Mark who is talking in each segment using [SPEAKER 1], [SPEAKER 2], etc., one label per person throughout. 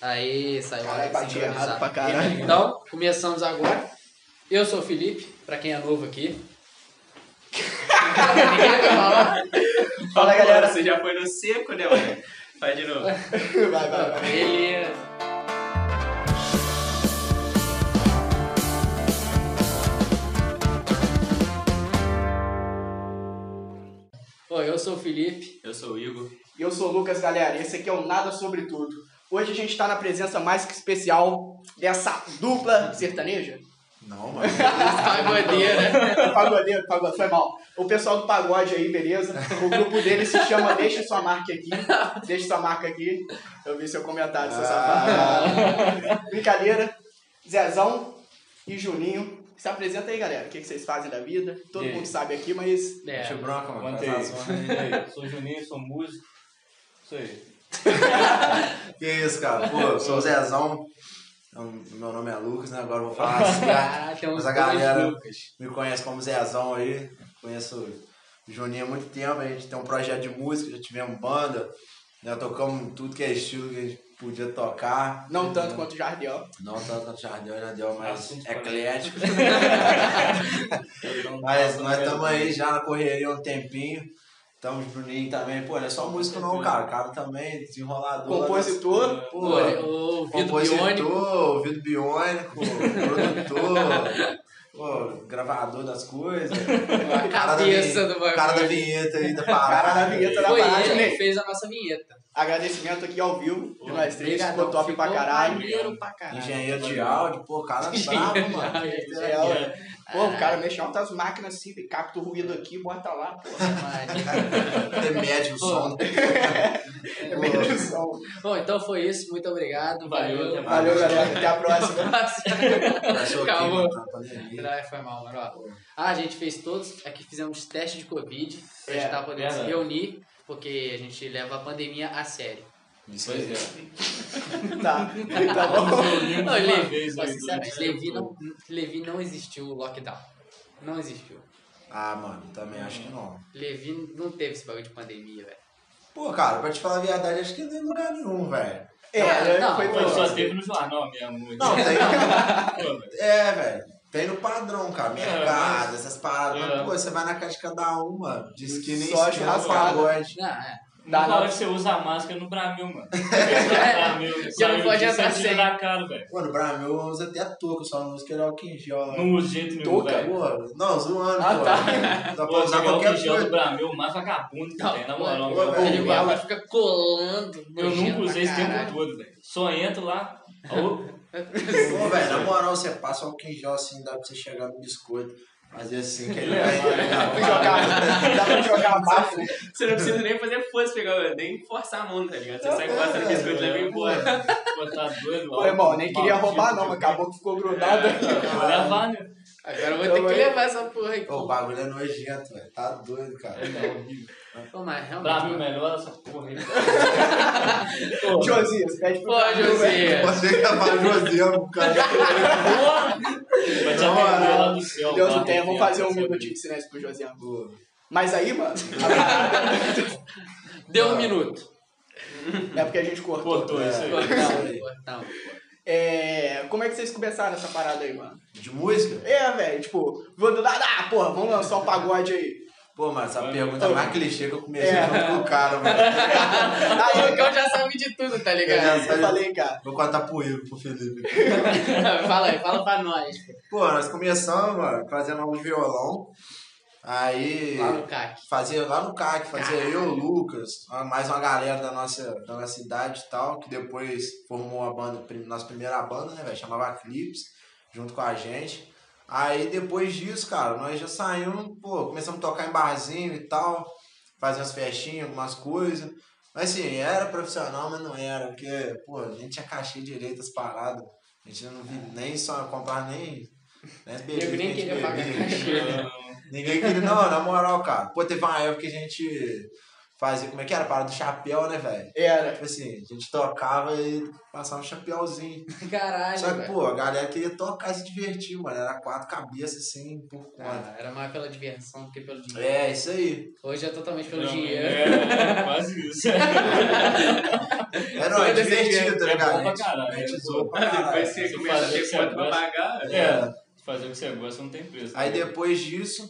[SPEAKER 1] Aí saiu
[SPEAKER 2] Caralho,
[SPEAKER 1] a hora de
[SPEAKER 2] bati errado
[SPEAKER 1] sincronizar.
[SPEAKER 2] pra caralho.
[SPEAKER 1] Então, começamos agora. Eu sou o Felipe, pra quem é novo aqui. Ninguém vai falar.
[SPEAKER 2] Fala, galera.
[SPEAKER 3] Você já foi no seco, né, mano? Vai de novo.
[SPEAKER 2] Vai, vai, vai.
[SPEAKER 1] Ele. Oi, eu sou o Felipe.
[SPEAKER 3] Eu sou o Igor.
[SPEAKER 2] E eu sou o Lucas, galera, e esse aqui é o Nada Sobre Tudo. Hoje a gente tá na presença mais que especial dessa dupla sertaneja.
[SPEAKER 4] Não, mano.
[SPEAKER 1] Pagodeiro, né?
[SPEAKER 2] Pagodeiro, pagode, foi mal. O pessoal do pagode aí, beleza? O grupo dele se chama Deixa Sua Marca Aqui. Deixa Sua Marca Aqui. Eu vi seu comentário, seu safado. Brincadeira. Zezão e Juninho. Se apresenta aí, galera. O que que vocês fazem da vida? Todo
[SPEAKER 5] E aí?
[SPEAKER 2] mundo sabe aqui, mas...
[SPEAKER 1] É,
[SPEAKER 4] Deixa o bronca, mano.
[SPEAKER 5] Aguentei.
[SPEAKER 4] Faz a zona aí.
[SPEAKER 5] Sou o Juninho, sou músico. Isso aí.
[SPEAKER 4] Que isso, cara? Pô, eu sou o Zezão. Então, Meu nome é Lucas, né? Agora eu vou falar assim.
[SPEAKER 1] Caraca, Ah, tem uns
[SPEAKER 4] Mas a
[SPEAKER 1] dois
[SPEAKER 4] galera
[SPEAKER 1] Lucas.
[SPEAKER 4] Me conhece como Zezão aí. Conheço o Juninho há muito tempo. A gente tem um projeto de música, já tivemos banda. Já tocamos tudo que é estilo que a gente podia tocar.
[SPEAKER 2] Não tanto quanto o Jardiel.
[SPEAKER 4] Não tanto quanto o Jardel, já deu mais
[SPEAKER 5] Assunto
[SPEAKER 4] eclético. Mas nós estamos aí já na correria há um tempinho. Estamos Juninho também. Pô, não é só músico não, cara. O cara também é desenrolador.
[SPEAKER 2] Compositor.
[SPEAKER 4] Pô,
[SPEAKER 1] O ouvido biônico.
[SPEAKER 4] Compositor, ouvido biônico, produtor, pô, gravador das coisas.
[SPEAKER 1] A
[SPEAKER 4] cara da
[SPEAKER 1] cabeça
[SPEAKER 4] vinhe-
[SPEAKER 1] do bagulho.
[SPEAKER 4] Cara da vinheta aí da parada.
[SPEAKER 2] Cara da vinheta da
[SPEAKER 1] Foi
[SPEAKER 2] parada,
[SPEAKER 1] ele que
[SPEAKER 2] né?
[SPEAKER 1] fez a nossa vinheta.
[SPEAKER 2] Agradecimento aqui ao vivo de nós três.
[SPEAKER 1] Obrigadão,
[SPEAKER 2] Ficou top pra
[SPEAKER 1] ficou
[SPEAKER 2] caralho.
[SPEAKER 1] maneiro pra caralho.
[SPEAKER 4] Engenheiro de áudio, pô, cara brabo, mano.
[SPEAKER 2] É,
[SPEAKER 4] né?
[SPEAKER 2] ué. Pô, o cara mexe em altas máquinas assim, capta o ruído aqui, bota lá, pô.
[SPEAKER 4] Tem médio o som.
[SPEAKER 2] É meio
[SPEAKER 4] Pô,
[SPEAKER 2] som.
[SPEAKER 1] Bom, então foi isso. Muito obrigado.
[SPEAKER 5] Valeu,
[SPEAKER 1] Valeu.
[SPEAKER 5] até mais.
[SPEAKER 2] Valeu, galera. Até a próxima.
[SPEAKER 4] achou aqui,
[SPEAKER 1] Calma.
[SPEAKER 4] mano, tá pandemia.
[SPEAKER 1] Ai, Foi mal, mano. ó. Ah, a gente fez todos. Aqui fizemos teste de Covid. Pra
[SPEAKER 2] É,
[SPEAKER 1] gente tá podendo se
[SPEAKER 5] verdade.
[SPEAKER 1] reunir. Porque a gente leva a pandemia a sério.
[SPEAKER 4] Isso aí.
[SPEAKER 5] Pois é.
[SPEAKER 2] Tá. Tá bom.
[SPEAKER 1] Não,
[SPEAKER 5] uma
[SPEAKER 1] Levi,
[SPEAKER 5] vez
[SPEAKER 1] só
[SPEAKER 5] aí,
[SPEAKER 3] né?
[SPEAKER 1] sinceramente,
[SPEAKER 5] durante
[SPEAKER 1] Levi
[SPEAKER 5] o
[SPEAKER 1] não, Levi não existiu o lockdown. Não existiu.
[SPEAKER 4] Ah, mano, também acho que não.
[SPEAKER 1] Levi não teve esse bagulho de pandemia, velho.
[SPEAKER 4] Pô, cara, pra te falar a verdade, acho que não é lugar nenhum, velho.
[SPEAKER 2] É,
[SPEAKER 1] Não,
[SPEAKER 2] foi
[SPEAKER 1] não,
[SPEAKER 5] Pô,
[SPEAKER 2] bom.
[SPEAKER 5] só teve no jornal mesmo. muito.
[SPEAKER 4] Não, tem.
[SPEAKER 5] Pô,
[SPEAKER 4] É, velho. Tem no padrão, cara. Mercado, essas paradas.
[SPEAKER 5] É.
[SPEAKER 4] Mas, pô, você vai na casa de cada uma. Diz que nem
[SPEAKER 2] Só
[SPEAKER 4] se chama
[SPEAKER 2] churrascada.
[SPEAKER 4] pagode.
[SPEAKER 1] Ah, é.
[SPEAKER 2] Dá
[SPEAKER 5] Na hora
[SPEAKER 2] não.
[SPEAKER 5] que você usa a máscara no Bramil, mano. Bramil,
[SPEAKER 1] Já não pode entrar sem.
[SPEAKER 5] na cara, velho.
[SPEAKER 4] Mano, pra mim eu uso até a touca, só não uso aquele álcool em gel. lá.
[SPEAKER 5] Não usa jeito nenhum,
[SPEAKER 2] Touca?
[SPEAKER 5] velho.
[SPEAKER 4] Pô, não, zoando,
[SPEAKER 2] Ah,
[SPEAKER 4] pô.
[SPEAKER 2] tá.
[SPEAKER 4] Dá pra
[SPEAKER 5] Pô,
[SPEAKER 4] usar
[SPEAKER 5] jogar o
[SPEAKER 4] qualquer
[SPEAKER 5] quinjão do
[SPEAKER 4] coisa.
[SPEAKER 5] Bramil, mais vagabundo que tem, na moral. meu.
[SPEAKER 4] pô, velho.
[SPEAKER 1] Aquele
[SPEAKER 5] Eu
[SPEAKER 1] bagulho fica colando.
[SPEAKER 5] nunca
[SPEAKER 1] nojento pra
[SPEAKER 5] usei esse tempo
[SPEAKER 1] caralho.
[SPEAKER 5] todo, velho. Só entro lá. Ô,
[SPEAKER 4] Pô, velho, na moral, você passa álcool em gel assim, dá pra você chegar no biscoito. Fazer assim, que aí
[SPEAKER 5] É,
[SPEAKER 2] Dá pra
[SPEAKER 4] vai.
[SPEAKER 2] jogar- Dá pra jogar bafo.
[SPEAKER 3] Você não precisa nem fazer força, pegar, nem forçar a mão, tá ligado? Você sai passando biscoito e leva embora.
[SPEAKER 5] pô, tá doido,
[SPEAKER 2] Pô, irmão, nem queria roubar
[SPEAKER 5] tipo,
[SPEAKER 2] não, mas acabou que ficou grudado aqui.
[SPEAKER 5] Vou levar, né?
[SPEAKER 1] Agora eu vou
[SPEAKER 2] Eu
[SPEAKER 1] ter
[SPEAKER 2] vou-
[SPEAKER 1] que levar essa porra aqui.
[SPEAKER 4] Pô, o bagulho é nojento, velho. Tá doido, cara.
[SPEAKER 5] É, não, horrível.
[SPEAKER 1] Pô, mas
[SPEAKER 5] Pra mim,
[SPEAKER 1] realmente.
[SPEAKER 5] melhor essa porra aí.
[SPEAKER 2] Josias, pede pro né?
[SPEAKER 1] Pô, José.
[SPEAKER 4] Pode ser que a Josiano, cara.
[SPEAKER 5] Vai te
[SPEAKER 4] Não,
[SPEAKER 5] apertar
[SPEAKER 4] é.
[SPEAKER 5] lá do céu.
[SPEAKER 2] Deus
[SPEAKER 5] lá,
[SPEAKER 2] do tempo, vamos
[SPEAKER 5] né?
[SPEAKER 2] fazer um minutinho de silêncio pro Josias.
[SPEAKER 4] Pô,
[SPEAKER 2] Mas aí, mano,
[SPEAKER 1] Deu um minuto.
[SPEAKER 2] é porque a gente cortou.
[SPEAKER 5] Cortou
[SPEAKER 1] É
[SPEAKER 5] isso aí.
[SPEAKER 4] aí.
[SPEAKER 1] Cortão, cortão.
[SPEAKER 2] É, como é que vocês começaram essa parada aí, mano?
[SPEAKER 4] De música?
[SPEAKER 2] É, velho, tipo, vou do nada, ah, porra, vamos lançar o pagode aí.
[SPEAKER 4] Pô, mano, essa
[SPEAKER 5] Vai,
[SPEAKER 4] pergunta é
[SPEAKER 2] vai.
[SPEAKER 4] mais clichê que eu comecei
[SPEAKER 2] É.
[SPEAKER 4] junto com o cara, mano.
[SPEAKER 2] Aí
[SPEAKER 1] O Lucão já sabe de tudo, tá
[SPEAKER 4] Eu já
[SPEAKER 1] ligado?
[SPEAKER 2] eu falei, cara,
[SPEAKER 4] Vou contar pro Igor, pro Felipe.
[SPEAKER 1] fala aí, fala pra nós.
[SPEAKER 4] Pô, nós começamos, mano, fazendo aula de violão. Aí.
[SPEAKER 1] Fala o CAC.
[SPEAKER 4] Fazia lá no CAC, fazia eu, o Lucas, mais uma galera da nossa, da nossa idade e tal, que depois formou a banda, prim- nossa primeira banda, né, velho? Chamava Clips, junto com a gente. Aí depois disso, cara, nós já saímos, pô, começamos a tocar em barzinho e tal, fazer umas festinhas, algumas coisas. Mas assim, era profissional, mas não era, porque, pô, a gente tinha cachê direito as paradas. A gente não vi- nem só comprar nem. Nem as bebidas
[SPEAKER 1] Eu
[SPEAKER 4] que a
[SPEAKER 1] nem
[SPEAKER 4] gente
[SPEAKER 1] queria pagar
[SPEAKER 4] bebia.
[SPEAKER 1] cachê. né?
[SPEAKER 4] Ninguém queria. Não, na moral, cara. Pô, teve uma época que a gente fazia, como é que era? A parada do chapéu, né, velho?
[SPEAKER 2] Era.
[SPEAKER 4] Tipo assim, a gente tocava e passava um chapéuzinho.
[SPEAKER 1] Caralho,
[SPEAKER 4] Só que,
[SPEAKER 1] velho.
[SPEAKER 4] pô, a galera queria tocar e se divertir, mano. Era quatro cabeças assim, por conta.
[SPEAKER 1] Ah, era mais pela diversão do que pelo dinheiro.
[SPEAKER 4] É, isso aí.
[SPEAKER 1] Hoje é totalmente pelo
[SPEAKER 5] Não,
[SPEAKER 1] dinheiro.
[SPEAKER 5] É, quase isso.
[SPEAKER 4] Era não, é
[SPEAKER 1] Todo esse
[SPEAKER 4] divertido,
[SPEAKER 1] dinheiro
[SPEAKER 4] tá
[SPEAKER 5] É
[SPEAKER 4] ligado?
[SPEAKER 5] bom pra
[SPEAKER 4] A gente-
[SPEAKER 5] caralho,
[SPEAKER 4] a gente
[SPEAKER 5] é
[SPEAKER 4] zoou
[SPEAKER 5] bom.
[SPEAKER 4] pra caralho.
[SPEAKER 3] Depois você
[SPEAKER 5] você
[SPEAKER 3] começa a
[SPEAKER 5] faz o que
[SPEAKER 3] ter
[SPEAKER 5] você
[SPEAKER 3] conta pra
[SPEAKER 5] gosta.
[SPEAKER 3] pagar.
[SPEAKER 5] É, fazer o que você gosta não tem preço.
[SPEAKER 4] Aí
[SPEAKER 5] né?
[SPEAKER 4] depois disso,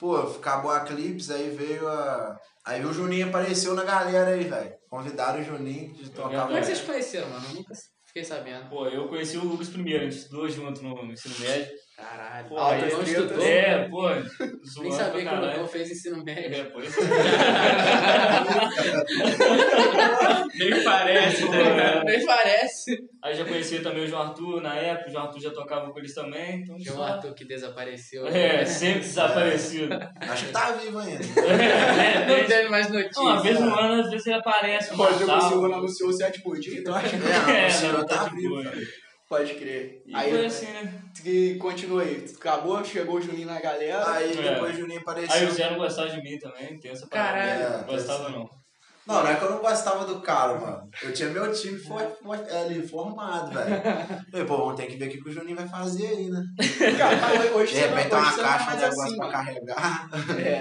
[SPEAKER 4] pô, acabou a Clips, aí veio a. Aí o Juninho apareceu na galera aí, velho. Convidaram o Juninho de tocar.
[SPEAKER 1] Como é que vocês conheceram, mano? Eu nunca fiquei sabendo.
[SPEAKER 5] Pô, eu conheci o Lucas primeiro, a gente estudou junto no ensino médio.
[SPEAKER 1] Caralho.
[SPEAKER 5] Pô,
[SPEAKER 1] Ah,
[SPEAKER 5] aí
[SPEAKER 1] tu não
[SPEAKER 2] eu-
[SPEAKER 1] estudou?
[SPEAKER 5] É, pô,
[SPEAKER 1] Nem
[SPEAKER 5] zoando
[SPEAKER 1] sabia
[SPEAKER 5] pra
[SPEAKER 1] que o
[SPEAKER 5] caralho.
[SPEAKER 1] Lucão fez ensino médio.
[SPEAKER 5] É, pois é.
[SPEAKER 3] Nem parece, tá ligado?
[SPEAKER 5] É.
[SPEAKER 1] Nem parece.
[SPEAKER 5] Aí já conhecia também o João Arthur na época, o João Arthur já tocava com eles também. Então
[SPEAKER 1] Tinha um
[SPEAKER 5] só-
[SPEAKER 1] Arthur que desapareceu.
[SPEAKER 5] É, sempre desaparecido.
[SPEAKER 4] Acho que tá vivo ainda.
[SPEAKER 5] É,
[SPEAKER 1] Não
[SPEAKER 5] desde-
[SPEAKER 1] teve mais
[SPEAKER 5] Não, uma vez
[SPEAKER 1] notícia.
[SPEAKER 5] no ano, às vezes ele aparece. no
[SPEAKER 2] Pô, o Diogo
[SPEAKER 5] Natal.
[SPEAKER 2] Silva não anunciou sete por dia, então acho que
[SPEAKER 4] É,
[SPEAKER 5] É,
[SPEAKER 4] o
[SPEAKER 5] não,
[SPEAKER 4] senhor
[SPEAKER 5] tá
[SPEAKER 4] tá
[SPEAKER 5] de
[SPEAKER 4] vivo.
[SPEAKER 5] boa.
[SPEAKER 2] pode crer.
[SPEAKER 5] E
[SPEAKER 2] Aí,
[SPEAKER 5] foi assim, né?
[SPEAKER 2] que continua aí. Acabou, chegou o Juninho na galera.
[SPEAKER 4] Aí
[SPEAKER 5] É.
[SPEAKER 4] depois o Juninho apareceu.
[SPEAKER 5] Aí o Zé não gostava de mim também, tem essa parada.
[SPEAKER 1] Caralho.
[SPEAKER 5] Não gostava não.
[SPEAKER 4] Não, não é que eu não gostava do cara, mano. Eu tinha meu time for, for, ali, formado, velho. Falei, pô, vamos ter que ver o que que o Juninho vai fazer aí, né?
[SPEAKER 2] Cara, mas hoje
[SPEAKER 4] De
[SPEAKER 2] você não, hoje
[SPEAKER 4] repente tem uma
[SPEAKER 2] você não é
[SPEAKER 4] caixa, um
[SPEAKER 2] mais
[SPEAKER 4] negócio
[SPEAKER 2] assim,
[SPEAKER 4] pra
[SPEAKER 2] mano.
[SPEAKER 4] carregar.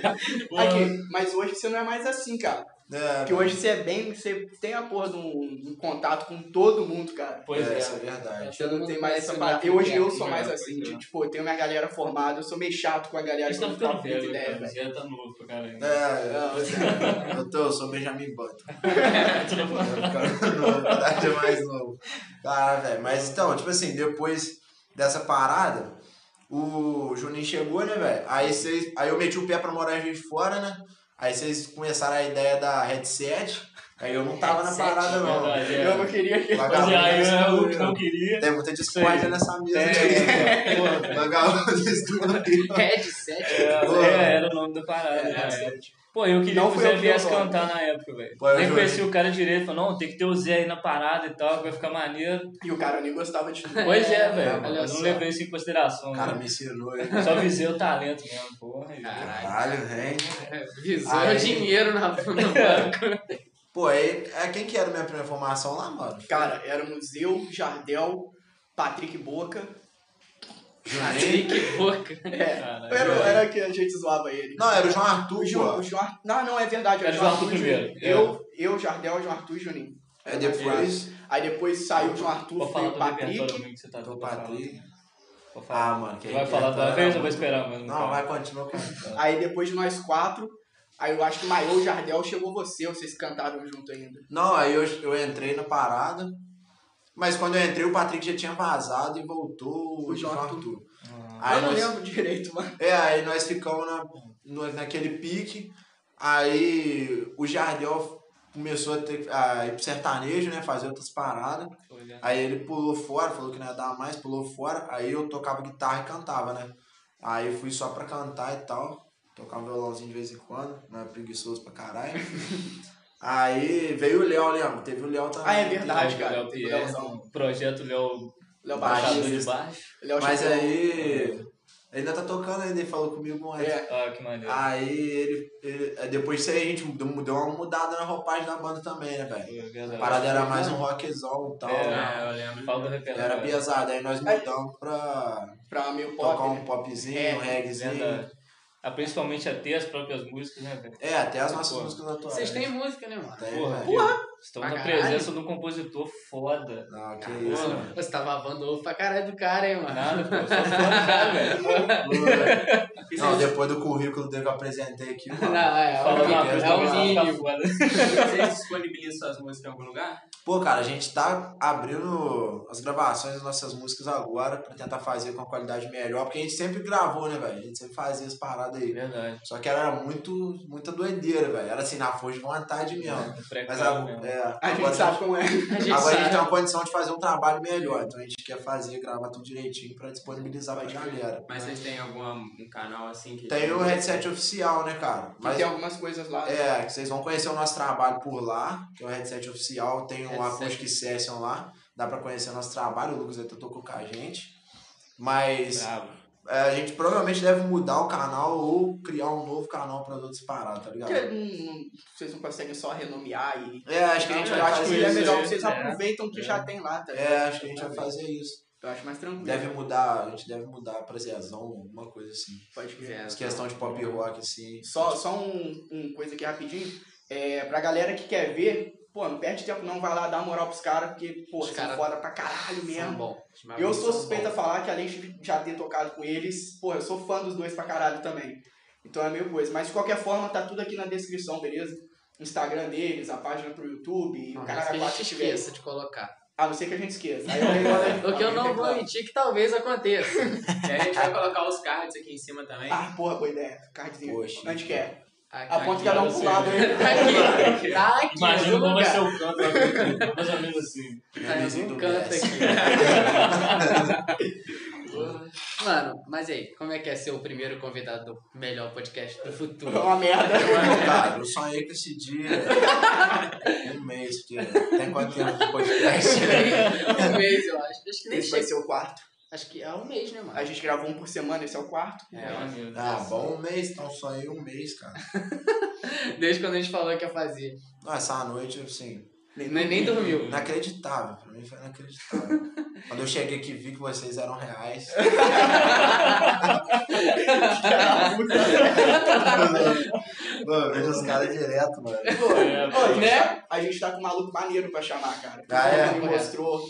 [SPEAKER 2] É.
[SPEAKER 5] Pô,
[SPEAKER 2] Aqui, mas hoje você não é mais assim, cara.
[SPEAKER 4] É,
[SPEAKER 2] Porque hoje você é bem, você tem a porra de um, de um contato com todo mundo, cara.
[SPEAKER 5] Pois
[SPEAKER 4] é,
[SPEAKER 5] é.
[SPEAKER 4] isso é verdade.
[SPEAKER 2] Você não é tem mais essa parada.
[SPEAKER 1] parte.
[SPEAKER 2] E hoje eu sou mais
[SPEAKER 5] né?
[SPEAKER 2] assim,
[SPEAKER 5] Pois é.
[SPEAKER 2] de, tipo, eu tenho minha galera formada, eu sou meio chato com a galera
[SPEAKER 5] Eles
[SPEAKER 2] que eu
[SPEAKER 5] estão
[SPEAKER 2] não troco
[SPEAKER 5] tá ficando
[SPEAKER 2] muita
[SPEAKER 5] velhos,
[SPEAKER 2] ideia,
[SPEAKER 5] cara. O
[SPEAKER 2] velho.
[SPEAKER 5] Zé tá novo pra caralho.
[SPEAKER 4] É,
[SPEAKER 2] Não, você-
[SPEAKER 4] eu, tô, eu sou Benjamin Button.
[SPEAKER 5] Tu não fala-
[SPEAKER 4] Na verdade é mais novo. Cara, velho. Mas então, tipo assim, depois dessa parada, o Juninho chegou, né, velho? Aí vocês. Aí eu meti o pé pra morar em Juiz de fora, né? Aí vocês começaram a ideia da headset. Aí eu não tava na
[SPEAKER 1] Headset,
[SPEAKER 4] parada, não.
[SPEAKER 5] Verdade, é.
[SPEAKER 2] eu não queria que.
[SPEAKER 5] Pois é,
[SPEAKER 4] Vagabundo né?
[SPEAKER 5] aí eu- eu
[SPEAKER 4] descobriu.
[SPEAKER 5] não queria.
[SPEAKER 4] Tem muita discórdia
[SPEAKER 5] Sei.
[SPEAKER 4] nessa mesa. né?
[SPEAKER 5] É, pô,
[SPEAKER 4] aí. Vagabundo descobriu.
[SPEAKER 1] É Headset.
[SPEAKER 4] Boa. é,
[SPEAKER 5] É, era o nome da parada. né?
[SPEAKER 4] tipo,
[SPEAKER 5] Pô, eu queria
[SPEAKER 2] Não
[SPEAKER 5] que o
[SPEAKER 2] foi eu
[SPEAKER 5] Zé
[SPEAKER 2] que
[SPEAKER 5] viesse
[SPEAKER 2] eu-
[SPEAKER 5] cantar na época, velho.
[SPEAKER 4] Pô, eu
[SPEAKER 5] Nem
[SPEAKER 4] juro.
[SPEAKER 5] conheci o cara direito, falou, não, tem que ter o Zé aí na parada e tal, que vai ficar maneiro.
[SPEAKER 2] E o cara nem gostava de tudo.
[SPEAKER 5] Pois é,
[SPEAKER 1] É,
[SPEAKER 5] velho.
[SPEAKER 1] olha
[SPEAKER 5] Eu
[SPEAKER 1] só.
[SPEAKER 5] não levei isso em consideração.
[SPEAKER 4] O cara
[SPEAKER 5] né?
[SPEAKER 4] me ensinou. hein?
[SPEAKER 5] Só visei o talento mesmo, porra.
[SPEAKER 1] Caralho.
[SPEAKER 4] Caralho, velho.
[SPEAKER 1] Visou
[SPEAKER 4] Aí.
[SPEAKER 1] é dinheiro na no banco.
[SPEAKER 4] Pô, aí, é quem que era a minha primeira formação lá, mano?
[SPEAKER 2] Cara, era um Museu, Jardel, Patrick Boca.
[SPEAKER 4] Juninho?
[SPEAKER 1] Que boca.
[SPEAKER 2] É.
[SPEAKER 5] Caralho.
[SPEAKER 2] Era, era que a gente zoava ele.
[SPEAKER 4] Não, era o João
[SPEAKER 2] O
[SPEAKER 4] Arthur,
[SPEAKER 2] Ju-
[SPEAKER 4] pô.
[SPEAKER 2] o Ju Ar- Não, não, é verdade. o
[SPEAKER 5] Era
[SPEAKER 2] Ju
[SPEAKER 5] o Ju Arthur primeiro,
[SPEAKER 2] Juninho. Eu, eu, Jardel, João Arthur e Juninho.
[SPEAKER 4] É depois
[SPEAKER 2] Aí depois saiu o João Arthur,
[SPEAKER 5] Vou
[SPEAKER 2] foi
[SPEAKER 5] falar
[SPEAKER 2] o
[SPEAKER 5] do repertório
[SPEAKER 2] Patrick.
[SPEAKER 5] também que você tá
[SPEAKER 4] do
[SPEAKER 5] vou falar.
[SPEAKER 4] Patrick.
[SPEAKER 5] Vou falar.
[SPEAKER 4] Ah, mano, que
[SPEAKER 5] Tu vai falar de uma
[SPEAKER 4] repertório
[SPEAKER 5] vez
[SPEAKER 4] era
[SPEAKER 5] ou vou esperar,
[SPEAKER 4] muito-
[SPEAKER 5] mano? então.
[SPEAKER 4] Não, vai, continua cantando.
[SPEAKER 2] Aí depois de nós quatro, aí eu acho que Maiô, Jardel, chegou você, vocês cantaram junto ainda.
[SPEAKER 4] Não, aí eu, eu entrei na parada. Mas quando eu entrei, o Patrick já tinha vazado e voltou o
[SPEAKER 2] O
[SPEAKER 4] João
[SPEAKER 2] João
[SPEAKER 4] Arthur.
[SPEAKER 2] eu
[SPEAKER 4] Aí
[SPEAKER 2] não
[SPEAKER 4] nós,
[SPEAKER 2] lembro direito, mano.
[SPEAKER 4] é, aí nós ficamos na, no- naquele pique. Aí o Jardel começou a, ter, a ir pro sertanejo, né? Fazer outras paradas.
[SPEAKER 5] Olha.
[SPEAKER 4] Aí ele pulou fora, falou que não ia dar mais, pulou fora. Aí eu tocava guitarra e cantava, né? Aí eu fui só pra cantar e tal. Tocava um violãozinho de vez em quando, não é preguiçoso pra caralho. Aí veio o Léo, lembra? Teve o Léo também.
[SPEAKER 2] Ah, é verdade,
[SPEAKER 5] Teve o
[SPEAKER 2] cara.
[SPEAKER 5] Léo Pierre,
[SPEAKER 2] Léozão.
[SPEAKER 5] o Um projeto Léo
[SPEAKER 2] Léo
[SPEAKER 5] Baixado
[SPEAKER 2] Baixista.
[SPEAKER 5] de Baixo.
[SPEAKER 2] Léo
[SPEAKER 4] Mas
[SPEAKER 2] Chapéu.
[SPEAKER 4] aí. Ele ainda tá tocando ainda, ele falou comigo antes.
[SPEAKER 2] É.
[SPEAKER 5] Ah, que maneiro.
[SPEAKER 4] Aí ele, ele- aí Depois disso aí a gente deu deu uma mudada na roupagem da banda também, né, velho?
[SPEAKER 5] É
[SPEAKER 4] A
[SPEAKER 5] verdade.
[SPEAKER 4] parada era mais um rockzão e tal. né?
[SPEAKER 5] É,
[SPEAKER 3] Não, eu lembro.
[SPEAKER 5] Fala do
[SPEAKER 4] Era
[SPEAKER 5] repertório.
[SPEAKER 4] pesado. Aí nós
[SPEAKER 2] É.
[SPEAKER 4] mudamos pra
[SPEAKER 2] Pra meio pop.
[SPEAKER 4] tocar um
[SPEAKER 2] né?
[SPEAKER 4] popzinho,
[SPEAKER 2] É,
[SPEAKER 4] um reggaezinho.
[SPEAKER 5] Verdade. Ah, principalmente até as próprias músicas, né, velho?
[SPEAKER 4] É, até as nossas
[SPEAKER 5] Pô.
[SPEAKER 4] músicas atuais.
[SPEAKER 1] Vocês têm música, né, mano?
[SPEAKER 4] Tem,
[SPEAKER 5] Porra,
[SPEAKER 4] É, velho.
[SPEAKER 5] porra. Estamos
[SPEAKER 1] Pra
[SPEAKER 5] na
[SPEAKER 1] caralho.
[SPEAKER 5] presença de um compositor foda.
[SPEAKER 4] Não, que
[SPEAKER 1] Caralho,
[SPEAKER 4] isso, mano.
[SPEAKER 1] mano. Você tava lavando ovo pra caralho do cara, hein, mano?
[SPEAKER 5] Nada, pô. Só foda, velho.
[SPEAKER 4] Não, depois do currículo dele que eu apresentei aqui, mano.
[SPEAKER 1] Não, é,
[SPEAKER 5] Fala uma
[SPEAKER 1] é,
[SPEAKER 5] coisa,
[SPEAKER 1] é o
[SPEAKER 5] talvez ela fica
[SPEAKER 1] mínimo.
[SPEAKER 5] foda.
[SPEAKER 3] Vocês disponibilizam suas músicas em algum lugar?
[SPEAKER 4] Pô, cara, a gente tá abrindo as gravações das nossas músicas agora pra tentar fazer com a qualidade melhor, porque a gente sempre gravou, né, velho? A gente sempre fazia as paradas aí.
[SPEAKER 5] Verdade.
[SPEAKER 4] Só que era muito, muita doideira, velho. Era assim, na força de vontade mesmo. Mas
[SPEAKER 5] é um Precário
[SPEAKER 4] a,
[SPEAKER 5] mesmo.
[SPEAKER 4] é,
[SPEAKER 2] A
[SPEAKER 4] agora,
[SPEAKER 2] gente sabe como é.
[SPEAKER 1] A gente
[SPEAKER 4] agora a gente
[SPEAKER 1] sabe.
[SPEAKER 4] tem uma condição de fazer um trabalho melhor. Então a gente quer fazer, gravar tudo direitinho pra disponibilizar pra galera.
[SPEAKER 2] um
[SPEAKER 3] Mas vocês têm algum um canal assim que.
[SPEAKER 4] Tem o headset oficial, né, cara?
[SPEAKER 2] Mas...
[SPEAKER 4] Mas
[SPEAKER 2] Tem algumas coisas lá.
[SPEAKER 4] é, vocês vão conhecer o nosso trabalho por lá, que é o headset oficial, tem um o
[SPEAKER 1] Headset.
[SPEAKER 4] Acoustic
[SPEAKER 5] Tá.
[SPEAKER 4] Session lá, dá pra conhecer o nosso trabalho, o Lucas até tocou com a gente. Mas
[SPEAKER 5] Bravo.
[SPEAKER 4] é, a gente provavelmente deve mudar o canal ou criar um novo canal pra outras paradas, tá ligado?
[SPEAKER 2] Porque não- não- vocês não conseguem só renomear e.
[SPEAKER 4] É, acho que a gente
[SPEAKER 2] Eu
[SPEAKER 4] vai
[SPEAKER 2] acho que
[SPEAKER 4] fazer
[SPEAKER 2] é
[SPEAKER 4] isso.
[SPEAKER 2] melhor
[SPEAKER 5] aí.
[SPEAKER 2] que vocês
[SPEAKER 5] É.
[SPEAKER 2] aproveitam o que
[SPEAKER 5] É.
[SPEAKER 2] já tem lá, tá ligado?
[SPEAKER 4] É, acho que a gente vai fazer isso.
[SPEAKER 2] Eu acho mais tranquilo.
[SPEAKER 4] Deve mudar, a gente deve mudar pra Zezão, alguma coisa assim.
[SPEAKER 2] Pode crer.
[SPEAKER 4] As questão de pop rock, assim.
[SPEAKER 2] Só, só um, um coisa aqui rapidinho. É, pra galera que quer ver, pô, não perde tempo não, vai lá dar moral pros caras, porque, pô,
[SPEAKER 1] Os
[SPEAKER 2] são
[SPEAKER 1] cara-
[SPEAKER 2] foda pra caralho mesmo.
[SPEAKER 1] Bom. Os
[SPEAKER 2] Eu
[SPEAKER 1] malucos
[SPEAKER 2] sou
[SPEAKER 1] são
[SPEAKER 2] suspeito a
[SPEAKER 1] bons.
[SPEAKER 2] falar que além de já ter tocado com eles, pô, eu sou fã dos dois pra caralho também. Então é meio coisa. Mas de qualquer forma, tá tudo aqui na descrição, beleza? Instagram deles, a página pro YouTube, o
[SPEAKER 1] Não,
[SPEAKER 2] cara
[SPEAKER 1] mas que a
[SPEAKER 2] quatro
[SPEAKER 1] gente
[SPEAKER 2] que tiver.
[SPEAKER 1] esqueça de colocar.
[SPEAKER 2] A não ser que a gente esqueça. Aí alguém manda-
[SPEAKER 1] O que eu
[SPEAKER 2] alguém
[SPEAKER 1] não vou
[SPEAKER 2] reclama.
[SPEAKER 1] mentir que talvez aconteça. É,
[SPEAKER 3] E aí a gente vai colocar os cards aqui em cima também.
[SPEAKER 2] Ah, porra, boa ideia. Cardzinho.
[SPEAKER 4] Poxa.
[SPEAKER 2] Onde que é?
[SPEAKER 1] Aqui.
[SPEAKER 2] Aponta cada um pro lado aí.
[SPEAKER 1] Tá aqui. Tá aqui.
[SPEAKER 5] Imagina
[SPEAKER 1] no
[SPEAKER 5] como vai
[SPEAKER 1] lugar.
[SPEAKER 5] ser o canto lá dentro, mais ou menos assim.
[SPEAKER 1] Tá em algum canto aqui. Mano, mas aí, como é que é ser o primeiro convidado do melhor podcast do
[SPEAKER 2] É
[SPEAKER 1] futuro?
[SPEAKER 2] uma merda.
[SPEAKER 4] Cara, eu sonhei com esse dia um mês, porque tem quanto tempo de podcast?
[SPEAKER 1] um mês, eu acho. Acho que nem
[SPEAKER 2] Esse vai
[SPEAKER 1] chega.
[SPEAKER 2] ser o quarto.
[SPEAKER 1] Acho que é um mês, né, mano?
[SPEAKER 2] A gente gravou um por semana, esse é o quarto.
[SPEAKER 1] É, eu acho.
[SPEAKER 4] Ah, bom um mês, então sonhei um mês, cara.
[SPEAKER 1] Desde quando a gente falou que ia fazer.
[SPEAKER 4] Não, essa noite, assim,
[SPEAKER 1] Nem, nem dormiu.
[SPEAKER 4] inacreditável. Pra mim foi inacreditável. Quando eu cheguei aqui e vi que vocês eram reais. Mano, eu vejo os caras direto, mano.
[SPEAKER 2] Pô,
[SPEAKER 5] É,
[SPEAKER 2] pô, a gente
[SPEAKER 1] né?
[SPEAKER 2] tá- A gente tá com um maluco maneiro pra chamar, cara.
[SPEAKER 4] Ah, é?
[SPEAKER 2] Ele mostrou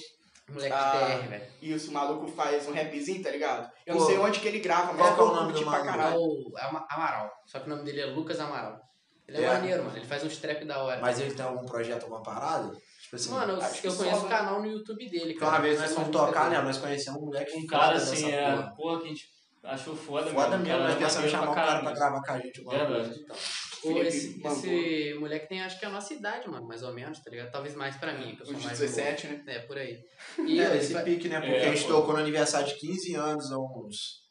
[SPEAKER 1] Moleque
[SPEAKER 2] Ah.
[SPEAKER 1] de TR, velho.
[SPEAKER 2] isso, o maluco faz um rapzinho, tá ligado? Eu não
[SPEAKER 4] Pô,
[SPEAKER 2] sei onde que ele grava, mas
[SPEAKER 4] qual que é o
[SPEAKER 2] eu
[SPEAKER 4] nome
[SPEAKER 2] curti pra
[SPEAKER 4] do maluco?
[SPEAKER 1] É
[SPEAKER 2] caralho.
[SPEAKER 1] o é uma- Amaral. Só que o nome dele é Lucas Amaral. Ele é,
[SPEAKER 4] É.
[SPEAKER 1] maneiro, mano. Ele faz uns trap da hora.
[SPEAKER 4] Mas ele tem algum projeto, alguma parada? Tipo assim,
[SPEAKER 1] mano, eu,
[SPEAKER 2] acho que
[SPEAKER 1] eu conheço
[SPEAKER 2] só-
[SPEAKER 1] o canal no YouTube dele,
[SPEAKER 4] porque
[SPEAKER 1] cara.
[SPEAKER 4] uma vez nós
[SPEAKER 1] Mas
[SPEAKER 4] fomos
[SPEAKER 1] eu nunca
[SPEAKER 4] tocar,
[SPEAKER 1] vi.
[SPEAKER 4] né? Nós conhecemos um moleque
[SPEAKER 5] Um
[SPEAKER 4] que
[SPEAKER 5] é cara
[SPEAKER 4] canta
[SPEAKER 5] assim,
[SPEAKER 4] nessa
[SPEAKER 5] é,
[SPEAKER 4] porra.
[SPEAKER 5] porra. que a gente achou foda,
[SPEAKER 4] Foda
[SPEAKER 5] mesmo.
[SPEAKER 4] mesmo, nós
[SPEAKER 5] cara é
[SPEAKER 4] pensamos
[SPEAKER 5] maneiro
[SPEAKER 4] em chamar
[SPEAKER 5] pra
[SPEAKER 4] o cara pra
[SPEAKER 5] caralho.
[SPEAKER 4] gravar com a gente. alguma coisa.
[SPEAKER 5] Verdade.
[SPEAKER 1] Pô,
[SPEAKER 2] Felipe
[SPEAKER 1] esse,
[SPEAKER 2] mandou.
[SPEAKER 1] esse moleque tem, acho que é a nossa idade, mano, mais ou menos, tá ligado? Talvez mais pra mim, que eu sou
[SPEAKER 2] Os
[SPEAKER 1] mais
[SPEAKER 2] 17, né?
[SPEAKER 1] novo. É, por aí.
[SPEAKER 4] E
[SPEAKER 1] E
[SPEAKER 4] é,
[SPEAKER 1] ele
[SPEAKER 4] esse
[SPEAKER 1] fa-
[SPEAKER 4] pique, né? Porque
[SPEAKER 5] É,
[SPEAKER 4] a gente
[SPEAKER 5] pô.
[SPEAKER 4] tocou no aniversário de 15 anos, há uns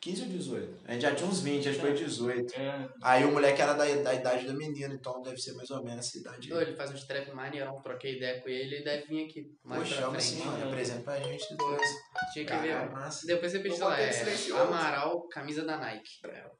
[SPEAKER 4] 15 ou 18. A gente já tinha uns 20, acho que foi 18.
[SPEAKER 5] É,
[SPEAKER 4] Aí o moleque era da, da idade do menino, então deve ser mais ou menos essa idade.
[SPEAKER 1] Pô, ele faz uns trap maneirão, troquei ideia com ele e deve vir aqui mais
[SPEAKER 4] Pô,
[SPEAKER 1] pra
[SPEAKER 4] chama
[SPEAKER 1] frente. né?
[SPEAKER 4] assim, mano, apresenta pra gente depois.
[SPEAKER 1] Tinha que ver,
[SPEAKER 4] Cara,
[SPEAKER 1] mano.
[SPEAKER 4] massa.
[SPEAKER 1] Depois você
[SPEAKER 2] Eu
[SPEAKER 1] pesquisa
[SPEAKER 2] vou
[SPEAKER 1] lá,
[SPEAKER 2] ter
[SPEAKER 1] é
[SPEAKER 2] silencioso.
[SPEAKER 1] Amaral, camisa da Nike.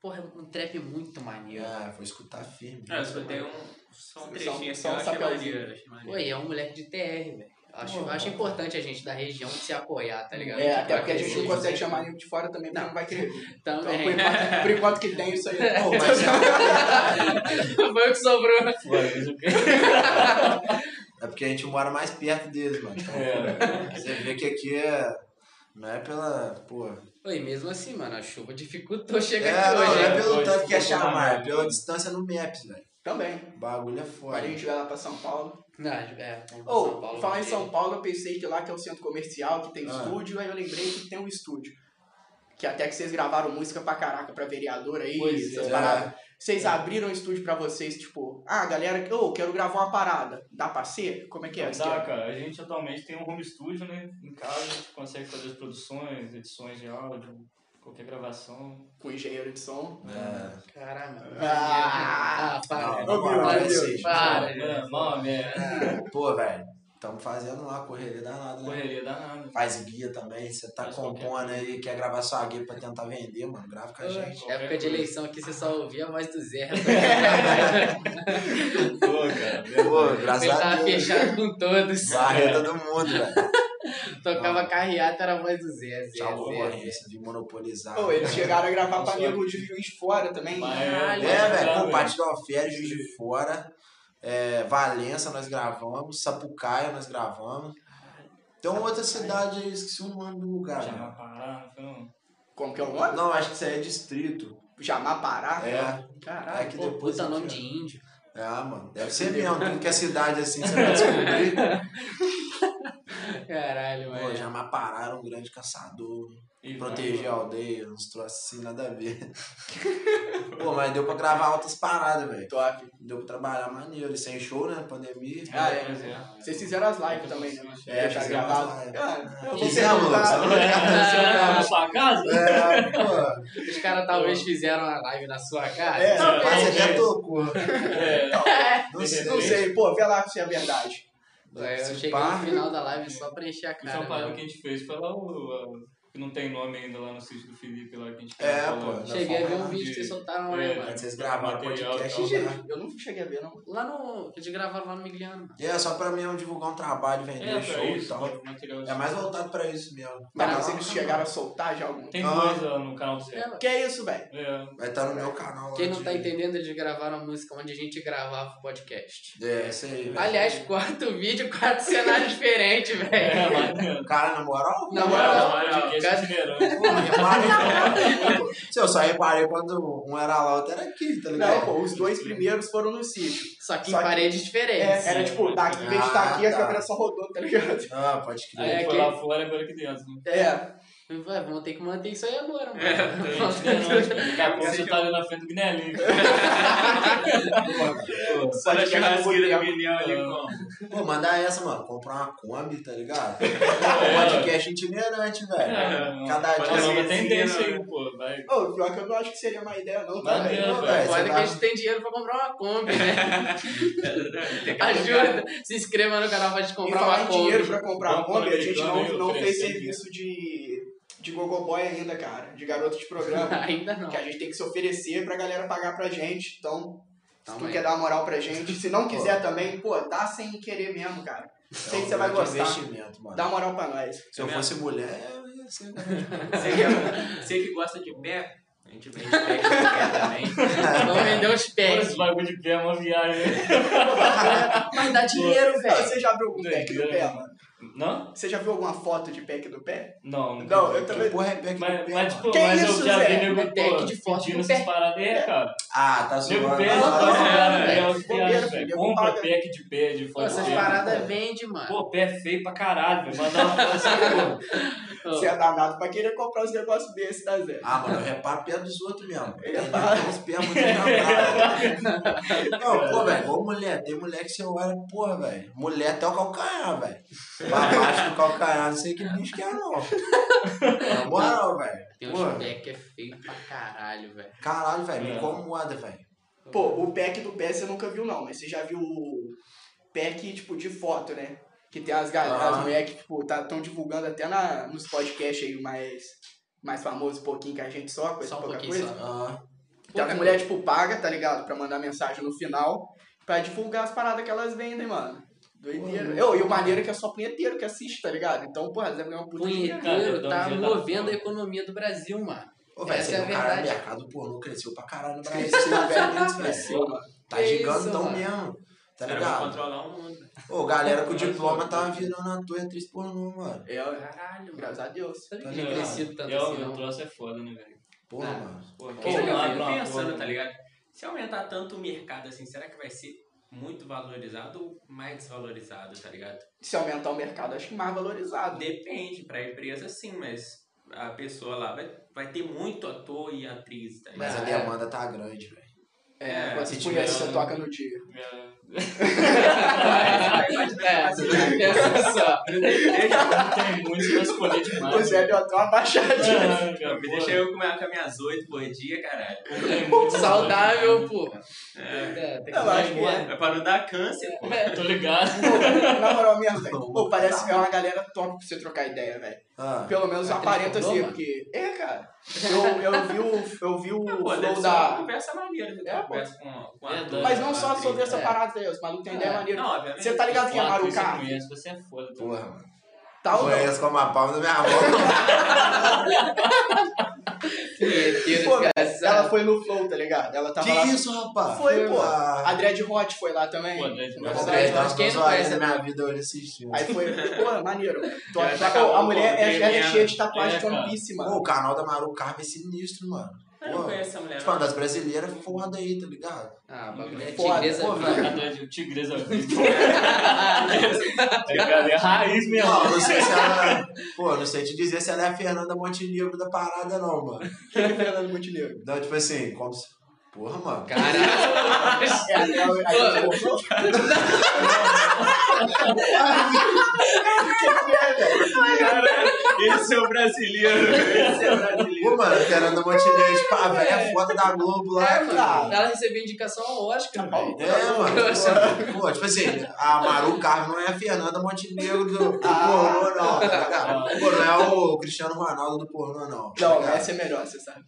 [SPEAKER 1] Porra, é um trap muito maneiro.
[SPEAKER 4] Ah, vou escutar firme.
[SPEAKER 5] É,
[SPEAKER 3] Ah, eu escutei um, só um
[SPEAKER 2] Só-
[SPEAKER 3] trechinho assim,
[SPEAKER 2] só um
[SPEAKER 3] eu achei
[SPEAKER 2] chapéuzinho.
[SPEAKER 3] maneiro. achei maneiro.
[SPEAKER 1] Pô, e é um moleque de TR, velho. Acho,
[SPEAKER 4] Pô,
[SPEAKER 1] acho
[SPEAKER 4] mano.
[SPEAKER 1] importante a gente da região se apoiar, tá ligado?
[SPEAKER 2] É,
[SPEAKER 1] Tipo,
[SPEAKER 2] até porque a gente não
[SPEAKER 1] aquele-
[SPEAKER 2] consegue chamar nenhum de fora também, porque não vai querer. Então, por
[SPEAKER 1] Também.
[SPEAKER 2] enquanto, por enquanto que tem isso aí.
[SPEAKER 4] Pô, mas é,
[SPEAKER 1] Foi o que sobrou.
[SPEAKER 5] foi, mas o que-
[SPEAKER 4] é porque a gente mora mais perto deles, mano. Então,
[SPEAKER 5] É.
[SPEAKER 4] Você vê que aqui é. Não é pela. Pô.
[SPEAKER 1] Oi, mesmo assim, mano, a chuva dificultou chegar
[SPEAKER 4] É,
[SPEAKER 1] aqui
[SPEAKER 4] não, não
[SPEAKER 1] hoje.
[SPEAKER 4] é
[SPEAKER 1] hein?
[SPEAKER 4] pelo
[SPEAKER 5] Hoje,
[SPEAKER 4] tanto que é
[SPEAKER 5] hoje,
[SPEAKER 4] chamar, é
[SPEAKER 5] hoje.
[SPEAKER 4] pela distância no Maps, velho.
[SPEAKER 2] Também.
[SPEAKER 4] O bagulho é
[SPEAKER 2] Quando a
[SPEAKER 4] foda.
[SPEAKER 2] gente vai lá pra São Paulo.
[SPEAKER 1] Não, é, vamos pra
[SPEAKER 2] Ou,
[SPEAKER 1] São Paulo,
[SPEAKER 2] falar em
[SPEAKER 1] né?
[SPEAKER 2] São Paulo, eu pensei que lá que é o centro comercial, que tem
[SPEAKER 4] Ah.
[SPEAKER 2] estúdio, aí eu lembrei que tem um estúdio. Que até que vocês gravaram música pra caraca, pra vereador aí,
[SPEAKER 5] Pois
[SPEAKER 2] essas
[SPEAKER 4] é.
[SPEAKER 2] paradas. Vocês abriram o estúdio pra vocês, tipo, ah, galera, eu quero gravar uma parada. Dá pra ser? Como é que é? Isso que
[SPEAKER 5] Tá,
[SPEAKER 2] é?
[SPEAKER 5] cara, a gente atualmente tem um home studio, né? Em casa, a gente consegue fazer as produções, edições de áudio, qualquer gravação.
[SPEAKER 2] Com engenheiro de som.
[SPEAKER 4] É.
[SPEAKER 1] Caramba.
[SPEAKER 2] Ah,
[SPEAKER 1] Ah, para.
[SPEAKER 4] não,
[SPEAKER 1] para,
[SPEAKER 4] não,
[SPEAKER 1] para,
[SPEAKER 4] não, não,
[SPEAKER 1] para.
[SPEAKER 5] É, mano, é
[SPEAKER 4] Pô, velho, estamos fazendo lá correria danada, né?
[SPEAKER 5] correria danada.
[SPEAKER 4] Faz guia também, você tá
[SPEAKER 5] Faz
[SPEAKER 4] compondo aí, quer gravar sua guia pra tentar vender, mano, grava com a gente.
[SPEAKER 1] Época de eleição aqui, você só ouvia a voz do Zé.
[SPEAKER 5] Pô, cara,
[SPEAKER 4] Pô,
[SPEAKER 1] Ele tá
[SPEAKER 5] verdade.
[SPEAKER 4] graças a
[SPEAKER 1] tava
[SPEAKER 4] Deus.
[SPEAKER 1] fechado com todos.
[SPEAKER 4] Varreu todo mundo, velho.
[SPEAKER 1] Tocava carreata, era a voz do Zé. Zé,
[SPEAKER 4] Tchau,
[SPEAKER 1] Zé.
[SPEAKER 4] concorrência, de monopolizar.
[SPEAKER 2] Pô, eles chegaram a gravar pra
[SPEAKER 5] Nossa.
[SPEAKER 2] nego de juiz de fora também.
[SPEAKER 5] Mas-
[SPEAKER 4] É,
[SPEAKER 1] Caralho.
[SPEAKER 4] velho, compartilhou a férias, Juiz de Fora, é, Valença nós gravamos, Sapucaia nós gravamos. Tem uma outra cidade aí, esqueci o nome do lugar, velho.
[SPEAKER 5] Jamapará, então.
[SPEAKER 2] Como que é o nome?
[SPEAKER 4] Não, acho que isso aí é distrito.
[SPEAKER 2] Jamapará?
[SPEAKER 4] É,
[SPEAKER 2] Caralho.
[SPEAKER 4] é que
[SPEAKER 1] Pô,
[SPEAKER 4] depois...
[SPEAKER 1] puta
[SPEAKER 4] eu
[SPEAKER 1] nome
[SPEAKER 4] te-
[SPEAKER 1] de índio.
[SPEAKER 4] Ah, mano, deve ser mesmo. Tudo que é cidade assim, você vai descobrir.
[SPEAKER 1] Caralho,
[SPEAKER 4] Pô,
[SPEAKER 1] mano.
[SPEAKER 4] Jamapará era um grande caçador.
[SPEAKER 5] E
[SPEAKER 4] Proteger a aldeia, uns troços assim, nada a ver. Pô, mas deu pra gravar altas paradas, velho.
[SPEAKER 2] Top.
[SPEAKER 4] Deu pra trabalhar maneiro. E sem show, né? Pandemia.
[SPEAKER 1] tá
[SPEAKER 2] Ah, é.
[SPEAKER 5] Pois é.
[SPEAKER 2] Vocês fizeram as lives também, né?
[SPEAKER 4] É,
[SPEAKER 2] Já
[SPEAKER 4] fizemos
[SPEAKER 2] gravado.
[SPEAKER 4] as lives.
[SPEAKER 2] Ah, eu vou
[SPEAKER 4] Fizemos,
[SPEAKER 2] perguntar.
[SPEAKER 4] sabe?
[SPEAKER 5] É, Você vai na sua casa?
[SPEAKER 4] É, pô.
[SPEAKER 1] Os caras talvez fizeram a live na sua casa.
[SPEAKER 2] É,
[SPEAKER 1] Talvez.
[SPEAKER 4] Mas você até tocou.
[SPEAKER 5] É.
[SPEAKER 4] Não sei.
[SPEAKER 2] Não sei, pô, vê lá se é verdade.
[SPEAKER 1] É, Eu
[SPEAKER 4] Se
[SPEAKER 1] cheguei
[SPEAKER 4] pá.
[SPEAKER 1] no final da live só pra encher a
[SPEAKER 5] Isso é
[SPEAKER 1] cara.
[SPEAKER 5] uma parada
[SPEAKER 1] né?
[SPEAKER 5] que a gente fez foi lá o, que não tem nome ainda lá no sítio do Felipe, lá que a gente
[SPEAKER 4] É,
[SPEAKER 5] tava
[SPEAKER 4] pô,
[SPEAKER 5] falando.
[SPEAKER 4] nós
[SPEAKER 1] Cheguei a ver um
[SPEAKER 4] falamos
[SPEAKER 1] vídeo que
[SPEAKER 5] de-
[SPEAKER 1] vocês soltaram, né,
[SPEAKER 5] é,
[SPEAKER 1] mano?
[SPEAKER 4] Antes vocês gravaram o
[SPEAKER 5] Material,
[SPEAKER 4] podcast.
[SPEAKER 5] tal,
[SPEAKER 4] né?
[SPEAKER 2] Eu não cheguei a ver, não.
[SPEAKER 1] Lá no. Eles gravaram lá no Migliano. mano.
[SPEAKER 4] E é só pra mesmo divulgar um trabalho, vender
[SPEAKER 5] É,
[SPEAKER 4] show
[SPEAKER 5] pra isso,
[SPEAKER 4] e tal.
[SPEAKER 5] pô, material
[SPEAKER 4] É mais voltado pra isso mesmo. tá
[SPEAKER 2] Mas
[SPEAKER 1] Caralho.
[SPEAKER 2] vocês chegaram a soltar já algum.
[SPEAKER 5] Tem
[SPEAKER 4] Ah.
[SPEAKER 5] dois lá no canal do Zé.
[SPEAKER 1] É, mano.
[SPEAKER 2] Que é isso, velho?
[SPEAKER 5] É,
[SPEAKER 4] Vai estar no meu canal. lá
[SPEAKER 1] Quem não tá
[SPEAKER 4] de-
[SPEAKER 1] entendendo, eles gravaram a música onde a gente gravava o podcast.
[SPEAKER 4] É, isso aí, velho.
[SPEAKER 1] Aliás, quarto vídeo, quatro cenários diferentes, velho.
[SPEAKER 5] é, maneiro.
[SPEAKER 4] Cara, na moral,
[SPEAKER 1] Na
[SPEAKER 3] Na
[SPEAKER 1] moral,
[SPEAKER 3] moral,
[SPEAKER 5] Podcast mineirão.
[SPEAKER 4] reparei. Se eu só reparei quando um era lá, outro era aqui, tá ligado?
[SPEAKER 2] Não, pô, os dois primeiros foram no sítio.
[SPEAKER 1] só que em
[SPEAKER 2] Só que-
[SPEAKER 1] paredes
[SPEAKER 2] É,
[SPEAKER 1] diferentes.
[SPEAKER 2] era tipo, daqui, em vez de estar aqui,
[SPEAKER 4] Ah,
[SPEAKER 2] a
[SPEAKER 4] tá.
[SPEAKER 2] câmera só rodou, tá ligado?
[SPEAKER 4] Ah, pode crer.
[SPEAKER 5] Aí
[SPEAKER 1] É,
[SPEAKER 5] foi
[SPEAKER 1] que-
[SPEAKER 5] lá fora, agora aqui dentro. Né?
[SPEAKER 2] É.
[SPEAKER 1] Ué, "Ah, vamos ter que manter isso aí agora, mano.
[SPEAKER 3] É, tá
[SPEAKER 1] Vamos
[SPEAKER 5] Gente,
[SPEAKER 1] ter-
[SPEAKER 5] mineirão, tipo, Daqui a pouco você tá ali na frente do Guinelinho.
[SPEAKER 2] Só
[SPEAKER 3] Olha a
[SPEAKER 2] de que não
[SPEAKER 3] churrasqueira do
[SPEAKER 2] podia.
[SPEAKER 3] Guilherme ali, como?
[SPEAKER 4] Pô, mandar essa, mano. Comprar uma Kombi, tá ligado? Um podcast itinerante,
[SPEAKER 5] É,
[SPEAKER 4] velho.
[SPEAKER 2] É,
[SPEAKER 4] É,
[SPEAKER 5] Cada
[SPEAKER 4] Cada dia
[SPEAKER 5] dia. Nova
[SPEAKER 3] assim,
[SPEAKER 5] tendência
[SPEAKER 3] né,
[SPEAKER 5] aí, pô. Vai.
[SPEAKER 2] Ô, pior que eu não acho que seria uma ideia, não, tá,
[SPEAKER 5] Maneiro,
[SPEAKER 2] velho?
[SPEAKER 4] Não,
[SPEAKER 5] velho.
[SPEAKER 4] velho,
[SPEAKER 1] Foda
[SPEAKER 4] você
[SPEAKER 1] que
[SPEAKER 4] dá-
[SPEAKER 1] a gente tem dinheiro pra comprar uma Kombi, né?
[SPEAKER 3] Tem que
[SPEAKER 1] Ajuda! Se inscreva no canal pra gente
[SPEAKER 2] E
[SPEAKER 1] comprar
[SPEAKER 2] falar
[SPEAKER 1] uma
[SPEAKER 2] em
[SPEAKER 1] Kombi.
[SPEAKER 2] dinheiro pra comprar
[SPEAKER 5] Vamos
[SPEAKER 2] Kombi, a
[SPEAKER 5] pro
[SPEAKER 2] gente não,
[SPEAKER 5] americano
[SPEAKER 2] não
[SPEAKER 5] e
[SPEAKER 2] fez
[SPEAKER 5] oferecer.
[SPEAKER 2] serviço de, de gogoboy ainda, cara. De garoto de programa.
[SPEAKER 1] Ainda não.
[SPEAKER 2] que a gente tem que se oferecer pra galera pagar pra gente. Então, se
[SPEAKER 1] Calma
[SPEAKER 2] tu
[SPEAKER 1] aí.
[SPEAKER 2] quer dar uma moral pra gente, se não quiser também, pô, dá sem querer mesmo, cara. Sei que você vai
[SPEAKER 4] É um grande
[SPEAKER 2] gostar.
[SPEAKER 4] investimento, mano.
[SPEAKER 2] Dá moral pra nós.
[SPEAKER 4] Se eu fosse mulher, eu ia ser. um
[SPEAKER 3] Você
[SPEAKER 2] um-
[SPEAKER 3] que, você que gosta de pé, a gente vende pé de pé também.
[SPEAKER 1] Vamos vender os
[SPEAKER 5] Olha
[SPEAKER 1] pés.
[SPEAKER 5] esse bagulho de pé, é uma viagem. né?
[SPEAKER 1] Mas dá dinheiro,
[SPEAKER 2] Não,
[SPEAKER 1] velho.
[SPEAKER 2] você já viu algum
[SPEAKER 5] Doido,
[SPEAKER 2] pack do
[SPEAKER 5] doido.
[SPEAKER 2] pé, mano?
[SPEAKER 5] Não?
[SPEAKER 2] Você já viu alguma foto de pack do pé?
[SPEAKER 5] Não.
[SPEAKER 2] Não, eu também.
[SPEAKER 4] Que porra é pé que
[SPEAKER 5] Mas, mas
[SPEAKER 4] tem, mano?
[SPEAKER 5] tipo,
[SPEAKER 2] Que
[SPEAKER 5] mas
[SPEAKER 2] isso,
[SPEAKER 5] eu já
[SPEAKER 2] Zé?
[SPEAKER 5] vi nego,
[SPEAKER 1] Até que
[SPEAKER 5] pô,
[SPEAKER 1] de forte
[SPEAKER 5] pedindo
[SPEAKER 1] no
[SPEAKER 5] essas
[SPEAKER 1] pé.
[SPEAKER 5] paradas. É, cara.
[SPEAKER 4] Ah, tá
[SPEAKER 5] Nego
[SPEAKER 2] é
[SPEAKER 4] zoando.
[SPEAKER 5] pé,
[SPEAKER 1] não,
[SPEAKER 5] tá
[SPEAKER 1] não, não,
[SPEAKER 5] zoando, velho. É
[SPEAKER 1] não,
[SPEAKER 5] uma
[SPEAKER 2] bobeira,
[SPEAKER 5] viagem,
[SPEAKER 2] filho,
[SPEAKER 5] velho. Compra
[SPEAKER 2] paga.
[SPEAKER 5] pack de pé, de
[SPEAKER 1] Pô,
[SPEAKER 5] foto
[SPEAKER 1] essas
[SPEAKER 5] de pé.
[SPEAKER 1] paradas vendem, mano.
[SPEAKER 5] Pô, pé é feio pra caralho, velho. Mandar uma foto assim, pô.
[SPEAKER 2] Você é danado pra querer comprar os negócios desses, tá, Zé?
[SPEAKER 4] Ah, mano, eu reparo pé dos outros mesmo.
[SPEAKER 2] Repara.
[SPEAKER 4] Tem uns pés muito engraçados. é Não, pô, velho, igual mulher. Tem mulher que você olha, porra, velho. Mulher até o calcanhar, velho. Pra baixo do calcanhar, não sei que bicho que é, não. Na moral, velho.
[SPEAKER 1] Tem
[SPEAKER 4] Pô.
[SPEAKER 1] uns pés que é feio pra caralho, velho.
[SPEAKER 4] Caralho, velho, me
[SPEAKER 5] É.
[SPEAKER 4] incomoda, velho.
[SPEAKER 2] Pô,
[SPEAKER 1] Uhum.
[SPEAKER 2] o pack do pé você nunca viu, não, mas você já viu o pack, tipo, de foto, né? Que tem as galera,
[SPEAKER 4] Ah.
[SPEAKER 2] as mulheres que, tipo, estão divulgando até na, nos podcasts aí mais, mais famosos, pouquinho que a gente só, coisa,
[SPEAKER 1] Só um
[SPEAKER 2] pouca
[SPEAKER 1] pouquinho
[SPEAKER 2] coisa.
[SPEAKER 1] só.
[SPEAKER 4] Ah,
[SPEAKER 2] Então as mulheres, tipo, paga, tá ligado? Pra mandar mensagem no final, pra divulgar as paradas que elas vendem, mano. Doideira. Eu, e o maneiro é que é só punheteiro que assiste, tá ligado? Então, porra, deve ganhar um puta dinheiro.
[SPEAKER 5] Cara,
[SPEAKER 1] Punheteiro
[SPEAKER 5] dá um
[SPEAKER 1] tá
[SPEAKER 5] jeito da
[SPEAKER 1] movendo a
[SPEAKER 5] porra.
[SPEAKER 1] economia do Brasil, mano.
[SPEAKER 4] ô, velho,
[SPEAKER 1] Essa
[SPEAKER 4] você
[SPEAKER 1] é a
[SPEAKER 4] viu, caralho, o
[SPEAKER 1] verdade.
[SPEAKER 4] mercado pornô cresceu pra caralho no Brasil, velho.
[SPEAKER 2] assim,
[SPEAKER 4] velho. Tá
[SPEAKER 1] Que É isso,
[SPEAKER 4] gigantão
[SPEAKER 1] mano.
[SPEAKER 4] mesmo. Tá
[SPEAKER 3] Cara, vai
[SPEAKER 4] ligado?
[SPEAKER 3] controlar
[SPEAKER 5] um
[SPEAKER 3] o mundo.
[SPEAKER 4] Ô, galera com diploma tá virando ator e atriz pornô, mano.
[SPEAKER 2] É,
[SPEAKER 1] Caralho, mano.
[SPEAKER 2] graças a Deus.
[SPEAKER 1] Sabia
[SPEAKER 4] Tá
[SPEAKER 1] que tinha
[SPEAKER 4] ligado?
[SPEAKER 1] crescido tanto
[SPEAKER 5] É,
[SPEAKER 1] assim,
[SPEAKER 5] o
[SPEAKER 1] não?
[SPEAKER 5] troço é foda, né, velho?
[SPEAKER 4] Porra,
[SPEAKER 1] Ah.
[SPEAKER 4] mano.
[SPEAKER 5] Pô,
[SPEAKER 1] Pô,
[SPEAKER 5] quem
[SPEAKER 1] eu
[SPEAKER 3] Sabe, eu
[SPEAKER 5] abre
[SPEAKER 3] fico
[SPEAKER 5] uma
[SPEAKER 3] pensando,
[SPEAKER 5] porra,
[SPEAKER 3] tá ligado? Se aumentar tanto o mercado assim, será que vai ser muito valorizado ou mais desvalorizado, tá ligado? Ah,
[SPEAKER 2] Se aumentar o mercado, acho que mais valorizado.
[SPEAKER 3] Depende, pra empresa sim, mas a pessoa lá vai, vai ter muito ator e atriz, tá ligado?
[SPEAKER 4] Mas a
[SPEAKER 1] É.
[SPEAKER 4] demanda tá grande, velho.
[SPEAKER 2] É, quantos
[SPEAKER 4] se
[SPEAKER 2] punhetes
[SPEAKER 1] um
[SPEAKER 5] tiver-
[SPEAKER 2] você toca no dia?
[SPEAKER 5] É.
[SPEAKER 1] É, pensa só.
[SPEAKER 5] Não tem muito pra escolher
[SPEAKER 2] O
[SPEAKER 5] demais.
[SPEAKER 2] Zé deu até uma baixadinha.
[SPEAKER 5] É, cara,
[SPEAKER 3] Me
[SPEAKER 5] pô,
[SPEAKER 3] deixa eu com, a- com as minhas oito, bom dia, caralho.
[SPEAKER 5] não tem muito pra
[SPEAKER 1] Saudável, pô.
[SPEAKER 3] É.
[SPEAKER 1] É, tem que
[SPEAKER 2] Eu acho que é.
[SPEAKER 3] É pra não dar câncer, pô.
[SPEAKER 5] escolher. Tô ligado.
[SPEAKER 2] Pô, Na moral mesmo, velho. Pô, parece que é uma galera top pra você trocar ideia, velho.
[SPEAKER 4] Ah,
[SPEAKER 2] Pelo menos
[SPEAKER 1] Ah,
[SPEAKER 2] aparenta
[SPEAKER 1] tem
[SPEAKER 2] assim,
[SPEAKER 1] problema?
[SPEAKER 2] porque. É, cara. Eu, eu vi o, eu vi o
[SPEAKER 3] É, né, Pô, deve
[SPEAKER 2] flow
[SPEAKER 3] ser uma
[SPEAKER 2] da.
[SPEAKER 3] conversa maneira. né?
[SPEAKER 2] É, pô.
[SPEAKER 3] conversa com, com
[SPEAKER 5] É,
[SPEAKER 3] ator,
[SPEAKER 2] Mas não só
[SPEAKER 3] atriz, né?
[SPEAKER 2] sobre essa
[SPEAKER 1] é.
[SPEAKER 2] parada aí, os malucos têm ideia
[SPEAKER 1] É.
[SPEAKER 2] maneira.
[SPEAKER 3] Não, obviamente.
[SPEAKER 2] Você tá ligado quem é
[SPEAKER 5] Pô, atriz
[SPEAKER 2] Marucá? tá
[SPEAKER 5] Você conhece, você é foda. tá
[SPEAKER 4] porra, mano.
[SPEAKER 2] Tal, não.
[SPEAKER 4] Conheço como a palma da minha mão.
[SPEAKER 1] Punheteiro,
[SPEAKER 2] Pô, velho, ela
[SPEAKER 1] desgraçado.
[SPEAKER 2] foi no flow, tá ligado? Ela tava
[SPEAKER 4] que
[SPEAKER 2] lá.
[SPEAKER 4] isso, rapaz?
[SPEAKER 2] Foi, pô.
[SPEAKER 4] Ah,
[SPEAKER 2] A Dread Hot foi lá também.
[SPEAKER 5] Pô, a Dread
[SPEAKER 4] Eu
[SPEAKER 5] Hot.
[SPEAKER 4] comprei
[SPEAKER 1] Mas
[SPEAKER 4] umas
[SPEAKER 1] quem
[SPEAKER 4] duas
[SPEAKER 1] não
[SPEAKER 4] horas
[SPEAKER 1] conhece
[SPEAKER 4] da
[SPEAKER 1] a-
[SPEAKER 4] minha vida hoje assistindo.
[SPEAKER 2] Aí foi, pô, maneiro. velho. Tô-
[SPEAKER 3] Ela já
[SPEAKER 2] pô, a
[SPEAKER 3] acabou,
[SPEAKER 2] mulher
[SPEAKER 3] pô,
[SPEAKER 2] é, ela é
[SPEAKER 3] premiada.
[SPEAKER 2] cheia de tatuagem de
[SPEAKER 5] É, cara.
[SPEAKER 2] One Piece,
[SPEAKER 4] Pô,
[SPEAKER 2] mano.
[SPEAKER 4] o canal da Maru Carva é sinistro, mano.
[SPEAKER 3] Eu não
[SPEAKER 4] Pô,
[SPEAKER 3] conheço essa mulher,
[SPEAKER 4] Tipo, uma
[SPEAKER 3] não.
[SPEAKER 4] das brasileiras foda aí, tá ligado?
[SPEAKER 1] Ah, o bagulho é
[SPEAKER 2] Foda,
[SPEAKER 1] tigresa
[SPEAKER 4] pô,
[SPEAKER 1] viva.
[SPEAKER 4] velho.
[SPEAKER 5] ligado? A Dread- o um Tigresa viva. Tá ligado? É raiz mesmo.
[SPEAKER 4] Não, não sei se ela. Pô, não sei te dizer se ela é a Fernanda Montenegro da parada, não, mano.
[SPEAKER 2] Quem é Fernando Montenegro?
[SPEAKER 4] Não, tipo assim, como se. Porra, mano.
[SPEAKER 1] Caralho.
[SPEAKER 2] É, é, é,
[SPEAKER 1] Pô,
[SPEAKER 4] Caralho,
[SPEAKER 2] é, é, velho.
[SPEAKER 3] Caralho,
[SPEAKER 5] Esse é o brasileiro. Esse é o brasileiro.
[SPEAKER 4] Pô, mano, querendo Montenegro, pá, velho, é foto da Globo lá.
[SPEAKER 1] É,
[SPEAKER 4] cara.
[SPEAKER 1] mano. Ela recebeu indicação ao Oscar, velho.
[SPEAKER 4] É, mano. Pô, tipo assim, a Maru Carmo não é a Fernanda Montenegro do, do
[SPEAKER 1] Ah,
[SPEAKER 4] pornô, não, tá ligado? Pô, não é o Cristiano Ronaldo do pornô, não. tá
[SPEAKER 2] Não,
[SPEAKER 4] ligado?
[SPEAKER 2] essa é melhor, você sabe.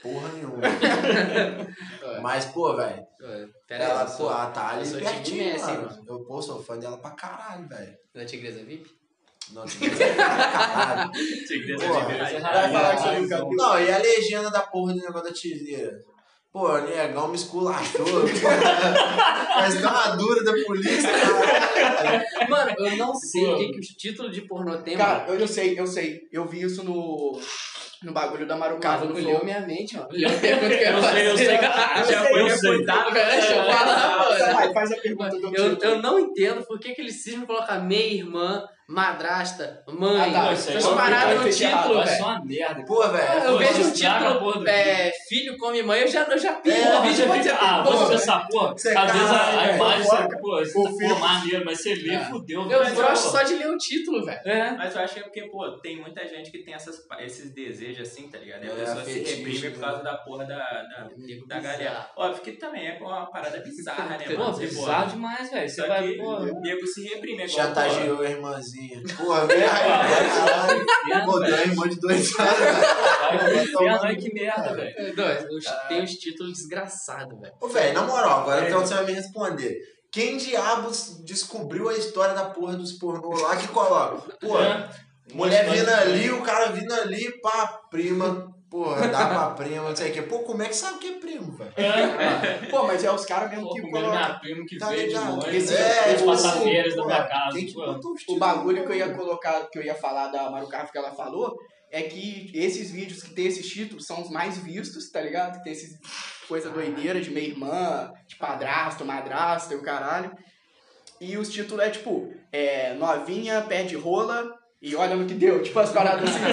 [SPEAKER 4] Porra nenhuma.
[SPEAKER 1] Ué,
[SPEAKER 4] Mas, pô, velho,
[SPEAKER 1] ué, Pera aí,
[SPEAKER 4] ela,
[SPEAKER 1] eu
[SPEAKER 4] pô,
[SPEAKER 1] sou-
[SPEAKER 4] a
[SPEAKER 1] eu
[SPEAKER 4] Thales
[SPEAKER 1] sou
[SPEAKER 4] pertinho,
[SPEAKER 1] time Messi,
[SPEAKER 4] mano.
[SPEAKER 1] mano. é
[SPEAKER 4] Eu, pô, sou fã dela pra caralho, velho.
[SPEAKER 1] da Tigresa VIP?
[SPEAKER 4] Não, tipo, caralho.
[SPEAKER 5] Tigresa
[SPEAKER 4] Porra.
[SPEAKER 5] de verdade.
[SPEAKER 2] Vai falar que você
[SPEAKER 5] Ah,
[SPEAKER 2] nunca viu.
[SPEAKER 4] Não, e a legenda da porra do negócio da tiseira? Pô, o negão me esculachou. Mas dá uma dura da polícia, cara.
[SPEAKER 1] Mano, eu não sei o que, que os títulos de pornô tem, mano.
[SPEAKER 2] Cara, eu, eu sei, eu sei. Eu vi isso no. No bagulho da
[SPEAKER 1] O
[SPEAKER 2] Marucava.
[SPEAKER 1] maluco leu minha mente, mano. Leu a pergunta que eu ia
[SPEAKER 5] Eu
[SPEAKER 1] fazer.
[SPEAKER 5] sei, eu sei.
[SPEAKER 2] Eu sei,
[SPEAKER 5] Já foi
[SPEAKER 2] É, eu sei.
[SPEAKER 5] cuidado.
[SPEAKER 1] Pera, deixa eu
[SPEAKER 2] né,
[SPEAKER 1] falar, mano.
[SPEAKER 2] Vai, faz a pergunta do
[SPEAKER 1] Eu,
[SPEAKER 2] título.
[SPEAKER 1] eu não entendo por que, que eles cismam colocar meia irmã, madrasta,
[SPEAKER 2] Ah,
[SPEAKER 1] mãe.
[SPEAKER 2] tá,
[SPEAKER 1] Essas
[SPEAKER 5] é
[SPEAKER 2] isso aí.
[SPEAKER 1] paradas no
[SPEAKER 2] Vai ter
[SPEAKER 1] é
[SPEAKER 2] errado,
[SPEAKER 1] título,
[SPEAKER 5] Vai
[SPEAKER 1] velho.
[SPEAKER 5] é só uma merda.
[SPEAKER 4] Pô, velho.
[SPEAKER 1] Eu
[SPEAKER 5] Pô,
[SPEAKER 1] vejo um
[SPEAKER 5] estraga a porra
[SPEAKER 1] título,
[SPEAKER 5] do
[SPEAKER 1] é, filho come mãe, eu já, eu já pico
[SPEAKER 4] É,
[SPEAKER 1] o vídeo quando você
[SPEAKER 5] ah,
[SPEAKER 1] pô,
[SPEAKER 5] vou
[SPEAKER 1] velho.
[SPEAKER 5] ver essa porra. Às
[SPEAKER 4] Você
[SPEAKER 5] vezes a,
[SPEAKER 4] caralho,
[SPEAKER 5] a imagem,
[SPEAKER 2] fofoca.
[SPEAKER 5] você, pô,
[SPEAKER 2] O
[SPEAKER 5] isso
[SPEAKER 2] filme.
[SPEAKER 5] ficou maneiro, mas você lê,
[SPEAKER 1] É.
[SPEAKER 5] fudeu.
[SPEAKER 1] Eu
[SPEAKER 5] velho.
[SPEAKER 1] broxo só de ler o título, velho.
[SPEAKER 5] É.
[SPEAKER 3] Mas eu acho que é porque, pô, tem muita gente que tem essas, pa- esses desejos assim, tá ligado? E a
[SPEAKER 4] É,
[SPEAKER 3] pessoa se
[SPEAKER 4] fetiche,
[SPEAKER 3] reprime por causa
[SPEAKER 4] né?
[SPEAKER 3] da porra da, da, da galera. Óbvio que também é uma parada bizarra, né,
[SPEAKER 5] Pô,
[SPEAKER 3] mano? Você,
[SPEAKER 5] bizarro demais, velho. Você
[SPEAKER 3] Só
[SPEAKER 5] vai,
[SPEAKER 3] que
[SPEAKER 5] pô.
[SPEAKER 3] o nego se reprime. é igual,
[SPEAKER 4] Já tá
[SPEAKER 3] pô,
[SPEAKER 4] girou a irmãzinha. Porra, velho. Caralho. Pô, deu a irmã de dois anos.
[SPEAKER 5] Vai pro
[SPEAKER 4] tomar
[SPEAKER 5] inferno, ai, que merda, velho.
[SPEAKER 1] É, Dois, os- Tem uns títulos desgraçados, velho.
[SPEAKER 4] Ô, velho, na moral, agora então você vai me responder. Quem diabos descobriu a história da porra dos pornô lá que coloca? Pô, mulher vindo ali, o cara vindo ali, pá, prima. Porra, dá pra prima, não sei o quê. Pô, como é que sabe que é primo, velho?
[SPEAKER 2] Pô, mas é os caras mesmo
[SPEAKER 5] Pô,
[SPEAKER 2] que
[SPEAKER 5] comendo
[SPEAKER 2] colocam.
[SPEAKER 5] minha prima que
[SPEAKER 4] Tá
[SPEAKER 5] veio de
[SPEAKER 4] ligado?
[SPEAKER 5] longe.
[SPEAKER 2] Esse-
[SPEAKER 5] né?
[SPEAKER 2] é,
[SPEAKER 5] Fez passar
[SPEAKER 2] o-
[SPEAKER 5] férias na
[SPEAKER 4] pô,
[SPEAKER 5] minha casa.
[SPEAKER 4] Quem que
[SPEAKER 5] Ah, pô.
[SPEAKER 4] botou os
[SPEAKER 2] O
[SPEAKER 4] títulos?
[SPEAKER 2] bagulho que eu ia colocar, que eu ia falar da Marucava que ela falou, é que esses vídeos que tem esses títulos são os mais vistos, tá ligado? Que tem esses coisa doideira de meia irmã, de padrasto, madrasto e o caralho. E os títulos é tipo, é, novinha, pé de rola e olha no que deu. Tipo as paradas assim, tá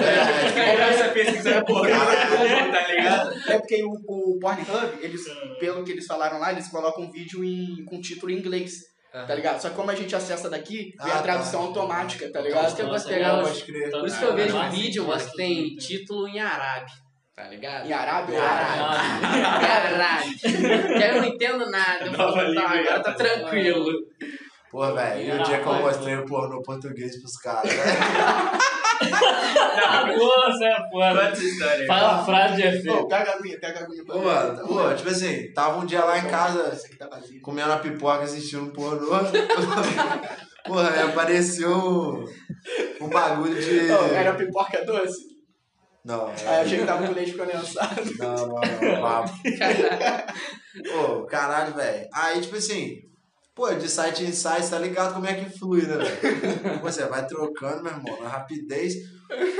[SPEAKER 2] ligado?
[SPEAKER 3] Essa pesquisa é porra, tá ligado? Hum.
[SPEAKER 2] É porque o, o Pornhub, eles, pelo que eles falaram lá, eles colocam um vídeo em- com título em inglês, tá ligado? Só que como a gente acessa daqui, vem
[SPEAKER 4] Ah,
[SPEAKER 2] a
[SPEAKER 4] tá.
[SPEAKER 2] tradução automática, tá
[SPEAKER 1] Por isso
[SPEAKER 2] ligado?
[SPEAKER 1] que eu
[SPEAKER 5] Então,
[SPEAKER 1] gosto de
[SPEAKER 4] Não,
[SPEAKER 1] pegar os.
[SPEAKER 4] pode crer.
[SPEAKER 1] Por isso que eu vejo
[SPEAKER 5] Ah,
[SPEAKER 1] vídeo,
[SPEAKER 5] cara,
[SPEAKER 1] mas
[SPEAKER 5] tudo
[SPEAKER 1] tem
[SPEAKER 5] bem.
[SPEAKER 1] título em árabe, tá ligado?
[SPEAKER 2] Em Arábia ou
[SPEAKER 1] Arábia.
[SPEAKER 5] Ah,
[SPEAKER 1] Caralho. Que eu É não entendo nada. Eu falo,
[SPEAKER 5] Nova
[SPEAKER 1] tá,
[SPEAKER 5] língua,
[SPEAKER 1] agora tá
[SPEAKER 5] cara.
[SPEAKER 1] tranquilo.
[SPEAKER 4] Pô, velho, e o dia que eu mostrei o pornô português pros caras, né?
[SPEAKER 5] Acabou Ah, essa é porra.
[SPEAKER 3] Quantas histórias?
[SPEAKER 5] Fala a frase é de efeito.
[SPEAKER 2] Pô, pega a aguinha, pega a aguinha. pra
[SPEAKER 4] Pô,
[SPEAKER 2] mim.
[SPEAKER 4] mano, pô, tipo assim, tava um dia lá em casa,
[SPEAKER 2] Essa aqui tá vazia.
[SPEAKER 4] comendo a pipoca, assistindo pornô. Porra, aí apareceu um, um bagulho de.
[SPEAKER 2] Ô, era pipoca doce?
[SPEAKER 4] Não,
[SPEAKER 2] Aí achei que tava com leite condensado.
[SPEAKER 4] não, não, não, babo. Ô, caralho, velho. Aí, tipo assim, pô, de site em site, tá ligado como é que flui, né, velho? Você vai trocando, meu irmão, na rapidez.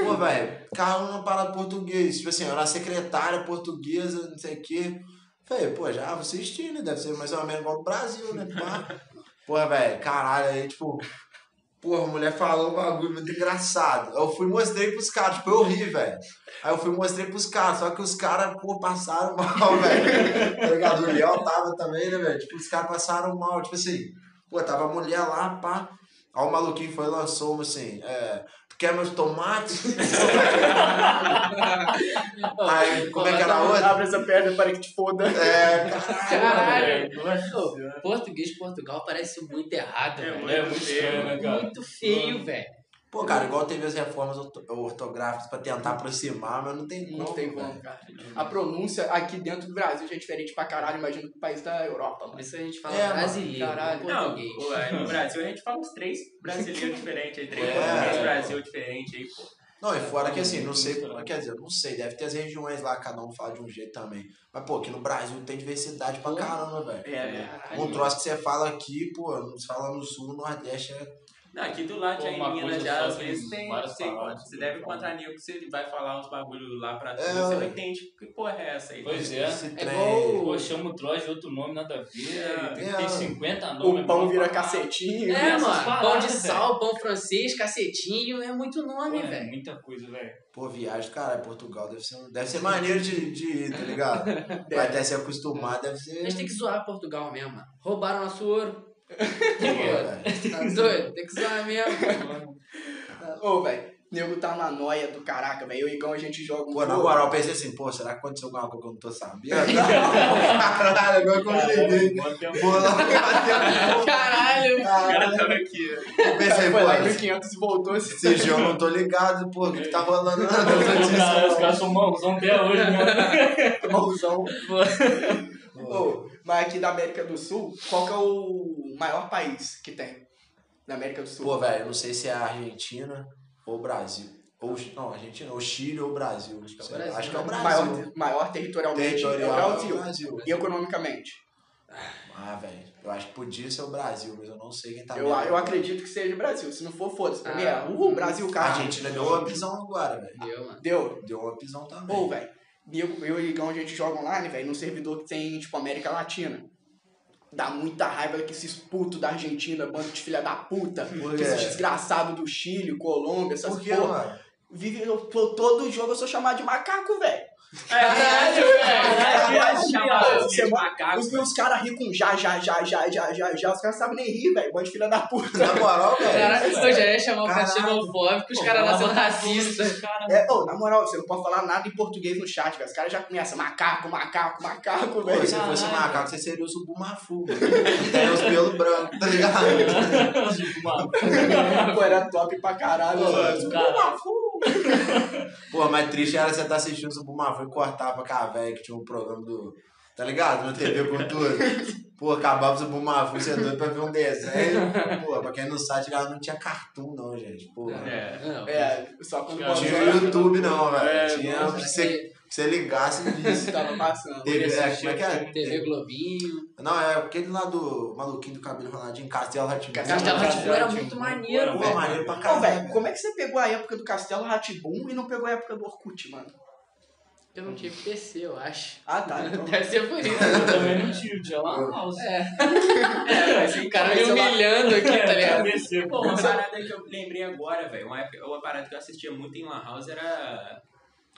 [SPEAKER 4] Pô, velho, carro não fala português. Tipo assim, eu era secretária portuguesa, não sei o quê. Falei, pô, já vou assistir, né? Deve ser mais ou menos igual o Brasil, né? Pá. Porra, velho, caralho, aí, tipo... Porra, a mulher falou um bagulho muito engraçado. Eu fui e mostrei pros caras, tipo, eu ri, velho. Aí eu fui e mostrei pros caras, só que os caras, pô, passaram mal, velho. Tá ligado? O Léo tava também, né, velho? Tipo, os caras passaram mal, tipo assim, pô, tava a mulher lá, pá. Aí o maluquinho foi e lançou uma assim, é. Tu quer meus tomates? Aí, como é que era a outra?
[SPEAKER 2] Abre essa perna para que te foda.
[SPEAKER 4] É, caralho.
[SPEAKER 1] Caralho.
[SPEAKER 4] É,
[SPEAKER 5] Nossa
[SPEAKER 1] Pô,
[SPEAKER 5] senhora.
[SPEAKER 1] Português de Portugal parece muito errado,
[SPEAKER 3] É,
[SPEAKER 1] velho.
[SPEAKER 5] É muito estranho, né, cara?
[SPEAKER 1] Muito feio, velho.
[SPEAKER 4] Pô, cara, igual teve as reformas orto- ortográficas pra tentar aproximar, mas não tem como.
[SPEAKER 2] Não tem
[SPEAKER 4] velho.
[SPEAKER 2] como, cara. A pronúncia aqui dentro do Brasil já é diferente pra caralho, imagina do país da Europa,
[SPEAKER 1] Por
[SPEAKER 2] mano.
[SPEAKER 1] isso a gente fala
[SPEAKER 4] É, mano,
[SPEAKER 1] brasileiro,
[SPEAKER 2] caralho.
[SPEAKER 3] Não,
[SPEAKER 1] português.
[SPEAKER 3] o- aí no Brasil a gente fala uns três brasileiros diferentes aí, três
[SPEAKER 4] É.
[SPEAKER 3] portugueses Brasil diferentes aí, pô.
[SPEAKER 4] Não, e fora que assim, não sei,
[SPEAKER 5] Misturado.
[SPEAKER 4] quer dizer, não sei, deve ter as regiões lá, cada um fala de um jeito também. Mas, pô, aqui no Brasil tem diversidade pra caramba, velho.
[SPEAKER 3] É, é.
[SPEAKER 4] Um troço que você fala aqui, pô, não se fala no sul, no nordeste, é...
[SPEAKER 3] Não, aqui do lado
[SPEAKER 5] Pô,
[SPEAKER 3] já
[SPEAKER 5] uma
[SPEAKER 3] em Minas
[SPEAKER 5] coisa
[SPEAKER 3] já,
[SPEAKER 5] só
[SPEAKER 3] às
[SPEAKER 5] tem
[SPEAKER 3] vezes tem,
[SPEAKER 5] várias
[SPEAKER 3] você,
[SPEAKER 5] palavras,
[SPEAKER 3] você
[SPEAKER 5] né?
[SPEAKER 3] deve encontrar nego que você vai falar uns bagulho lá pra tu,
[SPEAKER 4] É,
[SPEAKER 3] você não
[SPEAKER 4] ué.
[SPEAKER 3] entende que porra é essa aí.
[SPEAKER 5] Pois é.
[SPEAKER 4] esse trem.
[SPEAKER 1] igual-
[SPEAKER 5] Pô, chama o Troy é um de outro nome, nada a ver.
[SPEAKER 3] É,
[SPEAKER 5] Tem,
[SPEAKER 4] é.
[SPEAKER 5] tem 50 nomes.
[SPEAKER 2] O pão
[SPEAKER 5] mano.
[SPEAKER 2] vira
[SPEAKER 1] É,
[SPEAKER 2] cacetinho.
[SPEAKER 5] essas
[SPEAKER 1] mano. pão
[SPEAKER 5] paradas,
[SPEAKER 1] de
[SPEAKER 5] velho.
[SPEAKER 1] sal, pão francês, cacetinho. É muito
[SPEAKER 5] Pô,
[SPEAKER 1] nome,
[SPEAKER 5] é
[SPEAKER 1] velho.
[SPEAKER 5] muita coisa, velho.
[SPEAKER 4] Pô, viagem, caralho, Portugal deve ser, um- deve ser maneiro de, de ir, tá ligado? Vai até se acostumar, deve
[SPEAKER 1] A gente tem
[SPEAKER 4] ser.
[SPEAKER 1] que zoar Portugal mesmo, mano. Roubaram nosso ouro.
[SPEAKER 4] Boa, velho.
[SPEAKER 1] Tá doido? Tem que zoar mesmo.
[SPEAKER 2] Ô, velho, o nego tá na noia do caraca, velho. Eu e o Igão a gente joga um
[SPEAKER 4] Pô, na
[SPEAKER 2] jogo.
[SPEAKER 4] moral, eu pensei assim, pô, será que aconteceu alguma coisa que eu não tô sabendo? Caralho, agora que eu me
[SPEAKER 5] É,
[SPEAKER 4] liguei.
[SPEAKER 5] um-
[SPEAKER 4] Vou lá bater um
[SPEAKER 1] Caralho.
[SPEAKER 4] pouco.
[SPEAKER 5] cara tava aqui.
[SPEAKER 4] Eu pensei,
[SPEAKER 2] Foi lá em
[SPEAKER 4] pô,
[SPEAKER 2] 1500 e voltou assim.
[SPEAKER 4] esse jogo eu não tô ligado, pô, o que que tá rolando na
[SPEAKER 5] Cara, os
[SPEAKER 4] notícia?
[SPEAKER 5] caras são mãozão até hoje, né? mano.
[SPEAKER 2] Mãozão. Ô, mas aqui da América do Sul, qual que é o maior país que tem? Na América do Sul.
[SPEAKER 4] Pô, velho, eu não sei se é a Argentina ou o Brasil. Ou, não, Argentina, ou Chile ou Brasil. Acho que é o Brasil. Acho que é o Brasil.
[SPEAKER 2] Maior, maior territorialmente é o
[SPEAKER 4] Territorial é o
[SPEAKER 2] Brasil.
[SPEAKER 4] Brasil.
[SPEAKER 2] E economicamente?
[SPEAKER 4] Ah, velho, eu acho que podia ser o Brasil, mas eu não sei quem tá
[SPEAKER 2] eu,
[SPEAKER 4] melhor.
[SPEAKER 2] eu acredito que seja o Brasil. Se não for, foda-se. Pra mim é,
[SPEAKER 1] Ah,
[SPEAKER 2] uh, Brasil,
[SPEAKER 4] A
[SPEAKER 2] cara.
[SPEAKER 4] Argentina deu uma pisão agora, velho.
[SPEAKER 1] Deu, mano.
[SPEAKER 2] Deu.
[SPEAKER 4] Deu uma pisão também.
[SPEAKER 2] Ou, velho, eu, eu e o Igão, a gente joga online, velho, num servidor que tem, tipo, América Latina. Dá muita raiva que esses putos da Argentina, bando de filha da puta,
[SPEAKER 4] Por
[SPEAKER 2] que esses
[SPEAKER 4] quê?
[SPEAKER 2] desgraçados do Chile, Colômbia, essas
[SPEAKER 4] Por que,
[SPEAKER 2] porra.
[SPEAKER 4] mano?
[SPEAKER 2] Vive, eu- pô, todo jogo eu sou chamado de macaco, velho.
[SPEAKER 3] É,
[SPEAKER 4] é.
[SPEAKER 1] Caralho, velho.
[SPEAKER 3] Caralho, chamado de
[SPEAKER 2] Você- é
[SPEAKER 3] macaco.
[SPEAKER 2] Os, os caras riem com já, já, já, já, já, já, já. Os caras sabem nem rir, velho. Bando de filha da puta.
[SPEAKER 4] Na moral, velho.
[SPEAKER 1] Caralho, eu já ia chamar o cara
[SPEAKER 4] Caralho.
[SPEAKER 1] xenofóbico, os caras lá são racistas.
[SPEAKER 2] É, ô, na moral, você não pode falar nada em português no chat, velho. Os caras já começam macaco, macaco, macaco,
[SPEAKER 4] Pô,
[SPEAKER 2] velho.
[SPEAKER 4] se fosse
[SPEAKER 5] Caralho.
[SPEAKER 4] macaco, você seria o Subumafu, mano. Tem os pelos brancos, tá ligado?
[SPEAKER 5] Mano,
[SPEAKER 2] Pô, era top pra caralho,
[SPEAKER 4] Pô,
[SPEAKER 2] velho.
[SPEAKER 5] cara.
[SPEAKER 4] Pô, mas triste era você estar assistindo o Subumafu e cortar pra cá, velho, que tinha um programa do. Tá ligado? No TV Cultura. Pô, acabava o Subumafu, você é doido pra ver um desenho. Pô, pra quem não sabe, lá não tinha cartoon, não, gente. Pô,
[SPEAKER 5] É.
[SPEAKER 1] Não.
[SPEAKER 2] É, só com
[SPEAKER 5] Tinha
[SPEAKER 4] não tinha
[SPEAKER 2] Bolsonaro-
[SPEAKER 4] YouTube, não, velho.
[SPEAKER 5] É,
[SPEAKER 4] tinha
[SPEAKER 5] nossa,
[SPEAKER 4] que você, que você ligasse e visse.
[SPEAKER 2] tava passando.
[SPEAKER 4] Teve, é, como é que é?
[SPEAKER 1] TV Globinho.
[SPEAKER 4] Não, é aquele lá do maluquinho do cabelo roladinho, Castelo Ratimbu.
[SPEAKER 1] Castelo
[SPEAKER 5] Castelo
[SPEAKER 1] Rá-Tim-Bum era
[SPEAKER 5] Rá-Tim-Bum.
[SPEAKER 1] muito maneiro,
[SPEAKER 5] Pô,
[SPEAKER 1] velho.
[SPEAKER 4] maneiro pra
[SPEAKER 2] Ô,
[SPEAKER 4] caralho.
[SPEAKER 2] velho, como é que você pegou a época do Castelo Ratibum e não pegou a época do Orkut, mano?
[SPEAKER 1] Eu não tive PC, eu acho.
[SPEAKER 2] Ah, tá. Então,
[SPEAKER 1] Deve ser por isso.
[SPEAKER 5] Eu também não tive, tinha lá na house.
[SPEAKER 1] É. É, o cara me
[SPEAKER 2] Sei lá.
[SPEAKER 1] humilhando
[SPEAKER 5] É,
[SPEAKER 1] aqui, tá ligado?
[SPEAKER 5] Descer,
[SPEAKER 3] Pô,
[SPEAKER 5] pô.
[SPEAKER 3] uma parada que eu lembrei agora, velho. Uma, época- uma parada que eu assistia muito em Lan House era.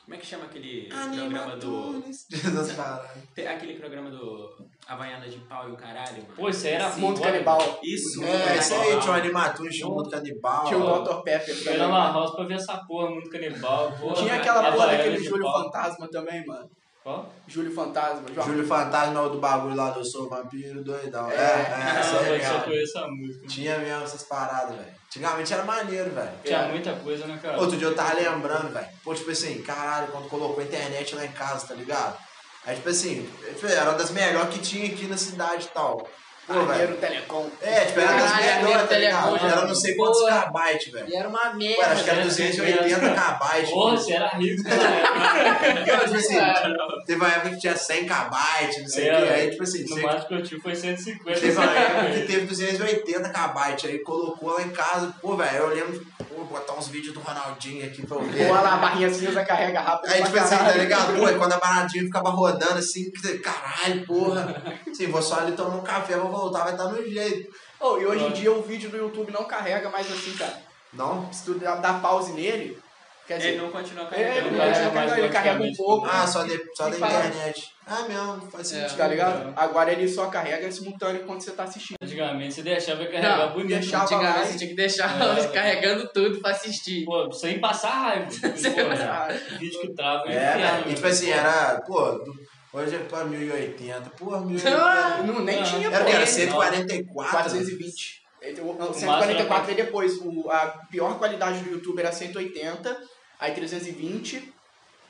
[SPEAKER 3] Como é que chama aquele programa do.
[SPEAKER 4] Essas paradas.
[SPEAKER 3] Tem Aquele programa do Havaiana de Pau e o caralho, mano.
[SPEAKER 5] Pô, isso aí era
[SPEAKER 2] Mundo
[SPEAKER 5] foda.
[SPEAKER 2] Canibal.
[SPEAKER 3] Isso,
[SPEAKER 4] É, isso aí, tinha um
[SPEAKER 3] Johnny.
[SPEAKER 4] Animatus, tinha um outro canibal.
[SPEAKER 2] Tinha
[SPEAKER 4] ó.
[SPEAKER 2] o Dr. Pepper
[SPEAKER 5] Eu ia
[SPEAKER 2] também.
[SPEAKER 5] na house pra ver essa porra, Mundo Canibal. Porra,
[SPEAKER 2] Tinha aquela porra
[SPEAKER 5] Havaiana
[SPEAKER 2] daquele
[SPEAKER 5] de
[SPEAKER 2] Júlio
[SPEAKER 5] pau.
[SPEAKER 2] Fantasma também, mano.
[SPEAKER 5] Qual?
[SPEAKER 2] Júlio Fantasma. João.
[SPEAKER 4] Júlio Fantasma, o do bagulho lá do Sou Vampiro, doidão. É, é,
[SPEAKER 5] Ah,
[SPEAKER 4] isso é
[SPEAKER 5] eu só
[SPEAKER 4] legal.
[SPEAKER 5] conheço a música.
[SPEAKER 4] Tinha mesmo essas paradas, velho. Antigamente era maneiro, velho.
[SPEAKER 5] Tinha muita coisa, né, cara?
[SPEAKER 4] Outro dia eu tava lembrando, velho. Pô, tipo assim, caralho, quando colocou a internet lá em casa, tá ligado? Aí, tipo assim, era uma das melhores que tinha aqui na cidade e tal. Pô, velho.
[SPEAKER 2] Armeiro Telecom.
[SPEAKER 4] É, tipo, era das
[SPEAKER 1] Caralho,
[SPEAKER 4] melhores, tá
[SPEAKER 1] aquele
[SPEAKER 4] ligado?
[SPEAKER 1] telefone,
[SPEAKER 4] Era não sei quantos
[SPEAKER 1] porra.
[SPEAKER 4] kbytes, velho.
[SPEAKER 1] E era uma
[SPEAKER 4] Pô, acho que
[SPEAKER 1] merda.
[SPEAKER 4] era 280 kbytes.
[SPEAKER 5] Porra, você era rico, cara.
[SPEAKER 4] Não, tipo assim, teve uma época que tinha 100 KB, não sei o
[SPEAKER 5] É,
[SPEAKER 4] que. Aí, tipo assim,
[SPEAKER 5] No
[SPEAKER 4] você-
[SPEAKER 5] máximo que eu tive foi 150.
[SPEAKER 4] teve uma época que
[SPEAKER 5] velho.
[SPEAKER 4] teve 280 KB. Aí colocou lá em casa. Pô, velho, eu lembro, pô, botar uns vídeos do Ronaldinho aqui pra eu ver.
[SPEAKER 2] Ou lá, a barrinha cinza carrega rápido.
[SPEAKER 4] Aí,
[SPEAKER 2] pra
[SPEAKER 4] tipo assim, tá
[SPEAKER 2] caralho.
[SPEAKER 4] ligado? Pô, aí quando a baradinha ficava rodando assim, que você, caralho, porra. Assim, vou só ali tomar um café, vou voltar, vai estar no jeito.
[SPEAKER 2] Ô, e hoje em dia o vídeo do YouTube não carrega mais assim, cara.
[SPEAKER 4] Não?
[SPEAKER 2] Se tu dá dá pause nele, quer dizer...
[SPEAKER 3] Ele não continua
[SPEAKER 2] É, ele
[SPEAKER 3] carregando.
[SPEAKER 2] não
[SPEAKER 5] carrega
[SPEAKER 2] carrega,
[SPEAKER 5] mais
[SPEAKER 2] ele carrega um
[SPEAKER 5] automaticamente.
[SPEAKER 2] pouco.
[SPEAKER 4] Ah, só, de, só da
[SPEAKER 2] E fala.
[SPEAKER 4] internet. Ah, mesmo, faz
[SPEAKER 1] É.
[SPEAKER 4] sentido.
[SPEAKER 2] Tá ligado? Agora ele só carrega simultâneo quando você tá assistindo.
[SPEAKER 5] Antigamente você deixava carregar
[SPEAKER 1] Não,
[SPEAKER 5] bonito.
[SPEAKER 2] deixava.
[SPEAKER 1] Antigamente tinha que deixar
[SPEAKER 5] É.
[SPEAKER 1] eles carregando tudo pra assistir.
[SPEAKER 5] Pô, sem passar raiva. Tipo, Porra,
[SPEAKER 2] Ah,
[SPEAKER 5] vídeo que trava é
[SPEAKER 4] É,
[SPEAKER 5] inferno,
[SPEAKER 4] velho. E tipo
[SPEAKER 5] velho.
[SPEAKER 4] assim, era, pô, do- hoje é pra 1080, porra, 1080.
[SPEAKER 1] Ah,
[SPEAKER 2] Não, nem
[SPEAKER 5] Não.
[SPEAKER 2] tinha,
[SPEAKER 4] Era o que? Era
[SPEAKER 2] pô.
[SPEAKER 4] 144?
[SPEAKER 2] 420. Ele- um, o- o
[SPEAKER 5] máximo
[SPEAKER 2] 144
[SPEAKER 5] era
[SPEAKER 2] veio depois. O- a pior qualidade do YouTube era 180, aí 320,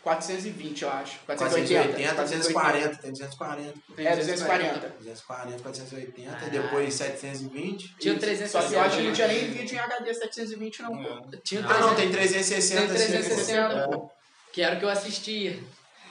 [SPEAKER 2] 420, eu acho.
[SPEAKER 4] 480, 240, tem 240. pô.
[SPEAKER 2] É, 240.
[SPEAKER 4] 240, 480, e depois 720.
[SPEAKER 1] Tinha o
[SPEAKER 2] Isso. Só que eu
[SPEAKER 1] 360.
[SPEAKER 2] acho que não tinha nem
[SPEAKER 1] mano.
[SPEAKER 2] vídeo em HD 720, não. pô.
[SPEAKER 1] Tinha o
[SPEAKER 4] Ah, não,
[SPEAKER 1] 360.
[SPEAKER 4] tem 360.
[SPEAKER 1] Tem 360,
[SPEAKER 4] assim,
[SPEAKER 1] pô. Que era o que eu assistia.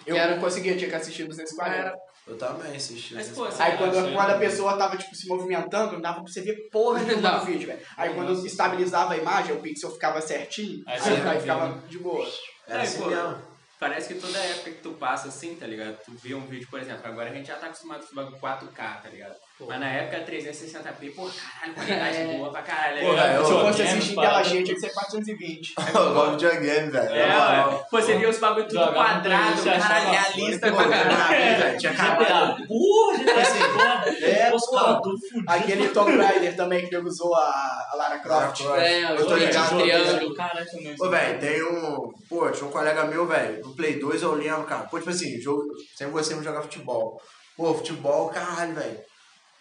[SPEAKER 2] Eu
[SPEAKER 1] Cara,
[SPEAKER 2] não conseguia, tinha que assistir 240.
[SPEAKER 1] Era-
[SPEAKER 4] é. Eu também assisti.
[SPEAKER 3] Mas, pô, assim,
[SPEAKER 2] Aí quando,
[SPEAKER 5] Nossa,
[SPEAKER 2] quando a
[SPEAKER 5] eu-
[SPEAKER 2] pessoa tava tipo, se movimentando, não dava pra você ver porra nenhuma
[SPEAKER 1] Não.
[SPEAKER 2] do vídeo, velho. Aí quando eu estabilizava a imagem, o pixel ficava certinho,
[SPEAKER 5] Aí
[SPEAKER 2] aí,
[SPEAKER 5] você vai
[SPEAKER 2] aí
[SPEAKER 5] ver,
[SPEAKER 2] ficava de boa.
[SPEAKER 4] Era
[SPEAKER 3] É,
[SPEAKER 4] assim
[SPEAKER 3] pô.
[SPEAKER 4] mesmo.
[SPEAKER 3] Parece que toda época que tu passa assim, tá ligado? Tu vê um vídeo, por exemplo, agora a gente já tá acostumado com esse bagulho 4K, tá ligado? Mas na época 360p, pô, caralho, qualidade
[SPEAKER 1] É.
[SPEAKER 3] boa pra caralho.
[SPEAKER 5] Pô,
[SPEAKER 3] né?
[SPEAKER 4] velho,
[SPEAKER 2] Se eu fosse
[SPEAKER 5] Videogame,
[SPEAKER 2] assistir
[SPEAKER 5] parada.
[SPEAKER 2] pela gente, ia ser 420.
[SPEAKER 4] Igual videogame, velho.
[SPEAKER 3] É,
[SPEAKER 4] Na moral.
[SPEAKER 3] ué. Pô, você via os bagulho tudo
[SPEAKER 5] Jogava no
[SPEAKER 3] quadrado,
[SPEAKER 5] Twitch, achava
[SPEAKER 3] caralho,
[SPEAKER 5] foda.
[SPEAKER 3] realista
[SPEAKER 4] Pô,
[SPEAKER 3] pra
[SPEAKER 4] era
[SPEAKER 3] caralho.
[SPEAKER 4] uma vida,
[SPEAKER 5] é
[SPEAKER 4] tinha acabado.
[SPEAKER 5] GTA, porra, GTA foda.
[SPEAKER 2] É,
[SPEAKER 5] Os
[SPEAKER 2] pô.
[SPEAKER 5] caras tudo fudido.
[SPEAKER 2] Aquele Tomb Raider também que ele usou a, a Lara Croft.
[SPEAKER 4] Lara Croft.
[SPEAKER 1] É,
[SPEAKER 4] eu tô
[SPEAKER 5] Olha,
[SPEAKER 4] ligado.
[SPEAKER 5] jogo
[SPEAKER 1] triângulo.
[SPEAKER 5] do Caralho, também.
[SPEAKER 4] Pô, velho, tem um. Pô, tinha um colega meu, velho, no Play 2 eu lembro, cara. Pô, tipo assim, jogo... sempre gostei muito de jogar futebol. Pô, futebol, caralho, velho.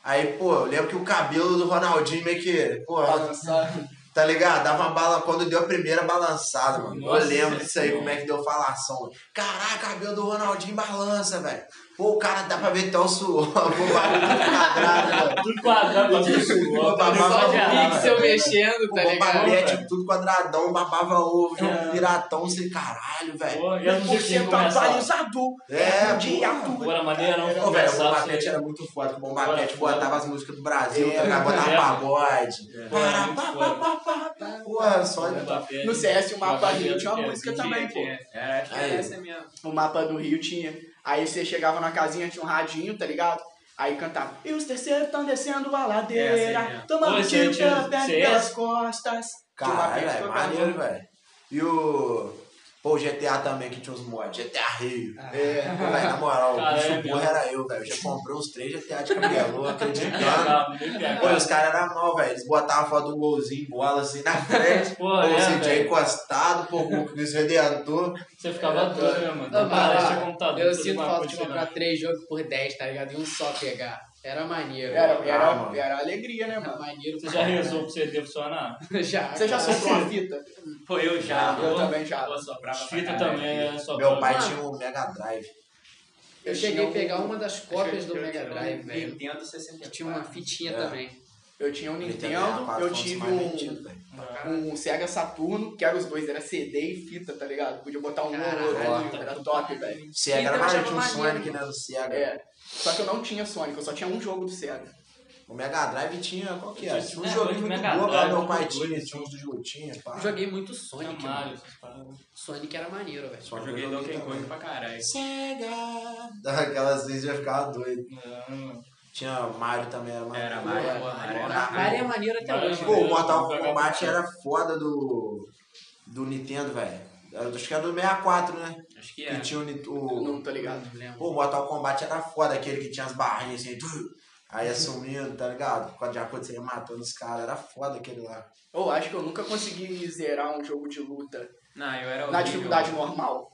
[SPEAKER 4] Aí, pô, eu lembro que o cabelo do Ronaldinho meio que. Pô,
[SPEAKER 2] Balançando.
[SPEAKER 4] tá ligado? Dava uma bala quando deu a primeira balançada, mano.
[SPEAKER 5] Nossa,
[SPEAKER 4] eu lembro disso aí,
[SPEAKER 5] é.
[SPEAKER 4] como é que deu falação. Caraca, cabelo do Ronaldinho balança, velho. Pô, o cara dá pra ver até o suor, o bagulho quadrado, velho.
[SPEAKER 5] Tudo quadrado, tudo
[SPEAKER 4] Pô,
[SPEAKER 5] tá
[SPEAKER 4] babava
[SPEAKER 1] Só o
[SPEAKER 4] ovo,
[SPEAKER 1] pixel
[SPEAKER 4] velho.
[SPEAKER 1] mexendo, tá
[SPEAKER 4] Pô,
[SPEAKER 1] ligado?
[SPEAKER 4] Bombabete, tudo quadradão, babava ovo, jogo
[SPEAKER 5] É.
[SPEAKER 4] piratão, sem caralho, velho.
[SPEAKER 5] Pô, eu não sei quem começar.
[SPEAKER 2] atualizado.
[SPEAKER 4] É,
[SPEAKER 2] de atualizado.
[SPEAKER 5] Agora, maneiro, não
[SPEAKER 4] Pô, velho, o
[SPEAKER 5] começar
[SPEAKER 4] Bombapete
[SPEAKER 5] sem-
[SPEAKER 4] era muito foda, que o Bombapete
[SPEAKER 5] Bora,
[SPEAKER 4] botava
[SPEAKER 5] bora.
[SPEAKER 4] as músicas do Brasil, tá
[SPEAKER 2] É,
[SPEAKER 4] ligado? botava
[SPEAKER 5] é.
[SPEAKER 4] pagode.
[SPEAKER 5] É.
[SPEAKER 4] Pará,
[SPEAKER 5] Muito
[SPEAKER 4] pá, pá,
[SPEAKER 5] foda.
[SPEAKER 4] pá, pá, pá. Pô, é só...
[SPEAKER 5] Bombapete.
[SPEAKER 2] No CS o mapa do Rio tinha uma
[SPEAKER 5] É,
[SPEAKER 2] música
[SPEAKER 5] é,
[SPEAKER 2] também, pô.
[SPEAKER 3] É, acho que
[SPEAKER 4] Aí.
[SPEAKER 3] é essa mesmo.
[SPEAKER 2] O mapa do Rio tinha. Aí você chegava na casinha, tinha um radinho, tá ligado? Aí cantava, e os terceiros estão descendo a
[SPEAKER 3] É,
[SPEAKER 2] ladeira,
[SPEAKER 3] assim, é.
[SPEAKER 5] Pô,
[SPEAKER 2] tomando
[SPEAKER 5] esse aí
[SPEAKER 2] tiro
[SPEAKER 5] tinha
[SPEAKER 2] pela perna e
[SPEAKER 5] CS?
[SPEAKER 2] pelas costas. Tinha uma
[SPEAKER 4] Caralho,
[SPEAKER 2] pena
[SPEAKER 4] velho,
[SPEAKER 2] tocando.
[SPEAKER 4] maneiro, velho. E o... Pô, o GTA também, que tinha uns mods. GTA Rio.
[SPEAKER 2] É.
[SPEAKER 4] Pô, velho, na moral, o
[SPEAKER 5] Cara, é
[SPEAKER 4] bicho
[SPEAKER 5] mesmo.
[SPEAKER 4] burro era eu, velho. Eu já comprei uns três GTA de cabelo, acreditando. Pô,
[SPEAKER 5] Pô,
[SPEAKER 4] os caras eram mal, velho. Eles botavam a foto do golzinho, bola assim na frente.
[SPEAKER 5] Pô,
[SPEAKER 4] pô,
[SPEAKER 5] é,
[SPEAKER 4] o CJ
[SPEAKER 5] velho.
[SPEAKER 4] encostado, pô, o Cristo Redentor.
[SPEAKER 5] Você ficava doido, né, mano?
[SPEAKER 1] Não,
[SPEAKER 5] Cara,
[SPEAKER 1] mas,
[SPEAKER 5] tinha computador.
[SPEAKER 1] eu
[SPEAKER 5] tudo
[SPEAKER 1] sinto
[SPEAKER 5] uma
[SPEAKER 1] falta
[SPEAKER 5] coisa
[SPEAKER 1] de
[SPEAKER 5] chegando.
[SPEAKER 1] comprar três jogos por 10, tá ligado? E um só pegar. Era maneiro.
[SPEAKER 2] Era,
[SPEAKER 4] Ah, mano.
[SPEAKER 2] era, era alegria, né,
[SPEAKER 1] Era
[SPEAKER 2] mano?
[SPEAKER 1] maneiro.
[SPEAKER 5] Você já rezou pro CD funcionar?
[SPEAKER 1] já.
[SPEAKER 2] Você já
[SPEAKER 1] cara.
[SPEAKER 2] soltou uma fita?
[SPEAKER 3] Pô, eu já.
[SPEAKER 2] Eu também já.
[SPEAKER 3] Pô, soprava pra
[SPEAKER 5] Fita
[SPEAKER 3] caralho.
[SPEAKER 5] também é só
[SPEAKER 4] Meu pai
[SPEAKER 1] Mano.
[SPEAKER 4] tinha um Mega Drive.
[SPEAKER 1] Eu cheguei a
[SPEAKER 2] um-
[SPEAKER 1] pegar uma das cópias
[SPEAKER 3] Acho que
[SPEAKER 1] do
[SPEAKER 3] eu
[SPEAKER 1] Mega
[SPEAKER 3] tinha um
[SPEAKER 1] Drive, velho.
[SPEAKER 3] Nintendo
[SPEAKER 1] Que
[SPEAKER 3] 64.
[SPEAKER 1] tinha uma fitinha
[SPEAKER 4] É.
[SPEAKER 1] também.
[SPEAKER 2] Eu tinha um
[SPEAKER 4] Nintendo
[SPEAKER 2] Nintendo,
[SPEAKER 4] 64,
[SPEAKER 2] eu
[SPEAKER 4] foi um dos
[SPEAKER 2] tive
[SPEAKER 4] mais
[SPEAKER 2] um,
[SPEAKER 4] vendidos, velho.
[SPEAKER 2] um Sega Saturno, que era os dois, era CD e fita, tá ligado? Podia botar um no outro,
[SPEAKER 1] Caralho,
[SPEAKER 2] ali, era top, velho.
[SPEAKER 4] Sega era
[SPEAKER 1] Então,
[SPEAKER 4] mais
[SPEAKER 1] já
[SPEAKER 4] tinha um
[SPEAKER 1] era
[SPEAKER 4] Sonic, né? No Sega.
[SPEAKER 2] É. Só que eu não tinha Sonic, eu só tinha um jogo do Sega.
[SPEAKER 4] O Mega Drive tinve qual que era? Tinha um
[SPEAKER 5] É,
[SPEAKER 4] joguinho
[SPEAKER 5] o
[SPEAKER 4] muito
[SPEAKER 5] Mega
[SPEAKER 4] bom,
[SPEAKER 5] Drive,
[SPEAKER 4] lá meu pai
[SPEAKER 5] muito doido,
[SPEAKER 4] tinha,
[SPEAKER 5] assim.
[SPEAKER 4] tinha uns dos Lutinha, pá.
[SPEAKER 1] Eu joguei muito
[SPEAKER 5] Tinha
[SPEAKER 1] Sonic,
[SPEAKER 5] Mario,
[SPEAKER 1] mano.
[SPEAKER 5] essas paradas.
[SPEAKER 1] Sonic era maneiro, velho.
[SPEAKER 4] Só
[SPEAKER 3] Eu joguei Donkey Kong pra caralho.
[SPEAKER 4] Sega! Aquelas vezes eu já ficava doido.
[SPEAKER 5] É, mano.
[SPEAKER 4] Tinha Mario também, era maneiro.
[SPEAKER 3] Era
[SPEAKER 4] Pô,
[SPEAKER 3] Mario, pô, Mario
[SPEAKER 4] era
[SPEAKER 3] era
[SPEAKER 1] A área é maneiro até
[SPEAKER 5] Mario é
[SPEAKER 1] hoje.
[SPEAKER 4] Pô, o
[SPEAKER 1] velho.
[SPEAKER 4] Mortal
[SPEAKER 5] Eu jogava
[SPEAKER 4] Kombat
[SPEAKER 5] bastante.
[SPEAKER 4] era foda do. do Nintendo, velho. Eu Acho que era do 64, né?
[SPEAKER 3] Acho que
[SPEAKER 4] Que
[SPEAKER 3] é.
[SPEAKER 4] tinha o. Ni-
[SPEAKER 2] Não
[SPEAKER 4] o...
[SPEAKER 2] tô ligado.
[SPEAKER 1] Não lembro.
[SPEAKER 4] Pô, o Mortal Kombat era foda, aquele que tinha as barrinhas assim, tu, aí assumindo, tá ligado? Com a de acordo, você ia matando os caras, era foda aquele lá.
[SPEAKER 2] Eu acho que eu nunca consegui zerar um jogo de luta
[SPEAKER 3] Não, eu era
[SPEAKER 2] na
[SPEAKER 3] É horrível.
[SPEAKER 2] dificuldade normal.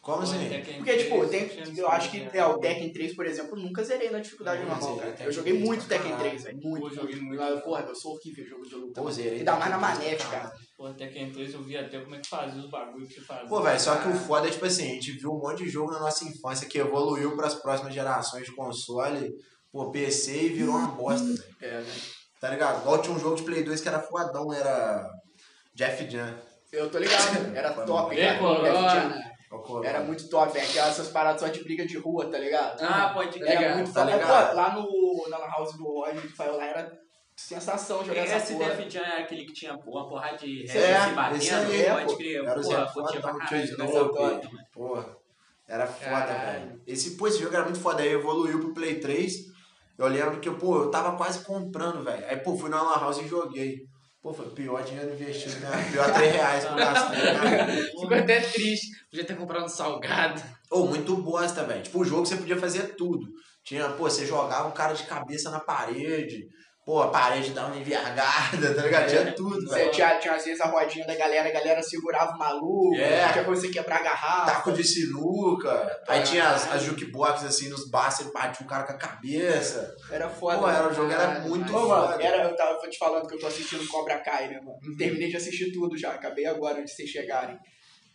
[SPEAKER 4] Como
[SPEAKER 5] Pô,
[SPEAKER 4] assim?
[SPEAKER 5] Tekken
[SPEAKER 2] Porque, tipo,
[SPEAKER 5] 3,
[SPEAKER 2] tem-
[SPEAKER 5] tinha né?
[SPEAKER 2] eu acho que
[SPEAKER 5] Sonic,
[SPEAKER 2] é, o Tekken 3, por exemplo, eu nunca zerei na dificuldade
[SPEAKER 4] Eu
[SPEAKER 2] normal,
[SPEAKER 4] zerei
[SPEAKER 2] cara.
[SPEAKER 4] Tekken
[SPEAKER 2] Eu joguei
[SPEAKER 4] 3
[SPEAKER 2] muito
[SPEAKER 4] pra
[SPEAKER 2] Tekken
[SPEAKER 4] caralho.
[SPEAKER 2] 3, velho.
[SPEAKER 5] Pô,
[SPEAKER 2] Muito.
[SPEAKER 5] eu joguei muito.
[SPEAKER 2] Mas, Porra, eu sou horrível em jogo de luta.
[SPEAKER 4] Pô, zerei
[SPEAKER 2] Ainda mais na
[SPEAKER 4] Tekken três,
[SPEAKER 2] manete,
[SPEAKER 4] caralho.
[SPEAKER 2] cara.
[SPEAKER 5] Pô, Tekken 3 eu vi até como é que fazia os bagulhos que fazia.
[SPEAKER 4] Pô, velho, só que o foda é, tipo assim, a gente viu um monte de jogo na nossa infância que evoluiu pras próximas gerações de console, pô, PC e virou uma bosta, velho.
[SPEAKER 2] É, né?
[SPEAKER 4] Tá ligado? Igual tinha um jogo de Play 2 que era fodão, era. Jeff Jam.
[SPEAKER 2] Eu tô ligado, era
[SPEAKER 4] Foi
[SPEAKER 2] top,
[SPEAKER 5] muito.
[SPEAKER 2] cara.
[SPEAKER 5] Decorou,
[SPEAKER 2] Era- tipo,
[SPEAKER 1] Corona.
[SPEAKER 4] Qual que o
[SPEAKER 2] Era
[SPEAKER 4] nome?
[SPEAKER 2] muito top, velho. Aquelas essas paradas só de briga de rua, tá ligado?
[SPEAKER 3] Ah, pode
[SPEAKER 1] Era
[SPEAKER 3] crer.
[SPEAKER 2] Era muito
[SPEAKER 4] tá
[SPEAKER 2] top. Mas,
[SPEAKER 4] ligado.
[SPEAKER 2] Pô, lá no, na Lan House do Roger, do Fael, lá era sensação jogar essa
[SPEAKER 3] Esse
[SPEAKER 2] porra.
[SPEAKER 3] Def Jam é aquele que tinha uma porrada de
[SPEAKER 4] Esse
[SPEAKER 3] regras
[SPEAKER 4] é,
[SPEAKER 3] se
[SPEAKER 4] esse
[SPEAKER 3] batendo,
[SPEAKER 4] aí é, pô.
[SPEAKER 3] pode crer.
[SPEAKER 4] Era o Zé
[SPEAKER 3] Porra,
[SPEAKER 4] Foda,
[SPEAKER 3] curtia pra
[SPEAKER 4] tava com o
[SPEAKER 3] caralho é
[SPEAKER 4] Tio
[SPEAKER 3] nessa
[SPEAKER 4] Snow,
[SPEAKER 3] porra.
[SPEAKER 4] pô. Porra, era foda,
[SPEAKER 1] Caralho.
[SPEAKER 4] velho. Esse, pô, esse jogo era muito foda. Aí evoluiu pro Play 3. Eu lembro que, pô, eu tava quase comprando, velho. Aí, pô, fui na Lan House e joguei. Pô, foi o pior dinheiro investido, né? Pior 3 reais que eu gastei, né?
[SPEAKER 1] Fico até triste. Podia ter comprado um salgado.
[SPEAKER 4] Ô, muito bosta, velho. Tipo, o jogo você podia fazer tudo. Tinha, pô, você jogava um cara de cabeça na parede. Pô, a parede dava uma envergada, tá ligado? Tinha tudo,
[SPEAKER 2] Você
[SPEAKER 4] velho.
[SPEAKER 2] tinha, tinha às vezes a rodinha da galera, a galera segurava o maluco,
[SPEAKER 4] É.
[SPEAKER 2] tinha como você quebrar a garrafa.
[SPEAKER 4] Taco de sinuca.
[SPEAKER 1] É.
[SPEAKER 4] Aí tinha as, as jukebox assim nos bar, você bate um cara com a cabeça.
[SPEAKER 2] Era foda.
[SPEAKER 4] Pô, era, o jogo era
[SPEAKER 1] Caralho,
[SPEAKER 4] muito
[SPEAKER 1] mas-
[SPEAKER 2] Ô, mano,
[SPEAKER 4] foda. Uhum.
[SPEAKER 2] era, eu tava te falando que eu tô assistindo Cobra Kai, né, mano? Terminei de assistir tudo já, acabei agora antes de vocês chegarem.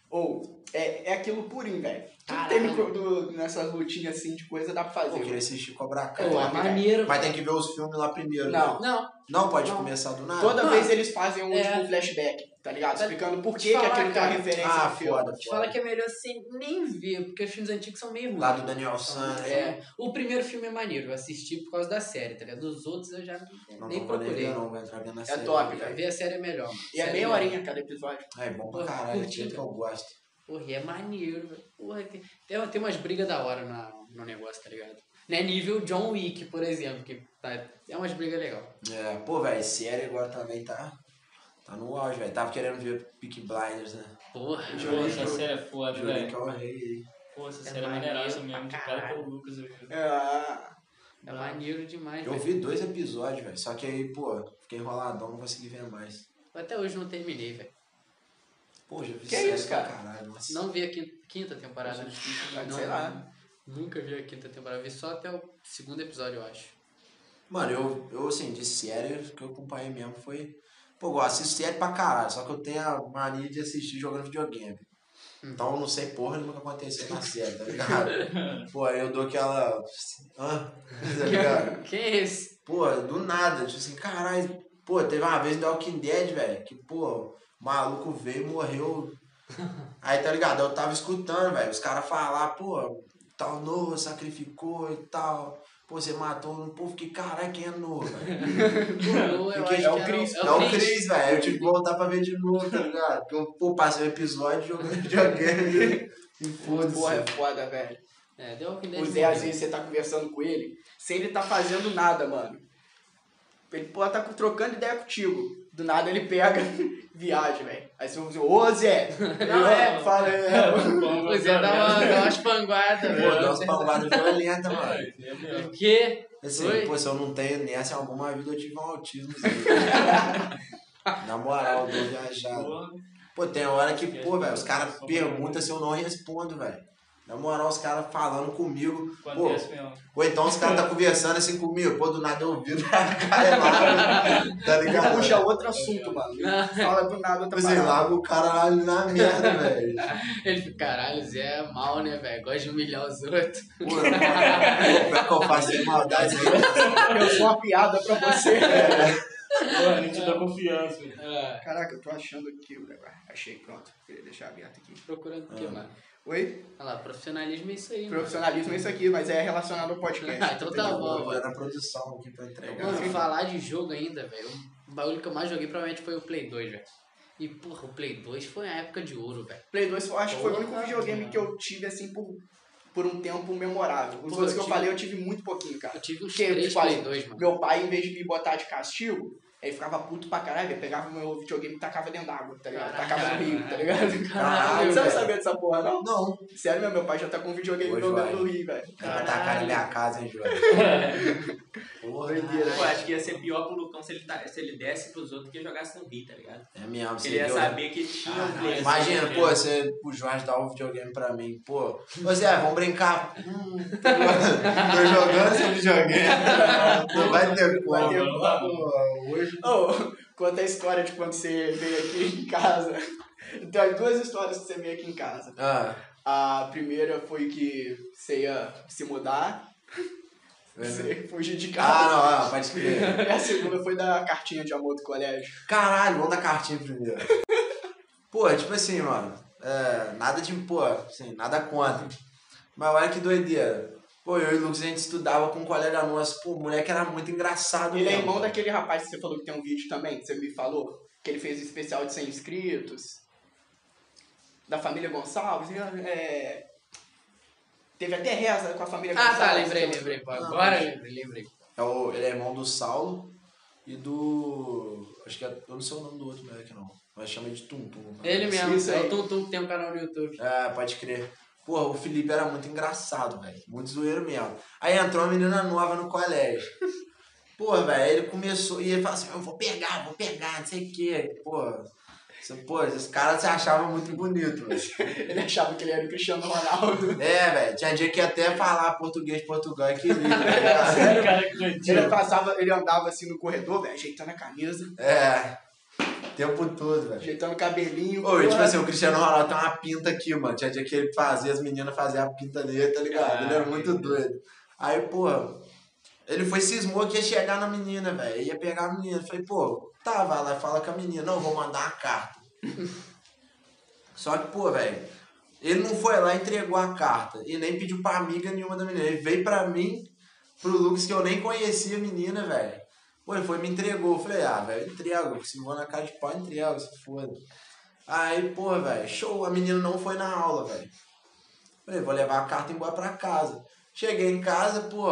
[SPEAKER 2] Ou, é, é aquilo purinho, velho. Tudo que tem no,
[SPEAKER 1] Caralho.
[SPEAKER 2] do, nessas lutinhas assim de coisa dá pra fazer.
[SPEAKER 4] Pô, eu
[SPEAKER 2] mano.
[SPEAKER 4] queria assistir Cobra Kai.
[SPEAKER 1] Pô, é maneiro.
[SPEAKER 4] Mas tem que ver os filmes lá primeiro.
[SPEAKER 2] Não.
[SPEAKER 4] né?
[SPEAKER 1] Não,
[SPEAKER 4] Não pode
[SPEAKER 1] Não.
[SPEAKER 4] começar do nada.
[SPEAKER 2] Toda
[SPEAKER 1] Mano,
[SPEAKER 2] vez eles fazem um
[SPEAKER 1] é.
[SPEAKER 2] tipo flashback, tá ligado?
[SPEAKER 1] Tá-
[SPEAKER 2] Explicando por
[SPEAKER 1] te
[SPEAKER 2] que, que
[SPEAKER 1] falar,
[SPEAKER 2] aquilo tem uma
[SPEAKER 1] cara.
[SPEAKER 2] referência
[SPEAKER 4] Ah,
[SPEAKER 2] no filme.
[SPEAKER 4] foda,
[SPEAKER 1] te fala
[SPEAKER 4] foda.
[SPEAKER 1] que é melhor assim nem ver, porque os filmes antigos são meio ruins.
[SPEAKER 4] Lá do Daniel San.
[SPEAKER 1] É, o primeiro filme é maneiro, eu assisti por causa da série, tá ligado? Dos outros eu já nem-
[SPEAKER 4] Não,
[SPEAKER 1] nem
[SPEAKER 4] não vou nem
[SPEAKER 1] procurei.
[SPEAKER 4] ver, não. Vou entrar vendo a
[SPEAKER 2] É
[SPEAKER 4] série.
[SPEAKER 2] top,
[SPEAKER 1] Já
[SPEAKER 2] velho.
[SPEAKER 1] vi a série é melhor. mano.
[SPEAKER 2] E é
[SPEAKER 1] Série
[SPEAKER 2] meia
[SPEAKER 1] melhor.
[SPEAKER 2] horinha cada episódio.
[SPEAKER 4] É bom pra
[SPEAKER 1] Pô,
[SPEAKER 4] caralho.
[SPEAKER 1] curti,
[SPEAKER 4] Tinha que eu gosto.
[SPEAKER 1] Porra, e é maneiro, velho. Porra, tem, tem, tem umas brigas da hora na, no negócio, tá ligado? Né? Nível John Wick, por exemplo, que tá- é umas brigas legal.
[SPEAKER 4] É, pô, velho, série agora também tá. Tá no auge, velho. Tava querendo ver Peak Blinders, né?
[SPEAKER 1] Porra,
[SPEAKER 5] Pô, essa série é foda,
[SPEAKER 4] Jurei que é o
[SPEAKER 5] velho.
[SPEAKER 4] rei aí.
[SPEAKER 5] Pô, essa
[SPEAKER 1] É
[SPEAKER 5] série é
[SPEAKER 1] maneiro
[SPEAKER 5] maneiraça
[SPEAKER 1] pra
[SPEAKER 5] mesmo. De cara
[SPEAKER 1] caralho.
[SPEAKER 5] pelo Lucas. eu juro.
[SPEAKER 2] É,
[SPEAKER 1] é maneiro demais.
[SPEAKER 4] Eu
[SPEAKER 1] velho.
[SPEAKER 4] vi dois episódios, velho. Só que aí, pô, fiquei enroladão, não consegui ver mais.
[SPEAKER 1] Até hoje não terminei, velho.
[SPEAKER 4] Pô, já vi
[SPEAKER 2] Que é
[SPEAKER 4] série
[SPEAKER 2] isso,
[SPEAKER 4] pra
[SPEAKER 2] cara?
[SPEAKER 4] caralho. Nossa.
[SPEAKER 1] Não vi a quinta, quinta temporada. Não,
[SPEAKER 2] sei lá.
[SPEAKER 1] Nunca vi a quinta temporada. Vi só até o segundo episódio, eu acho.
[SPEAKER 4] Mano, eu, eu assim, de série que eu acompanhei mesmo foi. Pô, eu assisto série pra caralho, só que eu tenho a mania de assistir jogando videogame.
[SPEAKER 2] Hum.
[SPEAKER 4] Então eu não sei porra nenhuma o que aconteceu na série, tá ligado? Pô, aí eu dou aquela. Hã? Tá ligado?
[SPEAKER 1] Quem é esse?
[SPEAKER 4] Pô, do nada, tipo assim, caralho. Pô, teve uma vez no The Walking Dead, velho, que, pô, o maluco veio e morreu. Aí, tá ligado? Eu tava escutando, velho, os caras falar, pô, tal Noah sacrificou e tal. Pô, você matou um povo, que caralho, quem é Noah, velho?
[SPEAKER 1] Bruno, eu
[SPEAKER 4] Porque
[SPEAKER 1] acho
[SPEAKER 4] é o
[SPEAKER 1] que era
[SPEAKER 2] Chris,
[SPEAKER 1] É
[SPEAKER 4] Não,
[SPEAKER 1] o
[SPEAKER 4] o
[SPEAKER 1] Chris.
[SPEAKER 4] Cris, velho, eu tive que voltar pra ver de novo, tá ligado? Porque eu, pô, passei o episódio jogando videogame. E
[SPEAKER 2] Porra,
[SPEAKER 4] foda-se.
[SPEAKER 2] é foda, velho.
[SPEAKER 1] É, The Walking Dead.
[SPEAKER 2] O Zé, às vezes você tá conversando com ele, sem ele tá fazendo nada, mano. Ele pode tá trocando ideia contigo. Do nada ele pega, viaja, velho. Aí você vai dizer, ô Zé! Não, é, fala, é.
[SPEAKER 1] O Zé dá uma, dá umas panguadas,
[SPEAKER 4] Pô, dá umas
[SPEAKER 1] velho.
[SPEAKER 4] palmadas violentas, mano.
[SPEAKER 5] É mesmo.
[SPEAKER 1] O quê?
[SPEAKER 4] Assim,
[SPEAKER 1] Oi?
[SPEAKER 4] pô, se eu não tenho nessa em alguma vida, eu tive um autismo. Na moral, eu tô viajado.
[SPEAKER 5] Porra.
[SPEAKER 4] Pô, tem hora que, pô, velho, os caras perguntam se eu não respondo, velho. Na moral, os caras falando comigo. Pô,
[SPEAKER 5] Acontece mesmo.
[SPEAKER 4] ou então os caras tá conversando assim comigo. Pô, do nada eu viro pra cara lá, tá ligado?
[SPEAKER 2] Puxa outro assunto, mano.
[SPEAKER 1] Não.
[SPEAKER 2] Fala do nada, outra
[SPEAKER 4] Tipo assim,
[SPEAKER 2] parada.
[SPEAKER 4] larga o cara ali na merda, velho.
[SPEAKER 1] Ele fica, caralho, o Zé é mal, né, velho? Gosta de humilhar os outros.
[SPEAKER 4] Pô, como é que eu faço de maldade?
[SPEAKER 2] Eu sou uma piada pra você.
[SPEAKER 1] É.
[SPEAKER 5] Porra, ele te dá confiança.
[SPEAKER 1] Ah,
[SPEAKER 2] Caraca, eu tô achando aqui o negócio. Achei, pronto. Queria deixar aberto aqui.
[SPEAKER 1] procurando o que, mano?
[SPEAKER 2] Oi?
[SPEAKER 1] Olha lá, profissionalismo é isso aí, mano.
[SPEAKER 2] Profissionalismo é isso aqui, mas é relacionado ao podcast.
[SPEAKER 1] Ah, então tá
[SPEAKER 2] entendeu?
[SPEAKER 1] bom.
[SPEAKER 4] Pô, vou na produção aqui pra entregar.
[SPEAKER 1] Mano, falar de jogo ainda, velho. O bagulho que eu mais joguei provavelmente foi o Play 2, velho. E, porra, o Play 2 foi a época de ouro, velho.
[SPEAKER 2] Play 2 eu acho que foi o único
[SPEAKER 1] Porra,
[SPEAKER 2] videogame
[SPEAKER 1] mano.
[SPEAKER 2] que eu tive, assim, por, por um tempo memorável. Os
[SPEAKER 1] Pô,
[SPEAKER 2] outros
[SPEAKER 1] eu
[SPEAKER 2] que eu
[SPEAKER 1] tive-
[SPEAKER 2] falei, eu tive muito pouquinho, cara.
[SPEAKER 1] Eu tive uns
[SPEAKER 2] Que eu te
[SPEAKER 1] três
[SPEAKER 2] falei.
[SPEAKER 1] Play 2, mano.
[SPEAKER 2] Meu pai, em vez de me botar de castigo, ele ficava puto pra caralho, ele pegava o meu videogame e tacava dentro d'água, tá ligado?
[SPEAKER 1] Caralho.
[SPEAKER 2] Tacava no rio, tá ligado?
[SPEAKER 4] Caralho,
[SPEAKER 2] Você não
[SPEAKER 4] velho.
[SPEAKER 2] sabia dessa porra, não?
[SPEAKER 4] Não.
[SPEAKER 2] Sério mesmo, meu pai já tá com um videogame
[SPEAKER 4] Hoje
[SPEAKER 2] meu dentro
[SPEAKER 4] vai.
[SPEAKER 2] do rio, velho.
[SPEAKER 4] Vai atacar na minha casa, hein, João? Porra, É
[SPEAKER 3] Pô, acho que ia ser pior pro Lucão se ele, tá, se ele desse pros outros que jogasse no Rio, tá ligado?
[SPEAKER 4] É mesmo,
[SPEAKER 3] Porque
[SPEAKER 4] você
[SPEAKER 3] ele ia
[SPEAKER 4] deu, né?
[SPEAKER 3] saber que tinha um play.
[SPEAKER 4] Imagina, pô, você, o Jorge dá um videogame pra mim. Pô, ô Zé, vamos brincar. Hum, tô jogando esse videogame. Não vai ter
[SPEAKER 2] Vai ter
[SPEAKER 4] como. Pô, Hoje.
[SPEAKER 2] Ô, conta a história de quando você veio aqui em casa. Tem duas histórias que você veio aqui em casa.
[SPEAKER 4] Ah,
[SPEAKER 2] A primeira foi que você ia se mudar,
[SPEAKER 4] ah,
[SPEAKER 2] você fugiu de casa.
[SPEAKER 4] não, ah, pode escrever.
[SPEAKER 2] E a segunda foi da cartinha de amor do colégio.
[SPEAKER 4] Caralho, vamos dar cartinha primeiro. Pô, tipo assim, mano. é, nada de, pô, assim, nada contra. Mas olha que doideira. Pô, eu e o Lucas, a gente estudava com um colega nosso. Pô, o moleque era muito engraçado
[SPEAKER 2] Ele é
[SPEAKER 4] mesmo.
[SPEAKER 2] irmão daquele rapaz que você falou que tem um vídeo também, que você me falou, que ele fez um especial de 100 inscritos. Da família Gonçalves, é... Teve até reza com a família
[SPEAKER 1] Ah,
[SPEAKER 2] Gonçalves.
[SPEAKER 1] tá, lembrei, lembrei. pô. Agora lembrei, lembrei.
[SPEAKER 4] É o, ele é irmão do Saulo e do. Acho que é, eu não sei o nome do outro moleque, não. Mas chama de Tum Tum. né?
[SPEAKER 1] Ele mesmo,
[SPEAKER 2] Isso
[SPEAKER 1] é
[SPEAKER 2] aí.
[SPEAKER 1] o Tum Tum que tem um canal no YouTube.
[SPEAKER 4] É, pode crer. Porra, o Felipe era muito engraçado, velho. Muito zoeiro mesmo. Aí entrou uma menina nova no colégio. Porra, velho, ele começou. E ele falou assim: eu vou pegar, vou pegar, não sei o quê. Porra. Esse- Pô, esse cara se achava muito bonito, velho.
[SPEAKER 2] Ele achava que ele era o Cristiano Ronaldo.
[SPEAKER 4] É, velho. Tinha dia que até falar português, Portugal é querido, tá ligado?
[SPEAKER 5] Sério, É, cara, que doidinho.
[SPEAKER 2] Ele passava, ele andava assim no corredor, velho, ajeitando a camisa,
[SPEAKER 4] É. O tempo todo, velho.
[SPEAKER 2] ajeitando o cabelinho.
[SPEAKER 4] Ô, e tipo
[SPEAKER 2] porra.
[SPEAKER 4] assim, o Cristiano Ronaldo tem uma pinta aqui, mano. Tinha dia que ele fazia as meninas fazer a pinta dele, tá ligado? ele era muito doido. Aí, pô, ele foi cismou que ia chegar na menina, velho. Ia pegar a menina. Falei, pô, tá, vai lá e fala com a menina. Não, vou mandar uma carta. Só que, pô, velho, ele não foi lá e entregou a carta. E nem pediu pra amiga nenhuma da menina. Ele veio pra mim, pro Lucas, que eu nem conhecia a menina, velho. Pô, ele foi e me entregou. Eu falei, ah, velho, entrego. Se for na cara de pau, entrego, se foda. Aí, pô, velho, show. A menina não foi na aula, velho. Falei, vou levar a carta embora pra casa. Cheguei em casa, pô,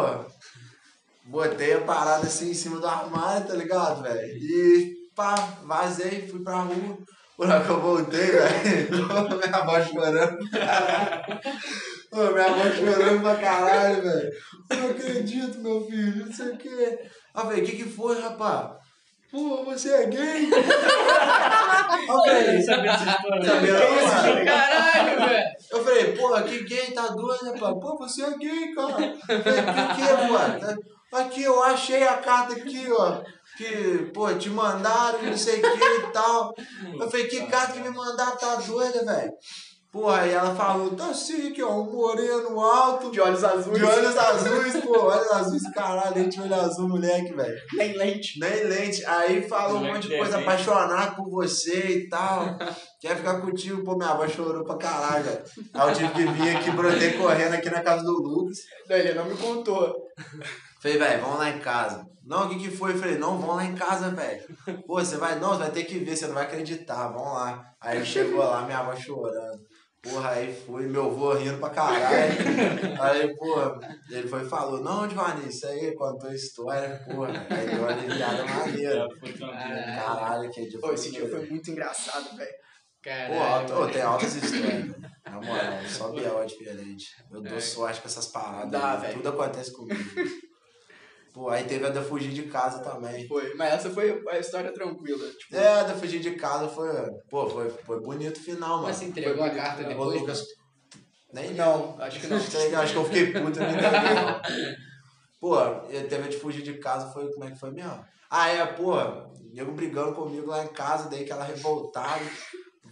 [SPEAKER 4] botei a parada assim em cima do armário, tá ligado, velho? E pá, vazei, fui pra rua. Por hora que eu voltei, velho, minha avó chorando. Ô, minha avó chorando pra caralho, velho. Não acredito, meu filho, não sei o quê. Ah, velho, o que que foi, rapá? Pô, você é gay? ah, velho,
[SPEAKER 5] Sabe essa história?
[SPEAKER 4] sabia não, mano?
[SPEAKER 1] Caralho, velho.
[SPEAKER 4] Eu falei, porra, que gay, tá doido, né, pá? Pô, você é gay, cara. Eu falei, por quê, mano? "Tá Aqui, eu achei a carta aqui, ó. Que, pô, te mandaram, não sei o que e tal. Eu falei, que carta que me mandaram, tá doida, velho? Porra, aí ela falou, tá sim, que ó, um moreno alto,
[SPEAKER 2] De olhos azuis.
[SPEAKER 4] de olhos azuis, pô, olhos azuis, caralho, lente de olho azul, moleque, velho.
[SPEAKER 2] Nem lente.
[SPEAKER 4] Nem lente. Aí fala um monte de coisa apaixonado por você e tal. Quer ficar contigo, pô, minha avó chorou pra caralho, velho. Aí eu tive que vir aqui, brotei correndo aqui na casa do Lucas.
[SPEAKER 2] Não, Ele não me contou.
[SPEAKER 4] Falei, velho, vamos lá em casa. Não, o que que foi? Eu Falei, não, vamos lá em casa, velho. Pô, você vai, não, você vai ter que ver, você não vai acreditar, vamos lá. Aí chegou lá, minha avó chorando. Porra, aí fui, meu avô rindo pra caralho. Aí, porra, ele foi e falou, não, Divani, isso aí, contou a história, porra. Aí deu uma aliviada maneira.
[SPEAKER 5] Já foi tranquilo.
[SPEAKER 4] Caralho, que dia
[SPEAKER 2] Pô, esse dia
[SPEAKER 4] doido.
[SPEAKER 2] foi muito engraçado, velho.
[SPEAKER 4] Pô,
[SPEAKER 1] Caralho.
[SPEAKER 4] alto, ô, tem altas histórias, velho. na moral, só Biel é diferente. Eu dou sorte com essas paradas.
[SPEAKER 2] É. Dá,
[SPEAKER 4] né?
[SPEAKER 2] velho.
[SPEAKER 4] Tudo acontece comigo. Pô, aí teve a da fugir de casa também.
[SPEAKER 2] Foi. Mas essa foi a história tranquila. Tipo,
[SPEAKER 4] É, a da fugir de casa foi. Pô, foi, foi bonito o final, mano.
[SPEAKER 1] Mas você entregou a carta
[SPEAKER 4] Ô,
[SPEAKER 1] depois?
[SPEAKER 4] Lucas. Nem
[SPEAKER 2] Não, acho que não.
[SPEAKER 4] Sei, acho que eu fiquei puto eu não entendi, não. Pô, eu teve de fugir de casa, foi como é que foi mesmo? Ah, é, pô, nego brigando comigo lá em casa, daí que ela revoltada.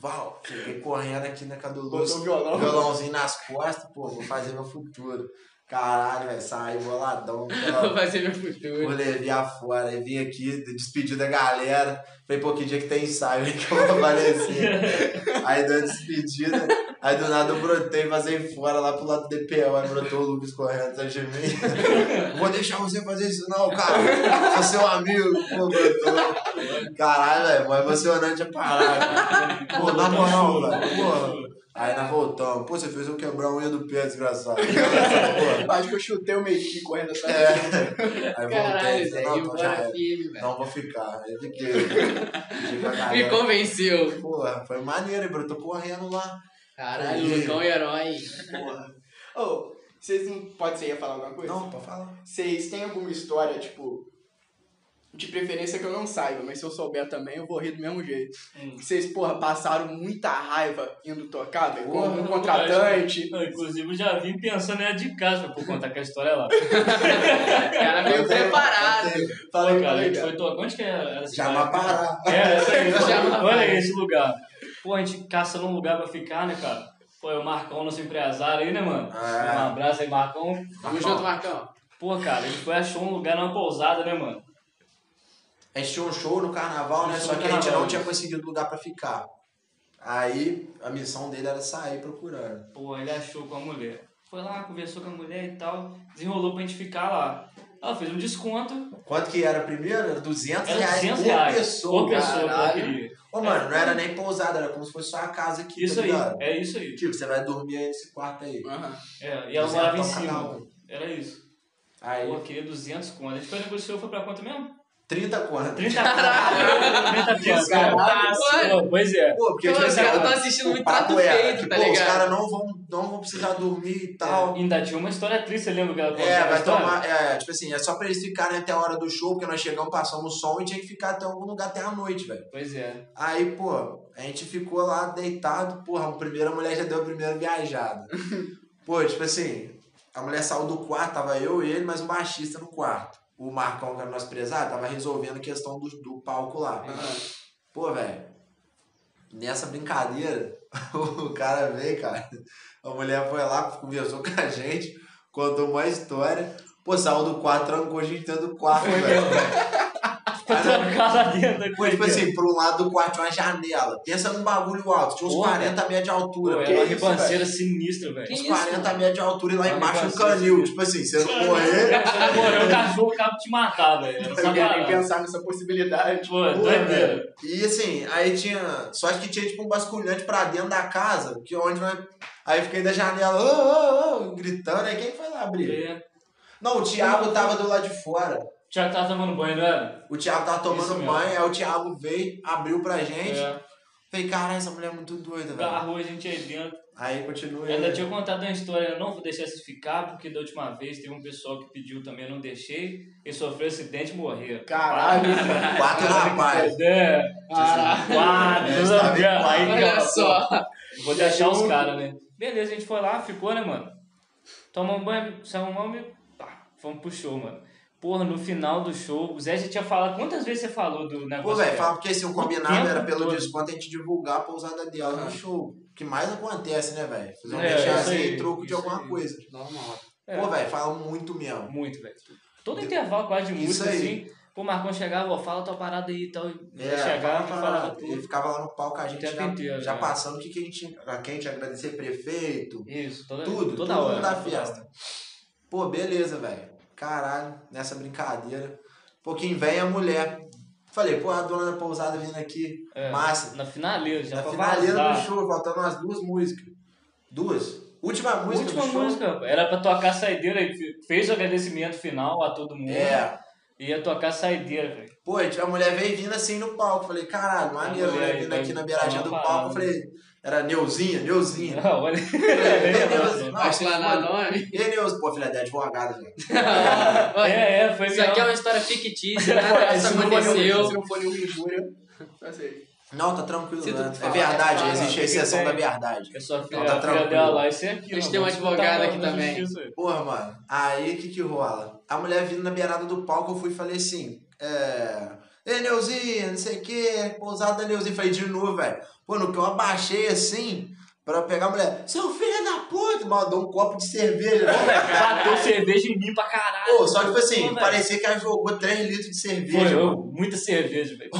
[SPEAKER 4] Val, cheguei correndo aqui na casa do
[SPEAKER 2] botou
[SPEAKER 4] Lúcio,
[SPEAKER 2] o violão.
[SPEAKER 4] violãozinho nas costas, pô, vou fazer meu futuro. Caralho, velho, saí boladão. Pela...
[SPEAKER 1] Vai ser meu futuro.
[SPEAKER 4] Vou levar fora e vim aqui despedir da galera. Falei, pô, que dia que tem ensaio aí que eu vou aparecer. aí deu a despedida. Aí do nada eu brotei e vazei fora lá pro lado do DPL. Aí brotou o Lucas correndo atrás de mim. vou deixar você fazer isso, não, cara. Sou seu amigo. Pô, brotou. Caralho, velho, mó emocionante a parada. Pô, na moral, velho. Pô. Aí nós voltamos. Pô, você fez eu quebrar a unha do pé, desgraçado. Pô.
[SPEAKER 2] Acho que eu chutei o meio que correndo atrás.
[SPEAKER 4] É. Aí voltei,
[SPEAKER 1] Caralho,
[SPEAKER 4] falei,
[SPEAKER 1] velho.
[SPEAKER 4] não,
[SPEAKER 1] E
[SPEAKER 4] então já
[SPEAKER 1] bora
[SPEAKER 4] era.
[SPEAKER 1] firme, velho.
[SPEAKER 4] Não vou ficar. Aí fiquei. Fiquei com a
[SPEAKER 1] Me
[SPEAKER 4] galera.
[SPEAKER 1] convenceu.
[SPEAKER 4] Porra, foi maneiro, hein, bro. Tô correndo lá.
[SPEAKER 1] Caralho,
[SPEAKER 4] Aí.
[SPEAKER 1] Lucão e herói.
[SPEAKER 2] Porra. Ô, vocês não. Pode ser ia falar alguma coisa?
[SPEAKER 4] Não, pode falar.
[SPEAKER 2] Vocês têm alguma história, tipo. De preferência que eu não saiba, mas se eu souber também, eu vou rir do mesmo jeito.
[SPEAKER 5] Hum.
[SPEAKER 2] Que Vocês, porra, passaram muita raiva indo tocar, velho,
[SPEAKER 4] Porra,
[SPEAKER 2] como um
[SPEAKER 5] não,
[SPEAKER 2] contratante.
[SPEAKER 5] Não, inclusive, eu já vim pensando em de casa, por contar que a história lá.
[SPEAKER 1] O cara veio preparado.
[SPEAKER 5] Fala,
[SPEAKER 2] Falei,
[SPEAKER 5] cara, a
[SPEAKER 2] falei,
[SPEAKER 5] gente
[SPEAKER 2] cara.
[SPEAKER 5] foi tocar. Onde que era? era a cidade?
[SPEAKER 4] Jamapará.
[SPEAKER 5] É, essa aí.
[SPEAKER 1] Jamapará.
[SPEAKER 5] Olha aí esse lugar. Pô, a gente caçando um lugar pra ficar, né, cara? Pô, é o Marcão, nosso empresário aí, né, mano?
[SPEAKER 4] Ah.
[SPEAKER 5] Um abraço aí, Marcão.
[SPEAKER 4] Tá
[SPEAKER 1] Tamo junto, Marcão.
[SPEAKER 5] Pô, cara, ele foi achou um lugar numa pousada, né, mano?
[SPEAKER 4] A gente tinha um show no carnaval, né?
[SPEAKER 5] Show
[SPEAKER 4] Só
[SPEAKER 5] no
[SPEAKER 4] que a gente
[SPEAKER 5] carnaval,
[SPEAKER 4] não tinha
[SPEAKER 5] isso.
[SPEAKER 4] conseguido lugar pra ficar. Aí a missão dele era sair procurando.
[SPEAKER 5] Pô, ele achou com a mulher. Foi lá, conversou com a mulher e tal, desenrolou pra gente ficar lá. Ela fez um desconto,
[SPEAKER 4] Quanto que era primeiro? Era 200
[SPEAKER 5] era
[SPEAKER 4] reais
[SPEAKER 5] 200
[SPEAKER 4] por
[SPEAKER 5] reais.
[SPEAKER 4] pessoa.
[SPEAKER 5] por pessoa que ela
[SPEAKER 1] caralho.
[SPEAKER 5] queria.
[SPEAKER 4] Ô, mano, não era nem pousada, era como se fosse só a casa aqui.
[SPEAKER 5] Isso
[SPEAKER 4] tá
[SPEAKER 5] aí,
[SPEAKER 4] ligado?
[SPEAKER 5] é isso aí.
[SPEAKER 4] Tipo, você vai dormir aí nesse quarto aí.
[SPEAKER 2] Aham.
[SPEAKER 5] É, e ela
[SPEAKER 4] 200
[SPEAKER 5] morava em
[SPEAKER 4] pra cada
[SPEAKER 5] cima.
[SPEAKER 4] um.
[SPEAKER 5] Era isso.
[SPEAKER 4] Aí,
[SPEAKER 5] Pô, queria 200 conto. A gente foi negociou, foi pra quanto mesmo?
[SPEAKER 4] 30
[SPEAKER 5] 30
[SPEAKER 4] conto.
[SPEAKER 5] conto. 30 conto.
[SPEAKER 1] Caralho.
[SPEAKER 5] Pô, Pois é.
[SPEAKER 4] Pô, porque
[SPEAKER 1] Pô,
[SPEAKER 4] tipo,
[SPEAKER 1] os
[SPEAKER 4] assim,
[SPEAKER 1] caras
[SPEAKER 4] o-
[SPEAKER 1] tão assistindo
[SPEAKER 4] o
[SPEAKER 1] muito
[SPEAKER 4] papo
[SPEAKER 1] trato
[SPEAKER 4] era
[SPEAKER 1] feio,
[SPEAKER 4] que,
[SPEAKER 1] tá
[SPEAKER 4] pô, Os
[SPEAKER 1] ligado?
[SPEAKER 4] caras não vão, não vão precisar dormir e tal.
[SPEAKER 5] É, Ainda tinha uma história triste, você lembra que ela
[SPEAKER 4] Tá. É,
[SPEAKER 5] contou? a
[SPEAKER 4] vai
[SPEAKER 5] história?
[SPEAKER 4] tomar. É, tipo assim, é só pra eles ficarem até a hora do show, porque nós chegamos, passamos o som e tinha que ficar até algum lugar até a noite, velho.
[SPEAKER 5] Pois é.
[SPEAKER 4] Aí, pô, a gente ficou lá deitado, porra, a primeira mulher já deu a primeira viajada. pô, tipo assim, a mulher saiu do quarto, tava eu e ele, mas o baixista no quarto. O Marcão, que era o nosso prezado, tava resolvendo a questão do, do palco lá. Pô, velho, nessa brincadeira, o cara veio, cara. A mulher foi lá, conversou com a gente,
[SPEAKER 5] né?
[SPEAKER 4] contou uma história. Pô, saiu do quarto, trancou a gente dentro do quarto, velho.
[SPEAKER 5] Pra trancar lá dentro. da
[SPEAKER 4] Pô, tipo
[SPEAKER 5] coisa.
[SPEAKER 4] assim, pro lado do quarto tinha uma janela. Pensa num bagulho alto, tinha uns
[SPEAKER 5] Porra.
[SPEAKER 4] 40 metros de altura.
[SPEAKER 5] Pô, é era
[SPEAKER 4] velho.
[SPEAKER 5] uma
[SPEAKER 2] Que isso,
[SPEAKER 5] ribanceira sinistra, velho.
[SPEAKER 4] uns 40 metros de altura e lá
[SPEAKER 5] Ah,
[SPEAKER 4] embaixo um
[SPEAKER 5] negócio
[SPEAKER 4] canil.
[SPEAKER 5] assim.
[SPEAKER 4] Tipo assim, você não morrer.
[SPEAKER 5] Cara, morreu, o cachorro acaba de te matar, velho. Era
[SPEAKER 2] Eu não queria nem
[SPEAKER 5] sacanagem.
[SPEAKER 2] pensar nessa possibilidade.
[SPEAKER 5] Pô,
[SPEAKER 2] Porra, velho.
[SPEAKER 5] doideira.
[SPEAKER 4] E assim, aí tinha. Só que tinha tipo um basculhante pra dentro da casa, que é onde nós. Aí fiquei da janela, "Ô, ô, ô", gritando. Aí quem foi lá abrir?
[SPEAKER 5] É.
[SPEAKER 4] Não, o Thiago tava do lado de fora.
[SPEAKER 5] O Thiago tava tomando banho, não era?
[SPEAKER 4] O Thiago tava
[SPEAKER 5] Isso
[SPEAKER 4] tomando
[SPEAKER 5] mesmo.
[SPEAKER 4] banho, aí o Thiago veio, abriu pra gente.
[SPEAKER 5] É.
[SPEAKER 4] Falei, caralho, essa mulher é muito doida, velho.
[SPEAKER 5] Agarrou a gente aí dentro.
[SPEAKER 4] Aí continua.
[SPEAKER 5] Eu ainda
[SPEAKER 4] ele.
[SPEAKER 5] tinha contado uma história, eu não vou deixar isso ficar, porque da última vez teve um pessoal que pediu também, eu não deixei, e sofreu acidente e morreu.
[SPEAKER 2] Caralho.
[SPEAKER 4] Quatro rapazes.
[SPEAKER 5] É,
[SPEAKER 2] Caralho.
[SPEAKER 5] quatro,
[SPEAKER 4] É, você tá vendo?
[SPEAKER 5] aí,
[SPEAKER 1] Ah, Olha
[SPEAKER 5] cara,
[SPEAKER 1] só.
[SPEAKER 5] pô, Vou deixar os caras, né? Beleza, a gente foi lá, ficou, né, mano? Tomamos um banho, se arrumamos e pá, fomos pro show, mano. Porra, no final do show, o Zé já tinha falado, quantas vezes você falou do negócio?
[SPEAKER 4] Pô, velho,
[SPEAKER 5] dela?
[SPEAKER 4] fala porque assim, o
[SPEAKER 5] O
[SPEAKER 4] combinado
[SPEAKER 5] tempo
[SPEAKER 4] era pelo
[SPEAKER 5] todo.
[SPEAKER 4] desconto a gente divulgar a pousada dela no show. O que mais acontece, né, velho? Fazer um
[SPEAKER 5] Ah. É,
[SPEAKER 4] deixar
[SPEAKER 5] isso
[SPEAKER 4] assim,
[SPEAKER 5] aí,
[SPEAKER 4] truco de
[SPEAKER 5] isso
[SPEAKER 4] alguma
[SPEAKER 5] aí.
[SPEAKER 4] coisa.
[SPEAKER 1] Normal.
[SPEAKER 5] É.
[SPEAKER 4] Pô, velho, fala muito mesmo.
[SPEAKER 5] Muito, velho. Todo intervalo quase de
[SPEAKER 4] Isso
[SPEAKER 5] música,
[SPEAKER 4] aí.
[SPEAKER 5] assim, pô, o Marcão chegava, ó, fala tua parada aí e tal. e
[SPEAKER 4] É,
[SPEAKER 5] chegava e
[SPEAKER 4] fala,
[SPEAKER 5] falava
[SPEAKER 4] ele
[SPEAKER 5] tudo.
[SPEAKER 4] ficava lá no palco, a gente
[SPEAKER 5] tempo
[SPEAKER 4] já,
[SPEAKER 5] inteiro,
[SPEAKER 4] já
[SPEAKER 5] né?
[SPEAKER 4] passando o que, que a gente a quem a gente agradecer, prefeito,
[SPEAKER 5] Isso, toda,
[SPEAKER 4] tudo,
[SPEAKER 5] toda
[SPEAKER 4] tudo
[SPEAKER 5] hora.
[SPEAKER 4] da
[SPEAKER 5] toda
[SPEAKER 4] festa. Pô, beleza, velho. Caralho, nessa brincadeira. Pô, quem vem é a mulher. Falei, pô, a dona da pousada vindo aqui,
[SPEAKER 5] É.
[SPEAKER 4] massa.
[SPEAKER 5] Na finaleira, já
[SPEAKER 4] Na
[SPEAKER 5] pra
[SPEAKER 4] finaleira do
[SPEAKER 5] vazar.
[SPEAKER 4] Tá show, faltando umas duas músicas. Duas? Última música
[SPEAKER 5] Última
[SPEAKER 4] do show.
[SPEAKER 5] música, pô. era pra tocar saideira, aí fe- fez o agradecimento final a todo mundo.
[SPEAKER 4] É.
[SPEAKER 5] E ia tocar saideira, velho.
[SPEAKER 4] Pô, a mulher veio vindo assim no palco. Falei, caralho, maneiro,
[SPEAKER 5] A mulher tá
[SPEAKER 4] né?
[SPEAKER 5] aí
[SPEAKER 4] Vindo
[SPEAKER 5] vai
[SPEAKER 4] aqui na beiradinha do
[SPEAKER 5] falar
[SPEAKER 4] palco. Eu
[SPEAKER 5] parada.
[SPEAKER 4] Falei, era Neuzinha, Neuzinha.
[SPEAKER 5] Não, olha.
[SPEAKER 4] Falei,
[SPEAKER 5] É,
[SPEAKER 4] Neuzinha.
[SPEAKER 1] Vai explanar nome.
[SPEAKER 4] E aí, Neuzinha? Pô, filha dela é advogada, velho.
[SPEAKER 5] é, é, foi
[SPEAKER 1] Isso aqui é
[SPEAKER 5] mesmo.
[SPEAKER 1] uma história fictícia,
[SPEAKER 4] É,
[SPEAKER 1] nada disso
[SPEAKER 2] Se não for nenhum-
[SPEAKER 1] aconteceu.
[SPEAKER 2] se não for nenhuma injúria, eu sei.
[SPEAKER 4] Não, tá tranquilo,
[SPEAKER 1] Se tu
[SPEAKER 4] né? É
[SPEAKER 1] falar,
[SPEAKER 4] verdade,
[SPEAKER 1] fala,
[SPEAKER 4] existe a
[SPEAKER 5] o que
[SPEAKER 4] exceção
[SPEAKER 5] tem?
[SPEAKER 4] da verdade.
[SPEAKER 5] Eu sou a filha,
[SPEAKER 4] Não, tá
[SPEAKER 5] a filha
[SPEAKER 4] tranquilo.
[SPEAKER 5] dela lá, isso é aquilo.
[SPEAKER 1] Eles
[SPEAKER 5] mano.
[SPEAKER 1] têm um
[SPEAKER 5] Isso
[SPEAKER 1] advogado
[SPEAKER 5] tá
[SPEAKER 1] aqui
[SPEAKER 5] na
[SPEAKER 1] também.
[SPEAKER 5] justiça, velho.
[SPEAKER 4] Porra, mano. Aí, o que que rola? A mulher vindo na beirada do palco, eu fui e falei assim, é... Ei, Neuzinha, não sei o quê, pousada da Neuzinha. Falei, de novo, velho. Pô, no que eu abaixei assim... Pra pegar a mulher, seu filho da puta, mandou um copo de cerveja.
[SPEAKER 5] Pô,
[SPEAKER 4] né?
[SPEAKER 5] velho, Bateu cerveja em mim pra caralho.
[SPEAKER 4] Pô, só que tipo assim,
[SPEAKER 5] Pô, velho.
[SPEAKER 4] parecia que ela jogou 3 litros de
[SPEAKER 5] Pô,
[SPEAKER 4] cerveja.
[SPEAKER 5] eu,
[SPEAKER 4] mano.
[SPEAKER 5] muita cerveja, velho.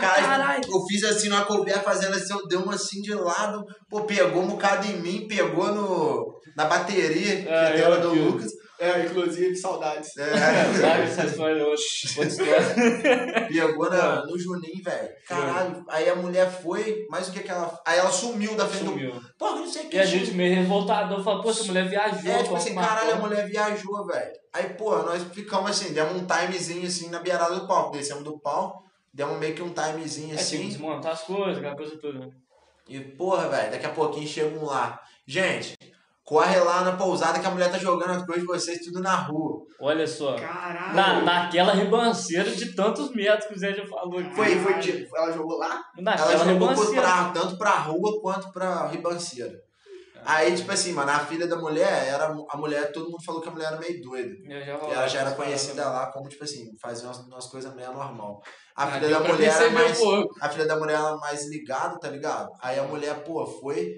[SPEAKER 4] Cara, eu fiz assim na colher fazendo assim, eu dei uma assim de lado, pô, pegou um bocado em mim, pegou no, na bateria que
[SPEAKER 5] É,
[SPEAKER 4] é dela
[SPEAKER 5] eu
[SPEAKER 4] do
[SPEAKER 5] vi.
[SPEAKER 4] Lucas.
[SPEAKER 2] É, inclusive, saudades.
[SPEAKER 4] É,
[SPEAKER 5] Sabe, essa história é outra outra história.
[SPEAKER 4] pegou
[SPEAKER 5] É.
[SPEAKER 4] na- no Juninho, velho. Caralho. Aí a mulher foi, mas o que que ela. Aí ela sumiu da frente
[SPEAKER 5] Sumiu.
[SPEAKER 4] do. Pô, não sei o que.
[SPEAKER 5] E a gente meio revoltador, fala, pô, essa mulher viajou.
[SPEAKER 4] É, tipo assim,
[SPEAKER 5] matou.
[SPEAKER 4] caralho, a mulher viajou, velho. Aí, pô, nós ficamos assim, demos um timezinho assim na beirada do palco. Descemos do palco, demos meio que um timezinho
[SPEAKER 5] É, tinha que
[SPEAKER 4] assim.
[SPEAKER 5] desmontar as coisas, aquela coisa toda. né?
[SPEAKER 4] E, porra, velho, daqui a pouquinho chegam lá. Gente, corre lá na pousada que a mulher tá jogando as coisas de vocês tudo na rua.
[SPEAKER 5] Olha só.
[SPEAKER 2] Caralho.
[SPEAKER 5] Na, naquela ribanceira de tantos metros que o Zé já falou aqui.
[SPEAKER 2] Foi, foi, de- ela jogou lá?
[SPEAKER 5] Naquela
[SPEAKER 4] Ela jogou por
[SPEAKER 5] ribanceira.
[SPEAKER 4] pra, tanto pra rua quanto pra ribanceira.
[SPEAKER 1] Ah, é.
[SPEAKER 4] Aí, tipo assim, mano, a filha da mulher era a mulher, todo mundo falou que a mulher era meio doida.
[SPEAKER 5] Eu já
[SPEAKER 4] E
[SPEAKER 5] rolava
[SPEAKER 4] ela já era
[SPEAKER 5] essa
[SPEAKER 1] é.
[SPEAKER 4] conhecida
[SPEAKER 5] parada.
[SPEAKER 4] lá como, tipo assim, fazia umas, umas coisas meio normal. A
[SPEAKER 1] Ah,
[SPEAKER 4] filha
[SPEAKER 1] deu
[SPEAKER 4] da
[SPEAKER 1] pra
[SPEAKER 4] mulher era
[SPEAKER 1] perceber um
[SPEAKER 4] mais.
[SPEAKER 1] pouco.
[SPEAKER 4] A filha da mulher era mais ligada, tá ligado? Aí a mulher, pô, foi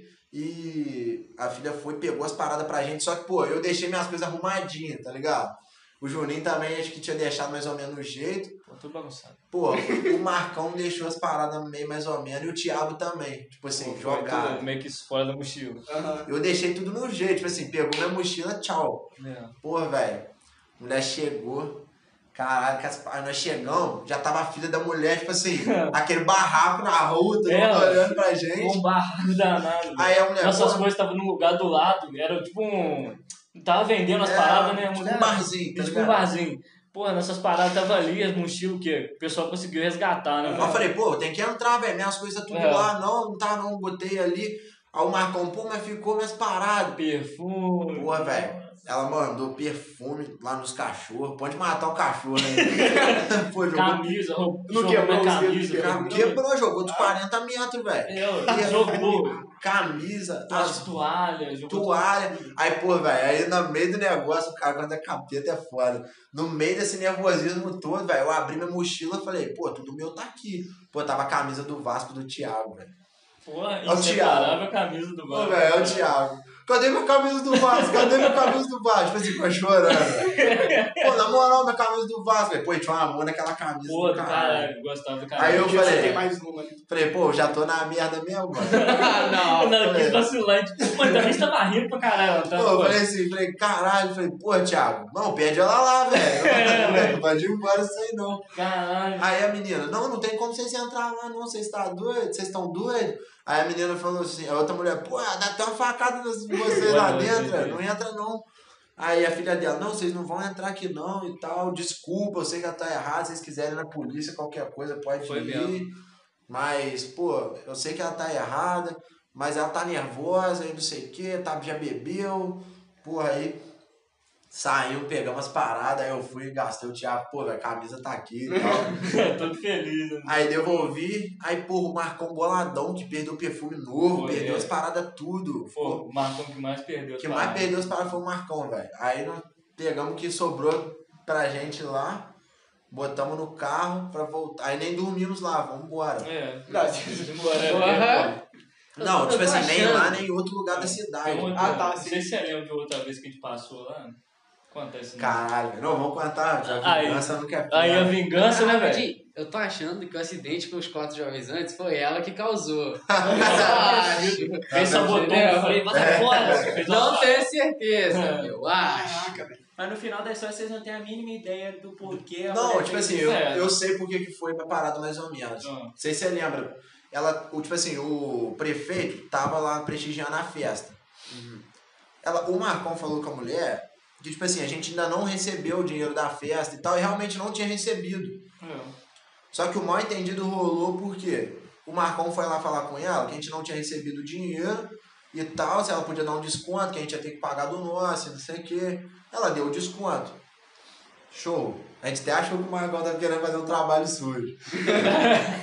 [SPEAKER 4] e a filha foi, pegou as paradas pra gente, só que, pô, eu deixei minhas coisas arrumadinhas, tá ligado? O Juninho também acho que tinha deixado mais ou menos o jeito.
[SPEAKER 5] Pô, tudo bagunçado.
[SPEAKER 4] Pô, o Marcão deixou as paradas meio mais ou menos e o Thiago também. Tipo assim,
[SPEAKER 5] Pô, foi
[SPEAKER 4] jogado.
[SPEAKER 5] tudo Meio que isso fora da mochila.
[SPEAKER 2] Aham.
[SPEAKER 4] Eu deixei tudo no jeito, tipo assim, pegou minha mochila, tchau. Pô, velho, a mulher chegou. Caralho, que as... aí nós chegamos, já tava a filha da mulher, tipo assim, aquele barraco na rua, todo
[SPEAKER 5] É,
[SPEAKER 4] mundo
[SPEAKER 5] ó.
[SPEAKER 4] olhando pra gente.
[SPEAKER 5] Um barraco danado.
[SPEAKER 4] Aí a mulher,
[SPEAKER 5] Nossas
[SPEAKER 4] pô,
[SPEAKER 5] coisas estavam num lugar do lado. Era tipo um. Tava vendendo as
[SPEAKER 4] é,
[SPEAKER 5] paradas, né? A
[SPEAKER 4] tipo
[SPEAKER 5] mulher-
[SPEAKER 4] um barzinho, tá
[SPEAKER 5] Tipo um
[SPEAKER 4] ligado?
[SPEAKER 5] barzinho. Pô, nossas paradas tava ali, as mochilas, o quê? O pessoal conseguiu resgatar, né?
[SPEAKER 4] Aí Eu falei, pô, tem que entrar, velho, minhas coisas tudo
[SPEAKER 5] É.
[SPEAKER 4] lá, não, não tá não, botei ali. Aí o Marcão, pô, mas ficou minhas paradas.
[SPEAKER 5] Perfume.
[SPEAKER 4] Boa, velho. Ela mandou perfume lá nos cachorros. Pode matar o cachorro, né? pô, jogou
[SPEAKER 5] Camisa, roupa.
[SPEAKER 2] Não
[SPEAKER 5] jogou
[SPEAKER 2] quebrou
[SPEAKER 5] minha
[SPEAKER 2] os dedos,
[SPEAKER 5] camisa.
[SPEAKER 2] quebrou.
[SPEAKER 4] Cara, Quebrou, jogou de 40 metros, velho.
[SPEAKER 5] É, ó, Jogou.
[SPEAKER 4] Camisa,
[SPEAKER 5] As
[SPEAKER 4] as
[SPEAKER 5] toalhas, jogou
[SPEAKER 4] toalha. Aí, pô, velho, aí no meio do negócio, o cara quando é capeta é foda. No meio desse nervosismo todo, velho, eu abri minha mochila e falei, pô, tudo meu tá aqui. Pô, tava a camisa do Vasco do Thiago, velho.
[SPEAKER 5] Porra,
[SPEAKER 4] É o Thiago.
[SPEAKER 5] inseparável a camisa do
[SPEAKER 4] Pô,
[SPEAKER 5] Vasco.
[SPEAKER 4] velho, é o Thiago. Cadê minha camisa do Vasco? Cadê minha camisa do Vasco? Tipo assim, ficou chorando. Pô, na moral, minha camisa do Vasco. Aí, Pô, tinha uma mão naquela camisa
[SPEAKER 5] Pô,
[SPEAKER 4] do caralho.
[SPEAKER 5] caralho, gostava do
[SPEAKER 4] Aí
[SPEAKER 5] caralho.
[SPEAKER 4] eu
[SPEAKER 2] Um dia
[SPEAKER 4] falei-
[SPEAKER 2] Você tem mais uma ali.
[SPEAKER 4] Falei, pô, já tô na merda mesmo, mano.
[SPEAKER 1] Ah, não.
[SPEAKER 5] Não, que vacilante. Mano, também você tava rindo pra caralho.
[SPEAKER 4] é. Pô,
[SPEAKER 5] Tá,
[SPEAKER 4] eu falei assim, falei, caralho. Falei, pô, Thiago, não, pede ela lá, velho.
[SPEAKER 5] É, velho.
[SPEAKER 4] Não pode ir embora isso aí, não.
[SPEAKER 5] Caralho.
[SPEAKER 4] Aí a menina, não, não tem como vocês entrar lá, não, vocês tá doido, vocês estão doidos. Aí a menina falou assim, a outra mulher, pô, dá até uma facada nos- em vocês lá
[SPEAKER 5] Boa noite,
[SPEAKER 4] dentro,
[SPEAKER 5] gente.
[SPEAKER 4] não entra não. Aí a filha dela, não, vocês não vão entrar aqui não e tal, desculpa, eu sei que ela tá errada, se vocês quiserem ir na polícia, qualquer coisa, pode
[SPEAKER 3] Foi
[SPEAKER 4] ir.
[SPEAKER 3] mesmo.
[SPEAKER 4] Mas, pô, eu sei que ela tá errada, mas ela tá nervosa e não sei o que, tá, já bebeu, porra, aí saiu, pegamos as paradas, aí eu fui e gastei o Thiago, pô, velho, a camisa tá aqui e tal.
[SPEAKER 5] Tô feliz, né?
[SPEAKER 4] Aí devolvi, aí, porra, o Marcão boladão que perdeu o perfume novo,
[SPEAKER 5] Foi,
[SPEAKER 4] perdeu
[SPEAKER 5] é.
[SPEAKER 4] as paradas tudo.
[SPEAKER 5] Pô, o Marcão que mais perdeu.
[SPEAKER 4] O que
[SPEAKER 5] tá?
[SPEAKER 4] mais perdeu as paradas foi o Marcão, velho. Aí nós pegamos o que sobrou pra gente lá, botamos no carro pra voltar. Aí nem dormimos lá, vambora.
[SPEAKER 5] É.
[SPEAKER 2] Não,
[SPEAKER 4] é,
[SPEAKER 5] Demora, né, pô?
[SPEAKER 4] Não,
[SPEAKER 1] eu
[SPEAKER 4] tipo
[SPEAKER 1] tô
[SPEAKER 4] assim, nem
[SPEAKER 1] achando.
[SPEAKER 4] lá, nem em outro lugar da cidade.
[SPEAKER 5] Tem Então, outra-
[SPEAKER 2] Ah, tá,
[SPEAKER 5] Não
[SPEAKER 2] sim.
[SPEAKER 5] sei se você lembra de outra vez que a gente passou lá. Acontece, né?
[SPEAKER 4] Caralho, velho. não, vamos contar, já
[SPEAKER 5] Aí.
[SPEAKER 4] vingança não quer
[SPEAKER 5] Aí a
[SPEAKER 4] piar.
[SPEAKER 5] vingança, né,
[SPEAKER 1] Ah,
[SPEAKER 5] velho?
[SPEAKER 1] Di, Eu tô achando que o acidente com os quatro jovens antes foi ela que causou.
[SPEAKER 5] Fez sabotão, eu falei, bota
[SPEAKER 4] É.
[SPEAKER 5] fora. Fez uma-
[SPEAKER 1] Não tenho certeza, eu acho.
[SPEAKER 2] Caraca, velho.
[SPEAKER 3] Mas no final da história vocês não têm a mínima ideia do porquê. né? a
[SPEAKER 4] Não,
[SPEAKER 3] mulher
[SPEAKER 4] tipo
[SPEAKER 3] fez
[SPEAKER 4] assim,
[SPEAKER 3] isso.
[SPEAKER 4] eu,
[SPEAKER 5] É.
[SPEAKER 4] eu sei porque que foi minha parada mais ou menos.
[SPEAKER 5] Ah.
[SPEAKER 4] Não sei se você lembra. Ela, o, tipo assim, o prefeito tava lá prestigiando a festa. Ela, o Marcão falou com a mulher que, tipo assim, a gente ainda não recebeu o dinheiro da festa e tal, e realmente não tinha recebido.
[SPEAKER 5] É.
[SPEAKER 4] Só que o mal entendido rolou porque o Marcão foi lá falar com ela que a gente não tinha recebido o dinheiro e tal, se ela podia dar um desconto, que a gente ia ter que pagar do nosso, e não sei o quê. Ela deu o desconto. Show. A gente até achou que o Marcão tava querendo fazer um trabalho sujo.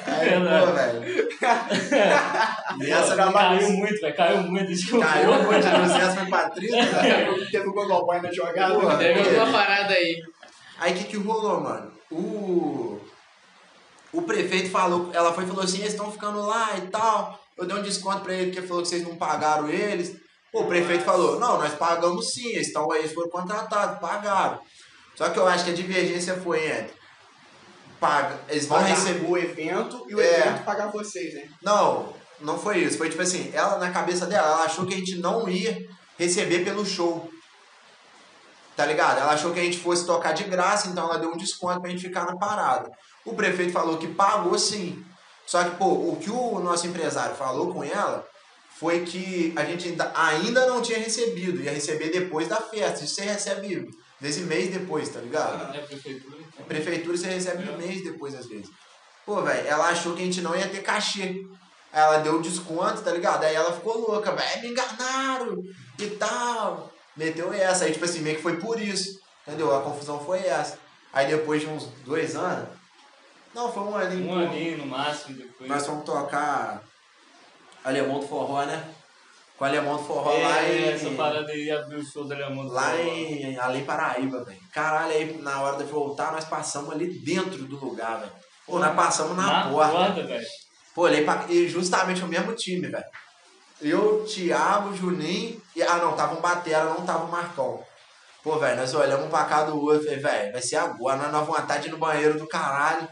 [SPEAKER 4] Aí, pô,
[SPEAKER 5] Verdade.
[SPEAKER 4] velho. E essa
[SPEAKER 5] Caiu muito, velho. Caiu muito. Desculpa.
[SPEAKER 4] caiu um monte de processo foi pra 30, velho.
[SPEAKER 2] Teve o Gogoboy na jogada.
[SPEAKER 4] Porra.
[SPEAKER 2] né?
[SPEAKER 1] Teve alguma parada aí.
[SPEAKER 4] Aí o que, que rolou, mano? O. O prefeito falou, ela foi e falou assim, eles estão ficando lá e tal. Eu dei um desconto pra ele porque falou que vocês não pagaram eles. Pô, o prefeito falou, não, nós pagamos sim, eles estão aí, eles foram contratados, pagaram. Só que eu acho que a divergência foi entre. Paga, eles vão
[SPEAKER 2] Pagar
[SPEAKER 4] receber.
[SPEAKER 2] o evento e o
[SPEAKER 4] É.
[SPEAKER 2] evento pagar vocês, né?
[SPEAKER 4] Não, não foi isso. Foi tipo assim, ela na cabeça dela, ela achou que a gente não ia receber pelo show. Tá ligado? Ela achou que a gente fosse tocar de graça, então ela deu um desconto pra gente ficar na parada. O prefeito falou que pagou sim. Só que, pô, o que o nosso empresário falou com ela foi que a gente ainda, ainda não tinha recebido. Ia receber depois da festa. Isso você recebe desse mês depois, tá ligado?
[SPEAKER 5] É a prefeitura, então.
[SPEAKER 4] Prefeitura você recebe um mês depois, às vezes. Pô, velho, ela achou que a gente não ia ter cachê. Aí ela deu desconto, tá ligado? Aí ela ficou louca, velho, "É, me enganaram e tal. Meteu essa. Aí, tipo assim, meio que foi por isso. Entendeu? A confusão foi essa. Aí depois de uns dois anos. Não, foi um aninho.
[SPEAKER 5] Um aninho no máximo depois.
[SPEAKER 4] Nós fomos tocar Alemão do Forró, né? Com o Alemão do Forró
[SPEAKER 5] É,
[SPEAKER 4] lá em.
[SPEAKER 5] Essa parada aí abriu o show do Alemão. do
[SPEAKER 4] Lá
[SPEAKER 5] Forró.
[SPEAKER 4] em Além Paraíba, velho. Caralho, aí na hora de voltar, nós passamos ali dentro do lugar, velho. Pô, nós passamos na,
[SPEAKER 5] Na
[SPEAKER 4] porta.
[SPEAKER 5] porta, velho.
[SPEAKER 4] Pô, olhei pra... E justamente o mesmo time, velho. Eu, Thiago, Juninho e... Ah, não, tava um Batera, não tava um Marcão. Pô, velho, nós olhamos um pra cá do outro, falei, velho, vai ser agora, nós na vontade de ir no banheiro do caralho.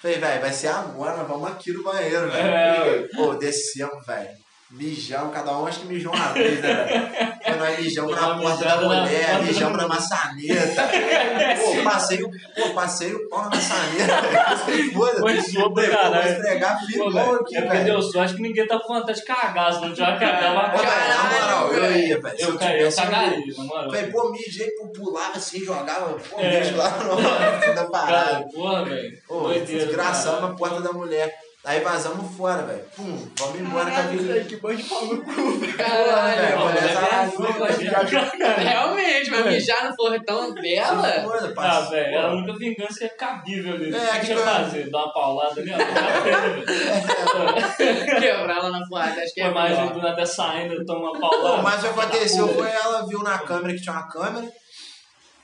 [SPEAKER 4] Falei, velho, vai ser agora, nós vamos aqui no banheiro, velho.
[SPEAKER 5] É, velho.
[SPEAKER 4] Pô, descemos, velho. Mijão, cada um acho que mijou uma vez, né, velho? Pô, Nós mijamos
[SPEAKER 5] Dá
[SPEAKER 4] na
[SPEAKER 5] uma
[SPEAKER 4] porta da
[SPEAKER 5] mijada na
[SPEAKER 4] mulher,
[SPEAKER 5] porta da
[SPEAKER 4] mijamos na maçaneta. Pô, passei o, pô, passei o pau na maçaneta, velho. Foda-se.
[SPEAKER 5] Foi show do
[SPEAKER 4] Falei, pô, Vou
[SPEAKER 5] caralho.
[SPEAKER 4] esfregar
[SPEAKER 5] Pô,
[SPEAKER 4] firmão
[SPEAKER 5] velho,
[SPEAKER 4] aqui,
[SPEAKER 5] É porque
[SPEAKER 4] velho. É,
[SPEAKER 5] deu sorte que ninguém tá com vontade de cagar, senão tinha uma cagada.
[SPEAKER 4] Ô, velho, na moral, eu ia, velho. né? Se
[SPEAKER 5] Eu caí, eu
[SPEAKER 4] tivesse um
[SPEAKER 5] cagaria, na moral.
[SPEAKER 4] Falei, pô, mídia aí, pô, pulava assim, jogava, pô,
[SPEAKER 5] É.
[SPEAKER 4] mídia lá no alto da
[SPEAKER 5] Cara,
[SPEAKER 4] parada.
[SPEAKER 5] porra, velho.
[SPEAKER 4] Ô,
[SPEAKER 5] Doideira,
[SPEAKER 4] desgraçamos
[SPEAKER 5] caralho.
[SPEAKER 4] na porta da mulher. Aí vazamos fora, velho. Pum, vamos embora com a
[SPEAKER 2] Caralho,
[SPEAKER 4] vida.
[SPEAKER 2] velho, que tá bando de pau no cu, velho.
[SPEAKER 1] Caralho.
[SPEAKER 4] Pô,
[SPEAKER 5] Pô,
[SPEAKER 4] mulher
[SPEAKER 5] velho,
[SPEAKER 4] tá
[SPEAKER 5] ela foi com a
[SPEAKER 4] louca,
[SPEAKER 5] gente. né?
[SPEAKER 1] Realmente,
[SPEAKER 4] É.
[SPEAKER 1] vai mijar no portão dela?
[SPEAKER 4] Foda,
[SPEAKER 5] Ah,
[SPEAKER 4] parceiro.
[SPEAKER 5] velho, a única vingança que é cabível ali.
[SPEAKER 4] É,
[SPEAKER 5] O que
[SPEAKER 4] que
[SPEAKER 5] tinha que
[SPEAKER 4] coisa.
[SPEAKER 5] fazer? Dar uma paulada ali, ó. na perna, velho.
[SPEAKER 1] Quebrar ela na porrada, acho que
[SPEAKER 5] Pô,
[SPEAKER 1] é
[SPEAKER 5] mais um
[SPEAKER 1] mais.
[SPEAKER 5] do nada saindo, toma uma
[SPEAKER 4] Pô,
[SPEAKER 5] paulada.
[SPEAKER 4] mas o que aconteceu foi ela viu na câmera que tinha uma câmera.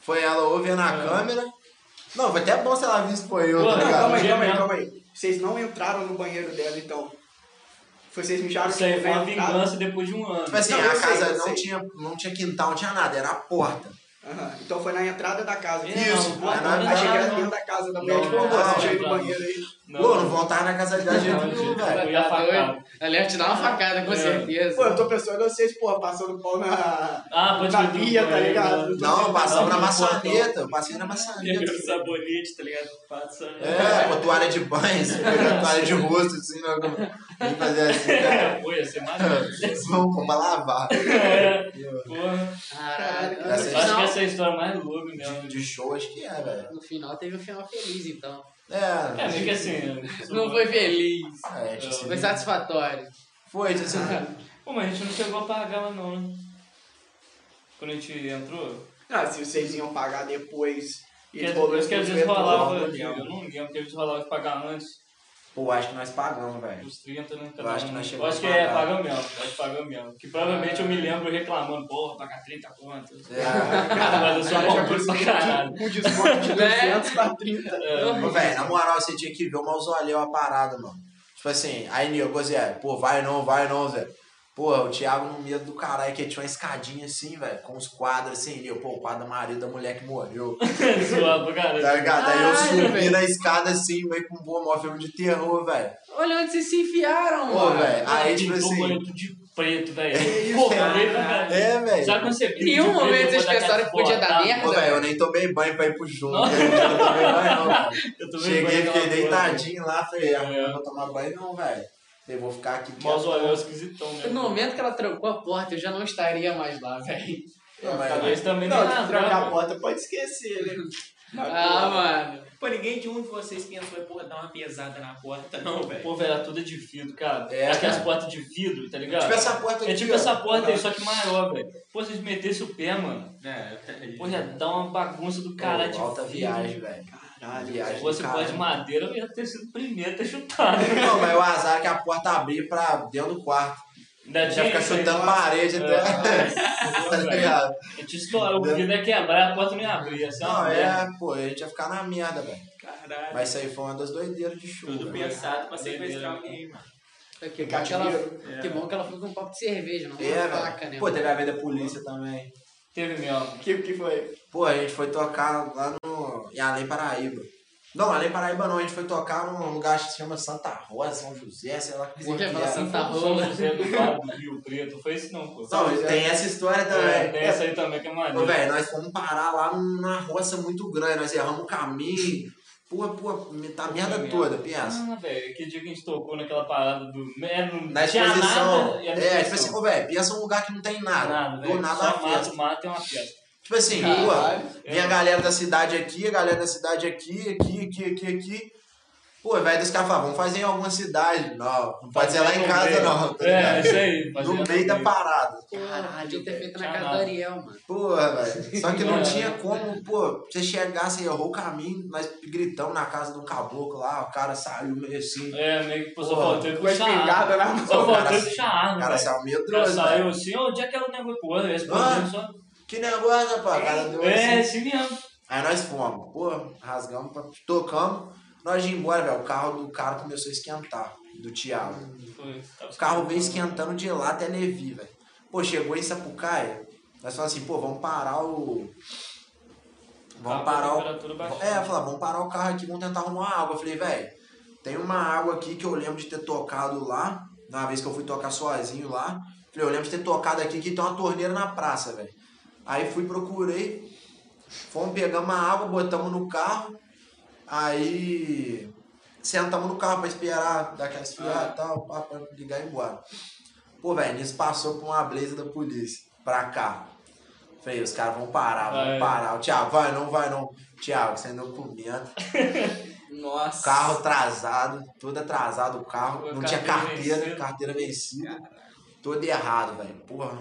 [SPEAKER 4] Foi ela ou vendo a
[SPEAKER 5] É.
[SPEAKER 4] câmera. Não, foi até bom se ela visse por eu,
[SPEAKER 5] Pô,
[SPEAKER 4] tá
[SPEAKER 5] não,
[SPEAKER 4] ligado?
[SPEAKER 2] Calma aí, calma aí,
[SPEAKER 5] Genial.
[SPEAKER 2] calma aí. Vocês não entraram no banheiro dela, então. Vocês me chamaram
[SPEAKER 5] Isso aí foi a
[SPEAKER 2] confortável.
[SPEAKER 5] vingança depois de um ano.
[SPEAKER 4] Tipo assim,
[SPEAKER 2] Não, eu
[SPEAKER 4] a
[SPEAKER 2] sei,
[SPEAKER 4] casa
[SPEAKER 2] eu
[SPEAKER 4] não,
[SPEAKER 2] sei.
[SPEAKER 4] tinha, não tinha quintal, não tinha nada, era a porta.
[SPEAKER 2] Aham, Então foi na entrada da casa.
[SPEAKER 5] Isso,
[SPEAKER 2] Não,
[SPEAKER 4] é na
[SPEAKER 2] achei que era
[SPEAKER 5] entrada.
[SPEAKER 2] dentro da casa da mulher.
[SPEAKER 5] Não,
[SPEAKER 2] Tipo, pô,
[SPEAKER 5] não,
[SPEAKER 2] você
[SPEAKER 4] não,
[SPEAKER 2] já ia no
[SPEAKER 5] não.
[SPEAKER 2] banheiro aí.
[SPEAKER 5] Não.
[SPEAKER 4] Pô, não voltava na casa dela de jeito
[SPEAKER 5] Não,
[SPEAKER 4] nenhum,
[SPEAKER 5] gente.
[SPEAKER 4] velho.
[SPEAKER 5] Eu ia
[SPEAKER 1] Tá
[SPEAKER 5] facada.
[SPEAKER 1] doido? Ela ia te dar uma facada, com
[SPEAKER 5] É.
[SPEAKER 1] certeza.
[SPEAKER 2] Pô, eu tô pensando em vocês, pô, passando pau na.
[SPEAKER 5] Ah, pode
[SPEAKER 2] na
[SPEAKER 5] crer,
[SPEAKER 2] pia,
[SPEAKER 5] pô,
[SPEAKER 2] tá
[SPEAKER 5] é,
[SPEAKER 2] ligado?
[SPEAKER 5] não.
[SPEAKER 4] Não, eu passava na
[SPEAKER 5] Não,
[SPEAKER 4] maçaneta, eu passei
[SPEAKER 5] Pega
[SPEAKER 4] na maçaneta.
[SPEAKER 5] o sabonete, tá ligado? Passa. né?
[SPEAKER 4] É, com a toalha de banho, assim, pegando a toalha de rosto, assim, não, como- vem fazer assim, né?
[SPEAKER 5] Pô, ia ser maneiro.
[SPEAKER 4] Eles vão pôr pra lavar.
[SPEAKER 5] É, Porra.
[SPEAKER 1] Caralho. No
[SPEAKER 4] Essa é
[SPEAKER 5] Eu acho que
[SPEAKER 1] final,
[SPEAKER 5] essa é a história mais louca mesmo.
[SPEAKER 4] tipo, De, de show, acho que é, velho.
[SPEAKER 1] no final teve um final feliz, então.
[SPEAKER 5] É, meio
[SPEAKER 4] É,
[SPEAKER 5] que assim.
[SPEAKER 1] Não foi feliz.
[SPEAKER 4] é, tinha sido-
[SPEAKER 1] Foi satisfatório.
[SPEAKER 4] Foi, tipo assim. tinha sido-
[SPEAKER 5] Pô, mas a gente não chegou a pagar ela não, né? Quando a gente entrou.
[SPEAKER 2] Ah, se vocês iam pagar depois. E
[SPEAKER 5] Porque
[SPEAKER 2] rolou
[SPEAKER 5] acho que às
[SPEAKER 2] esse né?
[SPEAKER 5] vezes
[SPEAKER 2] evento,
[SPEAKER 5] rolava.
[SPEAKER 2] rolou.
[SPEAKER 5] Eu não lembro, porque às vezes rolava de pagar antes
[SPEAKER 4] Pô, acho que nós pagamos, velho.
[SPEAKER 5] dos 30, né?
[SPEAKER 4] Eu acho que nós
[SPEAKER 5] um.
[SPEAKER 4] chegamos
[SPEAKER 5] Eu acho que
[SPEAKER 4] a
[SPEAKER 5] é,
[SPEAKER 4] pagar.
[SPEAKER 5] pagamos mesmo. eu Acho que pagamos mesmo. Que provavelmente eu me lembro reclamando, porra, pagar 30 contas.
[SPEAKER 4] É.
[SPEAKER 5] Mas eu
[SPEAKER 2] O
[SPEAKER 5] sou
[SPEAKER 2] cara já
[SPEAKER 5] maluco pra
[SPEAKER 2] conseguiu
[SPEAKER 5] caralho.
[SPEAKER 2] de- um desconto de
[SPEAKER 1] Né?
[SPEAKER 2] 200 pra 30.
[SPEAKER 5] É,
[SPEAKER 4] Ô, velho, na moral, você tinha que ver o mausoléu a parada, mano. Tipo assim, aí Nego, Zé, pô, vai não, vai não, Zé. Pô, o Thiago no medo do caralho, que tinha uma escadinha assim, velho, com os quadros assim, Nego, pô, o quadro do marido da mulher que morreu.
[SPEAKER 5] Zoado,
[SPEAKER 4] Tá
[SPEAKER 5] cara.
[SPEAKER 4] ligado? Aí eu
[SPEAKER 1] Caralho,
[SPEAKER 4] subi
[SPEAKER 1] velho.
[SPEAKER 4] na escada assim, meio com um bom maior filme de terror, velho.
[SPEAKER 1] Olha onde vocês se enfiaram,
[SPEAKER 4] Pô,
[SPEAKER 1] mano.
[SPEAKER 4] velho, aí tipo
[SPEAKER 5] Pintou o
[SPEAKER 4] assim.
[SPEAKER 5] boleto de preto,
[SPEAKER 4] É
[SPEAKER 5] velho.
[SPEAKER 4] isso,
[SPEAKER 5] Porra,
[SPEAKER 4] cara.
[SPEAKER 5] olhei pra caralho.
[SPEAKER 4] É, velho.
[SPEAKER 5] Sabe quando você pinta
[SPEAKER 1] Em um
[SPEAKER 5] de preto,
[SPEAKER 1] momento
[SPEAKER 5] eu vou
[SPEAKER 1] vocês
[SPEAKER 5] dar aquela
[SPEAKER 1] pensaram que podia dar
[SPEAKER 5] porrada.
[SPEAKER 1] merda.
[SPEAKER 4] Pô, velho, eu nem tomei banho pra ir pro jogo.
[SPEAKER 5] Nossa.
[SPEAKER 4] Eu não tomei banho, não, velho.
[SPEAKER 5] Eu tô vendo
[SPEAKER 4] Cheguei,
[SPEAKER 5] banho
[SPEAKER 4] fiquei
[SPEAKER 5] aquela porra.
[SPEAKER 4] deitadinho lá, falei, ah,
[SPEAKER 5] É.
[SPEAKER 4] não vou tomar banho não, velho. Eu vou ficar aqui.
[SPEAKER 5] Mausoléu esquisitão, né?
[SPEAKER 1] No momento que ela trancou a porta, eu já não estaria mais lá, velho.
[SPEAKER 4] quieto. É, mas-
[SPEAKER 5] Talvez também
[SPEAKER 2] Não,
[SPEAKER 5] nem
[SPEAKER 2] de
[SPEAKER 5] nada,
[SPEAKER 2] trancar a
[SPEAKER 5] né?
[SPEAKER 2] porta pode esquecer, né?
[SPEAKER 5] É.
[SPEAKER 1] Ah, mano.
[SPEAKER 3] Pô, ninguém de um de vocês que entrou e, porra, dar uma pesada na porta, não, velho.
[SPEAKER 5] Pô, velho, era toda de vidro, cara.
[SPEAKER 4] É,
[SPEAKER 5] É, Aquelas
[SPEAKER 4] cara.
[SPEAKER 5] portas de vidro, tá ligado?
[SPEAKER 4] Tipo essa porta
[SPEAKER 5] É
[SPEAKER 4] aqui,
[SPEAKER 5] tipo
[SPEAKER 4] ó.
[SPEAKER 5] essa porta aí, só que maior, velho. Pô, se a gente metesse o pé, mano,
[SPEAKER 3] É, peraí.
[SPEAKER 5] pô, ia dar uma bagunça do caralho de
[SPEAKER 4] Pô, alta
[SPEAKER 5] vidro.
[SPEAKER 4] viagem, velho.
[SPEAKER 2] Caralho,
[SPEAKER 5] Se
[SPEAKER 4] viagem.
[SPEAKER 5] fosse
[SPEAKER 4] do
[SPEAKER 5] pó de
[SPEAKER 4] caralho.
[SPEAKER 5] madeira, eu ia ter sido o primeiro a ter chutado.
[SPEAKER 4] Não, mas o azar é que a porta abria pra dentro do quarto.
[SPEAKER 5] Ainda
[SPEAKER 4] Já
[SPEAKER 5] tinha
[SPEAKER 4] fica
[SPEAKER 5] isso aí.
[SPEAKER 4] chutando parede até. tá
[SPEAKER 5] Nossa, velho.
[SPEAKER 4] ligado?
[SPEAKER 5] A gente estourou, o vidro ia quebrar, a porta não ia abrir. Ia ser uma
[SPEAKER 4] Não,
[SPEAKER 5] merda.
[SPEAKER 4] é, pô, a gente ia ficar na merda, velho.
[SPEAKER 3] Caralho.
[SPEAKER 4] Mas isso aí foi uma das doideiras de
[SPEAKER 3] Tudo
[SPEAKER 4] chuva. né? velho.
[SPEAKER 3] pensado pra sequestrar
[SPEAKER 5] Doideira.
[SPEAKER 3] alguém, mano.
[SPEAKER 1] Tá Que bom que, ela,
[SPEAKER 2] Cativeiro.
[SPEAKER 1] que bom que ela foi com um papo de cerveja, não
[SPEAKER 4] É,
[SPEAKER 1] uma faca, né?
[SPEAKER 4] velho. Pô, teve a vez da polícia também.
[SPEAKER 5] Teve mesmo.
[SPEAKER 2] O que, que foi?
[SPEAKER 4] Pô, a gente foi tocar lá no. Em Além Paraíba. Não, Além Paraíba não, a gente foi tocar num lugar que se chama Santa Rosa, São José, sei lá que
[SPEAKER 1] Você
[SPEAKER 4] porra
[SPEAKER 1] quer
[SPEAKER 4] que
[SPEAKER 1] falar
[SPEAKER 4] é.
[SPEAKER 1] Santa
[SPEAKER 5] São
[SPEAKER 1] Rola?
[SPEAKER 5] José do Vale do Rio Preto, foi isso não, pô.
[SPEAKER 4] Não, tem essa história
[SPEAKER 5] É,
[SPEAKER 4] também.
[SPEAKER 5] tem essa aí também que é
[SPEAKER 4] Ô,
[SPEAKER 5] maneiro.
[SPEAKER 4] velho, nós fomos parar lá numa roça muito grande, nós erramos o caminho. Pô, pô, me- tá merda toda, pensa.
[SPEAKER 5] Ah, velho, que dia que a gente tocou naquela parada do. É, não
[SPEAKER 4] Na
[SPEAKER 5] tinha
[SPEAKER 4] exposição.
[SPEAKER 5] nada, e a
[SPEAKER 4] É, tipo assim,
[SPEAKER 5] exposição.
[SPEAKER 4] ô, velho, pensa um lugar que não tem nada.
[SPEAKER 5] nada,
[SPEAKER 4] do
[SPEAKER 5] velho.
[SPEAKER 4] nada a
[SPEAKER 5] Só é. mato,
[SPEAKER 4] festa.
[SPEAKER 5] mato é uma festa.
[SPEAKER 4] Tipo assim,
[SPEAKER 2] Caralho.
[SPEAKER 4] pô, vem a galera da cidade aqui, a galera da cidade aqui, aqui, aqui, aqui, aqui. Pô, velho, dos caras falam, vamos fazer em alguma cidade. Não, não pode ser lá em
[SPEAKER 5] No
[SPEAKER 4] casa,
[SPEAKER 5] meio.
[SPEAKER 4] não. tá
[SPEAKER 5] É,
[SPEAKER 4] ligado?
[SPEAKER 5] isso aí. fazer
[SPEAKER 4] No meio da parada.
[SPEAKER 1] Caralho, devia ter feito na
[SPEAKER 5] Tinha
[SPEAKER 1] casa do
[SPEAKER 5] nada.
[SPEAKER 1] Ariel, mano.
[SPEAKER 4] Porra, velho. Só que não
[SPEAKER 5] É.
[SPEAKER 4] tinha como, pô, você chegar, você errou o caminho, nós gritamos na casa de um caboclo lá, o cara saiu meio assim.
[SPEAKER 5] É, meio que pô, só
[SPEAKER 4] Porra,
[SPEAKER 5] faltou ele
[SPEAKER 2] Com a
[SPEAKER 5] puxar a arma.
[SPEAKER 2] espingarda na mão.
[SPEAKER 5] Só
[SPEAKER 4] cara,
[SPEAKER 5] faltou ele puxar a
[SPEAKER 4] O
[SPEAKER 5] arma.
[SPEAKER 4] cara
[SPEAKER 5] velho.
[SPEAKER 4] saiu né?
[SPEAKER 5] O cara
[SPEAKER 4] medroso,
[SPEAKER 5] saiu
[SPEAKER 4] velho.
[SPEAKER 5] assim, onde é que era o negócio? Pô, ele
[SPEAKER 4] Ah.
[SPEAKER 5] respondeu só.
[SPEAKER 4] Que negócio, rapaz. O cara deu
[SPEAKER 5] É,
[SPEAKER 4] assim.
[SPEAKER 5] assim mesmo.
[SPEAKER 4] Aí nós fomos, pô, rasgamos, pra- tocamos. Nós íamos embora, velho. O carro do cara começou a esquentar, do Thiago.
[SPEAKER 5] Foi. tá
[SPEAKER 4] O carro veio esquentando de lá até Levi, velho. Pô, chegou em Sapucaia, nós falamos assim, pô, vamos parar o.
[SPEAKER 5] Tava
[SPEAKER 4] Vamos
[SPEAKER 5] Tá
[SPEAKER 4] parar
[SPEAKER 5] com
[SPEAKER 4] o.
[SPEAKER 5] a temperatura baixando.
[SPEAKER 4] É, falar, vamos parar o carro aqui, vamos tentar arrumar água. Eu falei, velho, tem uma água aqui que eu lembro de ter tocado lá, na vez que eu fui tocar sozinho lá. Falei, eu lembro de ter tocado aqui que tem uma torneira na praça, velho. Aí fui, procurei, fomos, pegamos a água, botamos no carro, aí sentamos no carro pra esperar dar aquela esfriada e tal, pá, pra ligar e ir embora. Pô, velho, nisso passou por uma blazer da polícia, pra cá. Falei, os caras vão parar, vão
[SPEAKER 5] Vai.
[SPEAKER 4] parar. O Thiago, vai não, vai não. Thiago, você andou comendo.
[SPEAKER 1] Nossa.
[SPEAKER 4] Carro atrasado, todo atrasado o carro. Não tinha
[SPEAKER 5] Carteira
[SPEAKER 4] carteira,
[SPEAKER 5] vencida.
[SPEAKER 4] carteira vencida. Todo errado, velho. Porra.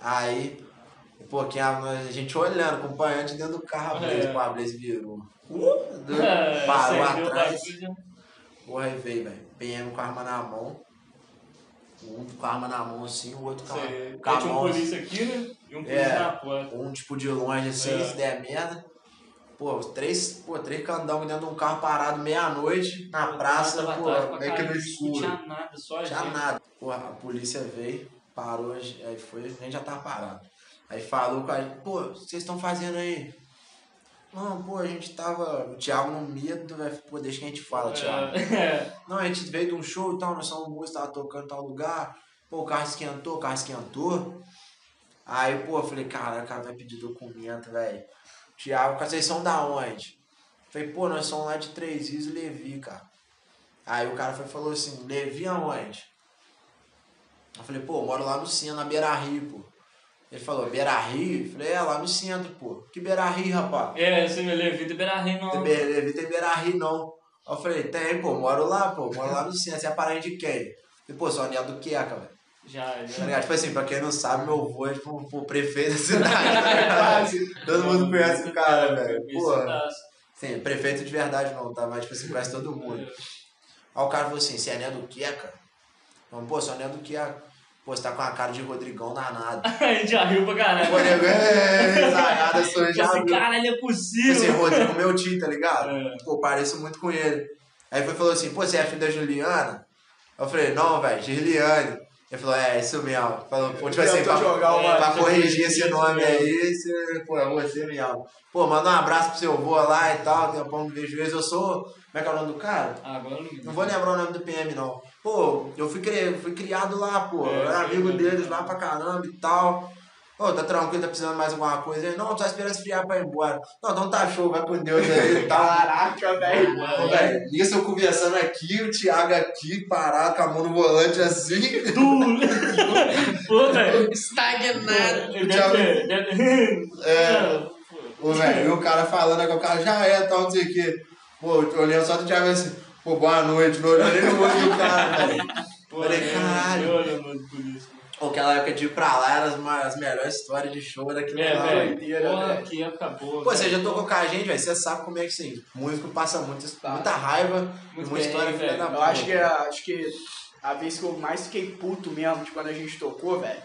[SPEAKER 4] Aí, um pouquinho, a gente olhando, acompanhante dentro do carro, a Blaze,
[SPEAKER 5] É.
[SPEAKER 4] pô, a Blaze virou. Uh, doido.
[SPEAKER 5] É,
[SPEAKER 4] parou
[SPEAKER 5] acendeu o né?
[SPEAKER 4] atrás.
[SPEAKER 5] bagulho.
[SPEAKER 4] Porra, aí veio, velho. PM com a arma na mão. Um com a arma na mão assim, o outro com a,
[SPEAKER 5] Você
[SPEAKER 4] com a
[SPEAKER 5] mete um
[SPEAKER 4] mão assim,
[SPEAKER 5] polícia aqui, né? E um polícia
[SPEAKER 4] É.
[SPEAKER 5] na porta.
[SPEAKER 4] um tipo de longe assim,
[SPEAKER 5] É.
[SPEAKER 4] se der merda. Pô, três, pô, três candangos dentro de um carro parado meia-noite na praça,
[SPEAKER 5] Tava tarde
[SPEAKER 4] pô,
[SPEAKER 5] pra
[SPEAKER 4] meio que
[SPEAKER 5] caralho,
[SPEAKER 4] no
[SPEAKER 5] Não
[SPEAKER 4] escuro.
[SPEAKER 5] tinha nada, só a
[SPEAKER 4] Já
[SPEAKER 5] gente.
[SPEAKER 4] nada. Porra, a polícia veio, parou, a gente- aí foi, a gente já tava parado. Aí falou com a gente, pô, o que vocês estão fazendo aí? Não, pô, a gente tava. O Thiago no medo, velho. Pô, deixa que a gente fala, Thiago.
[SPEAKER 5] É,
[SPEAKER 4] Não, a gente veio de um show e tal, nós somos músicos, tava tocando em tal lugar. Pô, o carro esquentou, o carro esquentou. Aí, pô, eu falei, cara, o cara vai pedir documento, velho. Tiago, vocês são da onde? Falei, pô, nós somos lá de Três Rios e Levi, cara. Aí o cara foi, e falou assim, Levi aonde? Eu falei, pô, eu moro lá no centro, na Beira Rio, pô. Ele falou, Beira Rio? Eu falei, é, lá no centro, pô. Que Beira Rio, rapaz?
[SPEAKER 5] é, você me levou do Beira-Rio, não.
[SPEAKER 4] Tem Be- Levi tem Beira Rio, não. Aí eu falei, tem, pô, moro lá, pô, moro lá no centro. Você é parente de quem? E, pô, sou anel do Queca, velho.
[SPEAKER 5] Já, é
[SPEAKER 4] Tá
[SPEAKER 5] já.
[SPEAKER 4] ligado? Tipo assim, pra quem não sabe, meu avô é tipo o prefeito da cidade, tá ligado? Todo mundo conhece o cara, velho. Pô, sim, prefeito de verdade não, tá? Mas, tipo assim, conhece todo mundo. Aí o cara falou assim, você é anel do Queca? Falei, pô, sou anel do Queca. Pô, você tá com a cara de Rodrigão danado.
[SPEAKER 5] A gente já riu pra caralho.
[SPEAKER 4] Pô, nego, é, ensaiada, sou já.
[SPEAKER 5] Esse
[SPEAKER 4] viu?
[SPEAKER 5] caralho é
[SPEAKER 4] Tipo assim,
[SPEAKER 5] possível.
[SPEAKER 4] Rodrigo, meu tio, tá ligado?
[SPEAKER 5] É.
[SPEAKER 4] Pô, pareço muito com ele. Aí ele falou assim, pô, você é filho da Juliana? Eu falei, não, velho, Girliane. Ele falou, é, isso mesmo. Falou, pô, tipo assim,
[SPEAKER 2] Tentou
[SPEAKER 4] pra,
[SPEAKER 2] jogar uma-
[SPEAKER 4] pra
[SPEAKER 5] tipo,
[SPEAKER 4] corrigir
[SPEAKER 5] isso
[SPEAKER 4] esse nome
[SPEAKER 5] mesmo.
[SPEAKER 4] aí, você, pô, é você mesmo. Pô, manda um abraço pro seu avô lá e tal, tem um pão de juiz. Eu sou, como é que é o nome do cara?
[SPEAKER 5] Ah, Agora eu não me
[SPEAKER 4] Não vou lembrar o nome do PM, não. Pô, eu fui, cri- fui criado lá, pô.
[SPEAKER 5] É,
[SPEAKER 4] eu era
[SPEAKER 5] sim,
[SPEAKER 4] amigo
[SPEAKER 5] né?
[SPEAKER 4] deles lá pra caramba e tal. Ô, tá tranquilo, tá precisando mais alguma coisa aí? Não, só espera esfriar pra ir embora. Não, então tá show, vai com Deus aí e tal.
[SPEAKER 2] Caraca, velho.
[SPEAKER 5] É.
[SPEAKER 4] Ô, velho, Nisso eu conversando aqui, o Thiago aqui, parado, com a mão no volante assim.
[SPEAKER 5] Duro. Pô, velho.
[SPEAKER 1] Estagnado.
[SPEAKER 5] Deve ter- deve ter-
[SPEAKER 4] É.
[SPEAKER 5] Pô,
[SPEAKER 4] Ô, velho, e o cara falando, aí o cara já é, tal, não sei o quê. Pô, eu olhando só do Thiago assim, pô, boa noite, não olhando nem no olho do cara, velho.
[SPEAKER 5] pô,
[SPEAKER 4] Falei,
[SPEAKER 5] é,
[SPEAKER 4] caralho.
[SPEAKER 5] eu olhando por isso.
[SPEAKER 4] Pô, aquela época de ir pra lá era as, ma- as melhores histórias de show daquele
[SPEAKER 5] É,
[SPEAKER 4] lá,
[SPEAKER 5] velho.
[SPEAKER 2] doideira,
[SPEAKER 5] Porra,
[SPEAKER 2] velho.
[SPEAKER 5] que época boa.
[SPEAKER 4] Pô,
[SPEAKER 5] velho.
[SPEAKER 4] você já tocou com a gente, velho. Você sabe como é que assim, músico passa muito, muita raiva, e
[SPEAKER 5] Muito
[SPEAKER 4] muita
[SPEAKER 5] bem,
[SPEAKER 4] história filha
[SPEAKER 5] velho.
[SPEAKER 4] da
[SPEAKER 2] Eu
[SPEAKER 4] puta.
[SPEAKER 2] acho que, acho que a vez que eu mais fiquei puto mesmo, de quando a gente tocou, velho,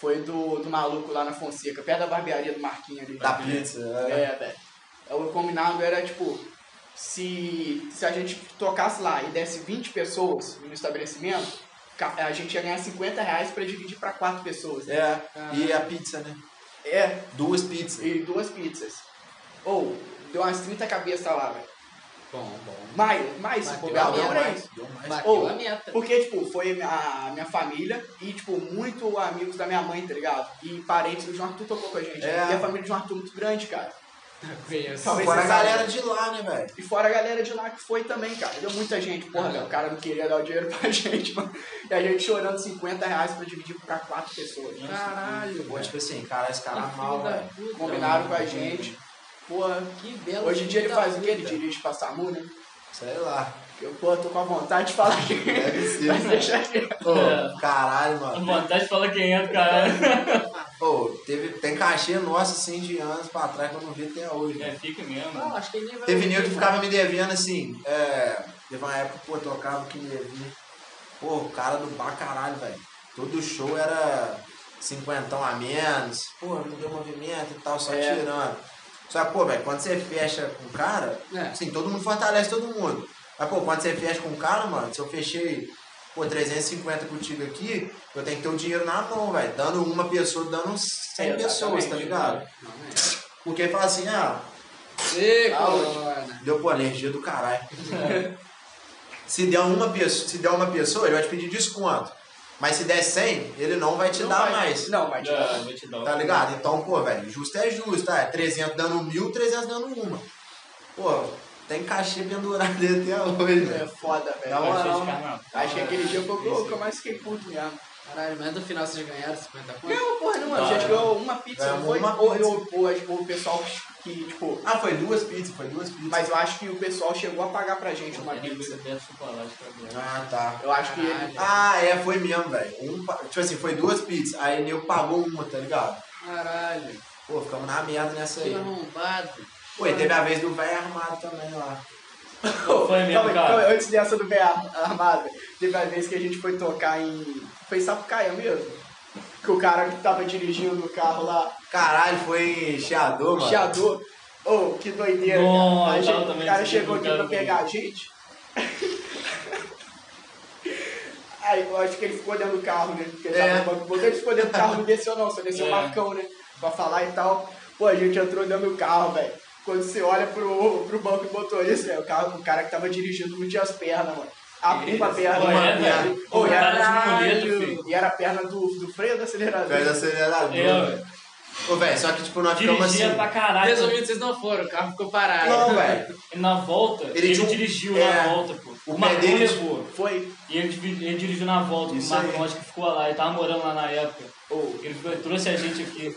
[SPEAKER 2] foi do, do maluco lá na Fonseca, perto da barbearia do Marquinhos ali.
[SPEAKER 4] Da pizza. É.
[SPEAKER 2] Tá É, velho. O combinado era, tipo, se, se a gente tocasse lá e desse 20 pessoas no estabelecimento, ca- a gente ia ganhar 50 reais pra dividir pra quatro pessoas. né?
[SPEAKER 4] É. E a pizza, né?
[SPEAKER 2] É,
[SPEAKER 4] Duas pizzas.
[SPEAKER 2] e duas pizzas. Ou, deu umas 30 cabeças lá, velho.
[SPEAKER 1] Bom, bom.
[SPEAKER 2] Mais, mais, se
[SPEAKER 1] Bateu
[SPEAKER 2] bobear,
[SPEAKER 1] a
[SPEAKER 2] deu né?
[SPEAKER 1] meta.
[SPEAKER 2] mais.
[SPEAKER 4] Deu mais.
[SPEAKER 1] Bateu
[SPEAKER 2] Ô,
[SPEAKER 1] a meta.
[SPEAKER 2] Porque, tipo, foi a minha família e, tipo, muito amigos da minha mãe, tá ligado? E parentes do João Arthur tocou com a gente.
[SPEAKER 4] É.
[SPEAKER 2] E a família do João Arthur é muito grande, cara.
[SPEAKER 1] Conheço.
[SPEAKER 2] Talvez
[SPEAKER 4] Fora a
[SPEAKER 2] você saiba.
[SPEAKER 4] galera de lá, né, velho?
[SPEAKER 2] E fora a galera de lá que foi também, cara. Deu muita gente. Porra, velho, o cara não queria dar o dinheiro pra gente, mano. E a gente chorando 50 reais pra dividir pra quatro pessoas.
[SPEAKER 1] Caralho.
[SPEAKER 4] Pô, tipo assim, cara, esse cara é
[SPEAKER 1] Que filho
[SPEAKER 4] mal,
[SPEAKER 1] da
[SPEAKER 4] velho.
[SPEAKER 1] puta,
[SPEAKER 2] Combinaram com
[SPEAKER 1] mano.
[SPEAKER 2] a gente. Porra.
[SPEAKER 1] Que belo.
[SPEAKER 2] Hoje em dia ele
[SPEAKER 1] filho da
[SPEAKER 2] faz o é. que? tá Ele
[SPEAKER 1] puta.
[SPEAKER 2] dirige pra SAMU, né?
[SPEAKER 4] Sei lá.
[SPEAKER 2] Eu, pô, tô com a vontade de falar que.
[SPEAKER 4] Deve ser.
[SPEAKER 2] Mas deixa aqui.
[SPEAKER 4] Pô, caralho,
[SPEAKER 5] A
[SPEAKER 4] mano.
[SPEAKER 5] vontade de falar quem é do caralho.
[SPEAKER 4] Pô, teve, tem cachê nosso, assim, de anos pra trás que eu não vi até hoje, né?
[SPEAKER 5] É, fica mesmo.
[SPEAKER 1] Não, acho que ele nem vai.
[SPEAKER 4] Teve
[SPEAKER 1] ouvir,
[SPEAKER 4] nego que
[SPEAKER 1] não.
[SPEAKER 4] ficava me devendo assim. É, teve uma época, pô, eu tocava que me devia. Pô, o cara do bar, caralho, velho. Todo show era cinquentão a menos. Pô, não deu movimento e tal, só
[SPEAKER 2] É.
[SPEAKER 4] tirando. Só que, pô, velho, quando você fecha com o cara,
[SPEAKER 1] É.
[SPEAKER 4] assim, todo mundo fortalece todo mundo. Mas, pô, quando você fecha com o cara, mano, se eu fechei, pô, 350 contigo aqui, eu tenho que ter o dinheiro na mão, velho. Dando uma pessoa, dando uns 100
[SPEAKER 2] É,
[SPEAKER 4] pessoas, tá
[SPEAKER 2] exatamente,
[SPEAKER 4] ligado?
[SPEAKER 1] Não, é.
[SPEAKER 4] Porque fala assim, ah,
[SPEAKER 2] Tá
[SPEAKER 1] Seco, mano.
[SPEAKER 4] Deu, pô, alergia do caralho. se, der uma pessoa, se der uma pessoa, ele vai te pedir desconto. Mas se der 100, ele não vai te
[SPEAKER 2] Não
[SPEAKER 4] dar
[SPEAKER 2] vai-
[SPEAKER 4] mais.
[SPEAKER 2] Não, vai te dar.
[SPEAKER 5] Já, vou te dar um-
[SPEAKER 4] Tá ligado? Então, pô, velho, justo é justo, tá? É 300 dando mil, 300 dando uma. Pô, tem cachê pendurado aí até hoje, né?
[SPEAKER 2] É
[SPEAKER 4] velho.
[SPEAKER 2] foda, velho.
[SPEAKER 4] Dá uma-
[SPEAKER 5] Cachê de
[SPEAKER 4] moral.
[SPEAKER 5] carnaval.
[SPEAKER 2] Acho que aquele dia foi o que eu mais fiquei puto mesmo.
[SPEAKER 1] Caralho, mas no final vocês ganharam 50 conto?
[SPEAKER 2] Não, porra, não,
[SPEAKER 5] Ah,
[SPEAKER 2] a gente
[SPEAKER 5] é.
[SPEAKER 2] ganhou uma pizza,
[SPEAKER 4] Ganhamos
[SPEAKER 2] não foi?
[SPEAKER 4] uma
[SPEAKER 2] ou,
[SPEAKER 4] pizza.
[SPEAKER 2] eu- ou, acho que o pessoal que, tipo.
[SPEAKER 4] Ah, foi duas pizzas, foi duas pizzas.
[SPEAKER 2] Mas eu acho que o pessoal chegou a pagar pra gente uma
[SPEAKER 5] Ele
[SPEAKER 2] pizza.
[SPEAKER 5] bebeu chocolate pra mim.
[SPEAKER 4] Ah, tá.
[SPEAKER 2] Eu acho que ele.
[SPEAKER 4] Ah, é, foi mesmo, velho. Um pa- Tipo assim, foi duas pizzas, aí eu pagou uma, tá ligado?
[SPEAKER 1] Caralho,
[SPEAKER 4] Pô, ficamos na merda nessa
[SPEAKER 1] que
[SPEAKER 4] aí.
[SPEAKER 1] arrombado.
[SPEAKER 4] Pô, e teve a vez do velho armado também lá.
[SPEAKER 5] Foi mesmo,
[SPEAKER 2] Ah, Calma aí,
[SPEAKER 5] cara.
[SPEAKER 2] calma aí, antes dessa do VA armada, teve a vez que a gente foi tocar em. Foi em Sapucaia mesmo. Que o cara que tava dirigindo o carro lá,
[SPEAKER 4] Caralho, foi em Chiador,
[SPEAKER 2] o
[SPEAKER 4] mano.
[SPEAKER 2] chiador, Ô, que doideira.
[SPEAKER 5] Nossa,
[SPEAKER 2] cara. A gente-
[SPEAKER 5] eu também
[SPEAKER 2] o cara
[SPEAKER 5] sei
[SPEAKER 2] chegou
[SPEAKER 5] que
[SPEAKER 2] aqui
[SPEAKER 5] eu
[SPEAKER 2] pra
[SPEAKER 5] quero
[SPEAKER 2] pegar a gente. Aí, eu acho que ele ficou dentro do carro, né? Porque ele
[SPEAKER 4] É.
[SPEAKER 2] tava no banco do motor, ele ficou dentro do carro, não desceu não, só desceu o
[SPEAKER 5] É.
[SPEAKER 2] Marcão, né? Pra falar e tal. Pô, a gente entrou dentro do carro, velho. Quando você olha pro, pro banco do motorista, velho, o, carro- o cara que tava dirigindo não tinha as pernas, mano. A
[SPEAKER 3] Ele-
[SPEAKER 2] uma perna,
[SPEAKER 5] Pô,
[SPEAKER 2] mano.
[SPEAKER 5] é, velho.
[SPEAKER 2] Ele- Ô, e era-
[SPEAKER 5] Caralho, um filho.
[SPEAKER 2] e era a perna do, do freio do acelerador.
[SPEAKER 4] Velho, acelerador.
[SPEAKER 5] Eu,
[SPEAKER 4] velho. Ô, velho, só que, tipo, nós ficamos
[SPEAKER 5] Dirigia
[SPEAKER 4] Tá assim.
[SPEAKER 5] pra caralho.
[SPEAKER 1] Resumindo, vocês não foram, o carro ficou parado.
[SPEAKER 4] Não, velho.
[SPEAKER 5] E Na volta,
[SPEAKER 4] Ele
[SPEAKER 5] ele,
[SPEAKER 4] tinha um-
[SPEAKER 5] dirigiu
[SPEAKER 4] é,
[SPEAKER 5] na volta, pô.
[SPEAKER 4] o
[SPEAKER 5] O,
[SPEAKER 4] pé
[SPEAKER 5] Marcão
[SPEAKER 4] dele- um-
[SPEAKER 5] levou.
[SPEAKER 2] Foi.
[SPEAKER 5] E ele, divi- ele dirigiu na volta,
[SPEAKER 4] Isso
[SPEAKER 5] o Marcão
[SPEAKER 4] aí.
[SPEAKER 5] acho que ficou lá, ele tava morando lá na época.
[SPEAKER 2] Ô,
[SPEAKER 5] Ele foi- trouxe a gente aqui.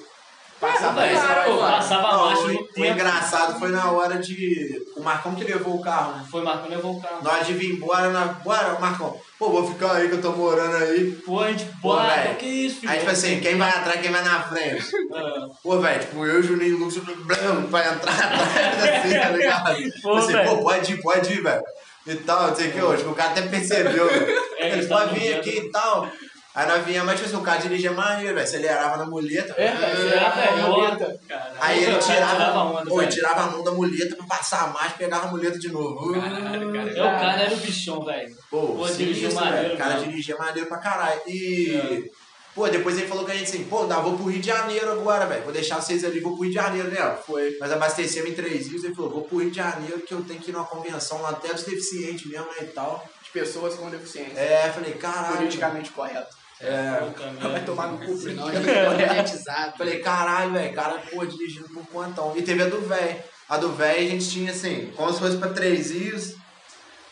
[SPEAKER 2] passava
[SPEAKER 1] velho,
[SPEAKER 2] essa-
[SPEAKER 1] claro,
[SPEAKER 5] pô,
[SPEAKER 1] mano.
[SPEAKER 5] passava
[SPEAKER 4] Não,
[SPEAKER 5] marcha
[SPEAKER 4] o,
[SPEAKER 5] no
[SPEAKER 4] o
[SPEAKER 5] tempo.
[SPEAKER 4] engraçado foi na hora de. O Marcão que levou o carro, né?
[SPEAKER 5] Foi, Marcão levou o carro.
[SPEAKER 4] Na hora de vir embora, na... bora, Marcão. Pô, vou ficar aí que eu tô morando aí.
[SPEAKER 5] Pô, a gente,
[SPEAKER 4] Pô,
[SPEAKER 5] pô,
[SPEAKER 4] velho.
[SPEAKER 5] que isso, filho? Ah.
[SPEAKER 4] Aí, tipo assim, quem vai atrás, quem vai na frente. Pô, velho, tipo, eu, Juninho e o Lucas, blam, vai entrar atrás, assim, tá ligado?
[SPEAKER 5] Pô,
[SPEAKER 4] assim,
[SPEAKER 5] velho.
[SPEAKER 4] pô, pode ir, pode ir, velho. E tal, não sei o que, hoje, o cara até percebeu, velho.
[SPEAKER 5] É,
[SPEAKER 4] Eles
[SPEAKER 5] eles tavam
[SPEAKER 4] podem vir
[SPEAKER 5] vendo.
[SPEAKER 4] aqui e tal. Aí nós vinha, mas tipo assim, o cara dirigia maneiro, velho, acelerava na muleta.
[SPEAKER 5] É, velho, acelerava, velho.
[SPEAKER 2] Violeta.
[SPEAKER 3] Cara,
[SPEAKER 4] Aí ele
[SPEAKER 5] Cara,
[SPEAKER 4] tirava,
[SPEAKER 5] tirava
[SPEAKER 4] a
[SPEAKER 5] a
[SPEAKER 4] onda,
[SPEAKER 5] onda,
[SPEAKER 4] ou,
[SPEAKER 5] velho.
[SPEAKER 4] tirava a mão da muleta pra passar a marcha, pegava a muleta de novo.
[SPEAKER 3] Caralho, cara.
[SPEAKER 5] É, o cara era o bichão, velho.
[SPEAKER 4] Pô,
[SPEAKER 5] Pô, dirigiu
[SPEAKER 4] sinistro, velho.
[SPEAKER 5] maneiro,
[SPEAKER 4] O cara
[SPEAKER 5] mano. É.
[SPEAKER 4] dirigia maneiro pra caralho. E. Pô, depois ele falou com a gente assim, pô, dá, vou pro Rio de Janeiro agora, velho. Vou deixar vocês ali, vou pro Rio de Janeiro, né? Foi. Nós abastecemos em três rios, ele falou, vou pro Rio de Janeiro que eu tenho que ir numa convenção lá até dos deficientes mesmo, né, e tal.
[SPEAKER 2] de pessoas com deficiência.
[SPEAKER 4] É, falei, caralho. mano.
[SPEAKER 2] Politicamente correto.
[SPEAKER 4] É.
[SPEAKER 5] Puta merda.
[SPEAKER 2] Vai tomar no cu,
[SPEAKER 1] Senão
[SPEAKER 2] Bruno.
[SPEAKER 1] a gente ficou monetizado.
[SPEAKER 4] Falei, caralho, velho, cara, pô, dirigindo por quantão. E teve a do véi. A do véi a gente tinha assim, como se fosse pra Três Rios,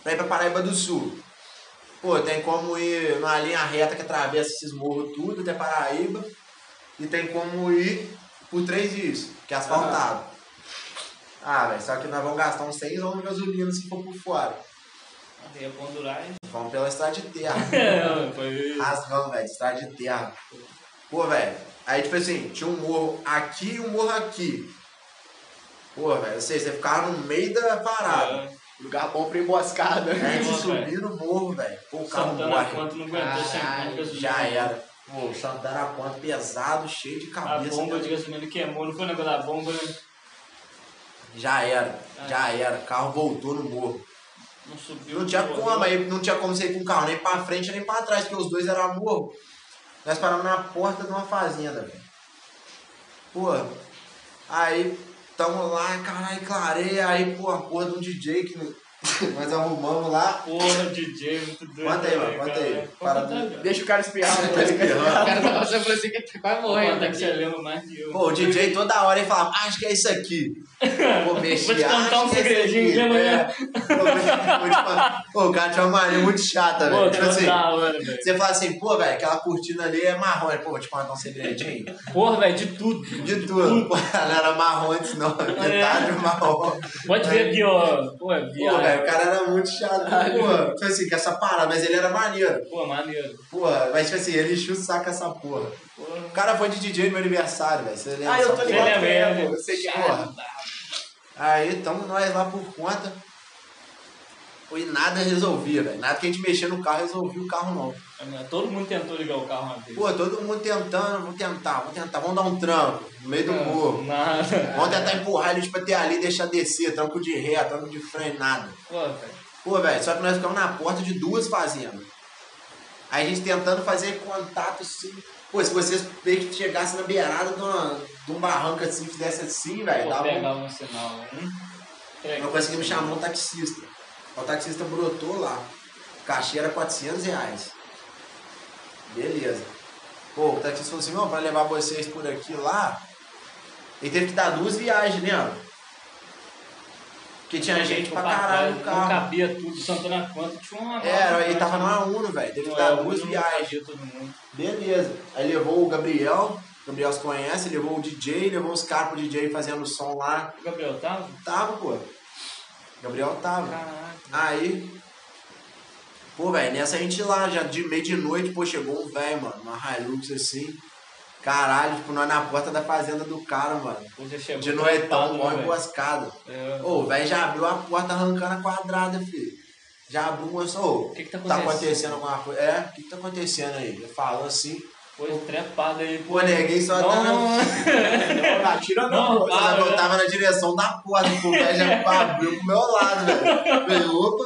[SPEAKER 4] pra ir pra Paraíba do Sul. Pô, tem como ir numa linha reta que atravessa esses morros tudo até Paraíba. E tem como ir por Três Rios, que é asfaltado. Ah, velho, só que nós vamos gastar uns 100 de gasolina se for por fora.
[SPEAKER 5] Ia pondurar e...
[SPEAKER 4] Vamos pela estrada de terra.
[SPEAKER 5] É, foi...
[SPEAKER 4] Rasgão, Ah, velho, estrada de terra. Pô, velho, aí tipo assim, tinha um morro aqui e um morro aqui. Pô, velho, ou seja, você ficava no meio da
[SPEAKER 5] Ah,
[SPEAKER 4] parada.
[SPEAKER 2] Lugar bom pra emboscada.
[SPEAKER 4] Aí a gente
[SPEAKER 5] Pô,
[SPEAKER 4] subia no morro, velho. Pô, o carro
[SPEAKER 5] É. Santana
[SPEAKER 4] morre.
[SPEAKER 5] quanto não aguentou,
[SPEAKER 1] Caralho,
[SPEAKER 5] chamando gasolina.
[SPEAKER 4] Já era. Pô, o Santana ponto pesado, cheio de
[SPEAKER 5] A
[SPEAKER 4] cabeça.
[SPEAKER 5] bomba
[SPEAKER 4] né?
[SPEAKER 5] de gasolina queimou, não foi o negócio da bomba, né?
[SPEAKER 4] Já era,
[SPEAKER 5] É.
[SPEAKER 4] já era. O carro voltou no morro.
[SPEAKER 5] Não
[SPEAKER 4] E
[SPEAKER 5] subiu.
[SPEAKER 4] não tinha
[SPEAKER 5] pô,
[SPEAKER 4] como, aí não tinha como você ir com o carro nem pra frente nem pra trás, porque os dois eram morro. Nós paramos na porta de uma fazenda, velho. Pô, aí tamo lá, caralho, clareia, aí, pô, a porra de um DJ que nós arrumamos lá.
[SPEAKER 5] Porra, DJ, muito doido.
[SPEAKER 4] Conta aí, mano,
[SPEAKER 5] né,
[SPEAKER 4] conta
[SPEAKER 5] cara?
[SPEAKER 4] aí.
[SPEAKER 5] Pode
[SPEAKER 4] Para-
[SPEAKER 5] contar, cara.
[SPEAKER 2] Deixa o cara espiar. né?
[SPEAKER 1] O cara tava passando por assim que tá quase morrendo
[SPEAKER 5] Conta que você
[SPEAKER 1] aqui.
[SPEAKER 5] lembra mais que eu.
[SPEAKER 4] Pô, o DJ toda hora ele falava, acho que é isso aqui. Pô, mexia,
[SPEAKER 5] Vou te contar
[SPEAKER 4] "Acho
[SPEAKER 5] um
[SPEAKER 4] que é isso
[SPEAKER 5] segredinho,
[SPEAKER 4] aqui."
[SPEAKER 5] né, mano?
[SPEAKER 4] É. Pô, vou te falar. Pô, o cara tinha uma mania muito chata,
[SPEAKER 5] Pô,
[SPEAKER 4] velho. Tipo
[SPEAKER 5] tipo
[SPEAKER 4] assim,
[SPEAKER 5] da hora, velho.
[SPEAKER 4] você fala assim, pô, velho, aquela cortina ali é marrom. Ele, Pô, vou te contar um segredinho.
[SPEAKER 5] Porra, velho, de tudo.
[SPEAKER 4] De tudo. Pô, ela era marrom antes, não.
[SPEAKER 2] É.
[SPEAKER 4] Metade marrom.
[SPEAKER 5] Pode ver aqui, ó. Pô, é
[SPEAKER 4] Pô, velho, o
[SPEAKER 5] viado.
[SPEAKER 4] cara era muito chato. Pô, tipo assim, com essa parada, mas ele era maneiro.
[SPEAKER 5] Pô, é maneiro.
[SPEAKER 4] Porra, mas tipo assim, ele encheu o saco essa porra. O cara foi de DJ no meu aniversário, velho. Você lembra?
[SPEAKER 2] Ah, eu tô
[SPEAKER 4] dessa
[SPEAKER 2] ligado.
[SPEAKER 5] Ele é
[SPEAKER 2] quem é,
[SPEAKER 5] mesmo.
[SPEAKER 2] pô. Eu sei que é.
[SPEAKER 4] Porra. Aí tamo nós lá por conta. E nada resolvia, velho. Nada que a gente mexia no carro resolvia o carro, não.
[SPEAKER 5] Todo mundo tentou ligar o carro uma vez.
[SPEAKER 4] Pô, todo mundo tentando, vamos tentar, vamos tentar, vamos dar um tranco no meio
[SPEAKER 5] É.
[SPEAKER 4] do morro.
[SPEAKER 5] Nada.
[SPEAKER 4] Vamos tentar empurrar eles pra ter ali, deixar descer, tranco de ré, tranco de freio, nada.
[SPEAKER 5] Pô, velho.
[SPEAKER 4] Pô, velho, só que nós ficamos na porta de duas fazendas. Aí a gente tentando fazer contato assim. Pô, se vocês meio que chegassem na beirada de, uma- de um barranco assim, fizesse assim, velho,
[SPEAKER 5] Pô,
[SPEAKER 4] dava um
[SPEAKER 5] pegava um sinal, hein? Pega.
[SPEAKER 4] Nós conseguimos chamar um taxista. O taxista brotou lá. O cachê era 400 reais. Beleza. Pô, o taxista falou assim, não, pra levar vocês por aqui lá, ele teve que dar duas viagens, né? ó? Porque tinha gente pra caralho no
[SPEAKER 5] Não
[SPEAKER 4] carro.
[SPEAKER 5] cabia tudo. Santana quanto tinha uma...
[SPEAKER 4] Era, ele tava numa Uno, velho. Teve que dar
[SPEAKER 5] Não, um.
[SPEAKER 4] duas
[SPEAKER 5] é, não
[SPEAKER 4] viagens.
[SPEAKER 5] cabia todo mundo.
[SPEAKER 4] Beleza. Aí levou o Gabriel, o Gabriel se conhece, levou o DJ, levou os caras pro DJ fazendo som lá.
[SPEAKER 5] O Gabriel tá? tava?
[SPEAKER 4] Tava, pô. Gabriel tava.
[SPEAKER 5] Caraca.
[SPEAKER 4] Aí. Pô, velho, nessa a gente lá, já de meio de noite, pô, chegou um velho, mano, uma Hilux assim. Caralho, tipo, nós na porta da fazenda do cara, mano.
[SPEAKER 5] Pô, você chegou
[SPEAKER 4] De noitão,
[SPEAKER 5] preocupado,
[SPEAKER 4] mó
[SPEAKER 5] né,
[SPEAKER 4] emboscada.
[SPEAKER 5] velho? É.
[SPEAKER 4] Ô, o velho já abriu a porta arrancando a quadrada, filho. Já abriu, mostrou. Ô,
[SPEAKER 5] Que que tá
[SPEAKER 4] Tá
[SPEAKER 5] acontecendo?
[SPEAKER 4] acontecendo alguma coisa? É, o que, que tá acontecendo aí? Ele falou assim. Pô,
[SPEAKER 5] Coisa trepada aí,
[SPEAKER 4] Pô, neguei só
[SPEAKER 5] Não,
[SPEAKER 4] tá na-
[SPEAKER 5] não,
[SPEAKER 2] Não, não atira não.
[SPEAKER 5] Não,
[SPEAKER 2] pô.
[SPEAKER 5] para.
[SPEAKER 4] Ela voltava na direção da porta, pô, o velho já abriu pro meu lado, velho. Falei, opa,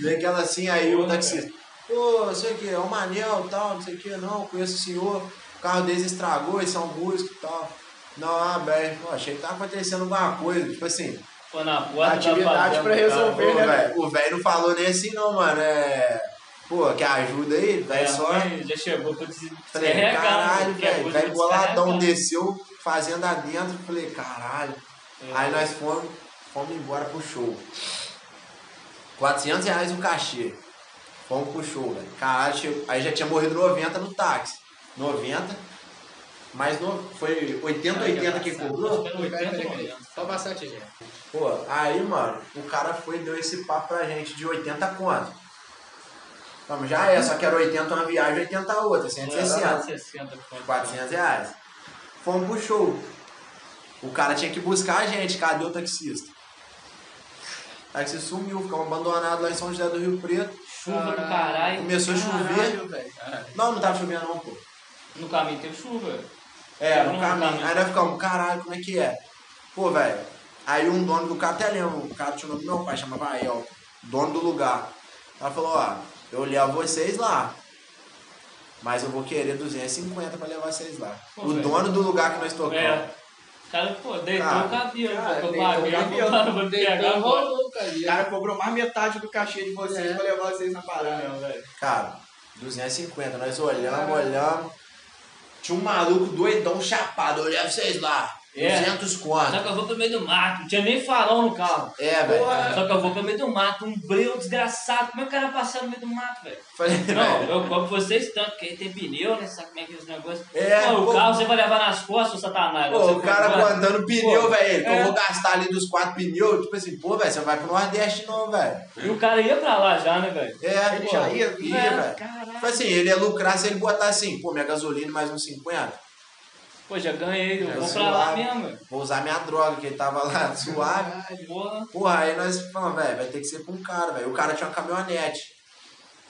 [SPEAKER 4] dei aquela assim, aí o taxista, pô, não sei o que, é o Manel e tal, não sei o que, não, conheço o senhor, o carro deles estragou, eles são músicos e tal. Não, ah, bem, pô, achei que tava acontecendo alguma coisa, tipo assim,
[SPEAKER 5] Pô, na porta
[SPEAKER 2] Atividade
[SPEAKER 5] da favela,
[SPEAKER 2] pra
[SPEAKER 4] pô,
[SPEAKER 2] resolver. né,
[SPEAKER 4] velho, o velho não falou nem assim não, mano, é, pô, quer ajuda aí,
[SPEAKER 5] Cara. É,
[SPEAKER 4] velho, só...
[SPEAKER 5] mas Já chegou pra des-
[SPEAKER 4] Falei,
[SPEAKER 5] descarregar. né?
[SPEAKER 4] caralho,
[SPEAKER 5] porque a
[SPEAKER 4] velho.
[SPEAKER 5] é coisa
[SPEAKER 4] Velho
[SPEAKER 5] pra
[SPEAKER 4] boladão
[SPEAKER 5] descarregar.
[SPEAKER 4] desceu, fazenda dentro. Falei, caralho.
[SPEAKER 5] É.
[SPEAKER 4] Aí nós fomos, fomos embora pro show. 400 reais o cachê. Fomos pro show, velho. Caralho, chegou- aí já tinha morrido 90 no táxi. 90. Mas no, foi 80, 80 que cobrou.
[SPEAKER 5] Acho que era 80
[SPEAKER 1] tá
[SPEAKER 5] ou 90.
[SPEAKER 1] Só bastante, gente.
[SPEAKER 4] Pô, aí, mano, o cara foi e deu esse papo pra gente de 80 conto. Então, já é, só que era 80 uma viagem, 80 outra, 160.
[SPEAKER 5] 460.
[SPEAKER 4] Foi 400 reais. Fomos pro show. O cara tinha que buscar a gente. Cadê o taxista? O taxista sumiu, ficou abandonado lá em São José do Rio Preto.
[SPEAKER 5] Chuva do caralho.
[SPEAKER 4] Começou a chover.
[SPEAKER 1] Caralho, velho.
[SPEAKER 4] Não, não tava chovendo não, pô.
[SPEAKER 5] No caminho teve chuva.
[SPEAKER 4] É,
[SPEAKER 5] Não, não.
[SPEAKER 4] no caminho. Aí nós ficamos, caralho, como é que é? Pô, velho. Aí um dono do carro, até lembro, o cara tinha o nome do meu pai, chamava Aiel, dono do lugar. Ela falou, ó, eu levo vocês lá. Mas eu vou querer 250 pra levar vocês lá.
[SPEAKER 5] Pô,
[SPEAKER 4] o
[SPEAKER 5] velho.
[SPEAKER 4] dono do lugar que nós tocamos.
[SPEAKER 5] É. O cara, pô, deitou
[SPEAKER 4] Cara,
[SPEAKER 5] o cabelo.
[SPEAKER 2] cara,
[SPEAKER 5] pô,
[SPEAKER 2] deitou o
[SPEAKER 5] paguei,
[SPEAKER 2] cabelo.
[SPEAKER 5] agora vou pegar
[SPEAKER 1] Então,
[SPEAKER 5] agora.
[SPEAKER 1] rolou, cara.
[SPEAKER 2] O cara cobrou mais metade do cachê de vocês
[SPEAKER 1] É.
[SPEAKER 2] pra levar vocês na parada.
[SPEAKER 5] Não, velho.
[SPEAKER 4] Cara, 250, nós olhamos, olhamos. Tinha um maluco doidão chapado, olhava vocês lá.
[SPEAKER 5] É.
[SPEAKER 4] 200
[SPEAKER 5] Só
[SPEAKER 4] conto.
[SPEAKER 5] que eu vou pro meio do mato, não tinha nem farol no carro.
[SPEAKER 4] É, velho.
[SPEAKER 5] Só que eu vou pro meio do mato, um breu desgraçado. Como é que o cara passar no meio do mato, velho?
[SPEAKER 4] Falei,
[SPEAKER 5] Não,
[SPEAKER 4] velho.
[SPEAKER 5] eu cobro vocês tanto, porque aí tem pneu, né? Sabe como é que é os negócios?
[SPEAKER 4] É,
[SPEAKER 5] Pô, o
[SPEAKER 4] pô.
[SPEAKER 5] carro você vai levar nas costas, ô satanás.
[SPEAKER 4] Pô,
[SPEAKER 5] Você
[SPEAKER 4] o cara
[SPEAKER 5] compra-
[SPEAKER 4] aguentando pneu,
[SPEAKER 5] Pô,
[SPEAKER 4] velho. Então
[SPEAKER 5] é.
[SPEAKER 4] eu vou gastar ali dos quatro pneus. Tipo assim, pô, velho, você vai pro Nordeste não, velho.
[SPEAKER 5] E o cara ia pra lá já, né, velho?
[SPEAKER 4] É,
[SPEAKER 2] Ele
[SPEAKER 4] pô,
[SPEAKER 2] já ia?
[SPEAKER 5] É,
[SPEAKER 4] velho.
[SPEAKER 5] caralho.
[SPEAKER 4] Tipo assim, ele ia lucrar se ele botar assim, pô, minha gasolina mais uns 50.
[SPEAKER 5] Pô, já ganhei, eu
[SPEAKER 4] É,
[SPEAKER 5] vou pra lá
[SPEAKER 4] suave.
[SPEAKER 5] mesmo, velho.
[SPEAKER 4] Vou usar minha droga, que ele tava lá suave.
[SPEAKER 5] Porra.
[SPEAKER 4] Porra, aí nós falamos, velho, vai ter que ser com um cara, velho. O cara tinha uma caminhonete.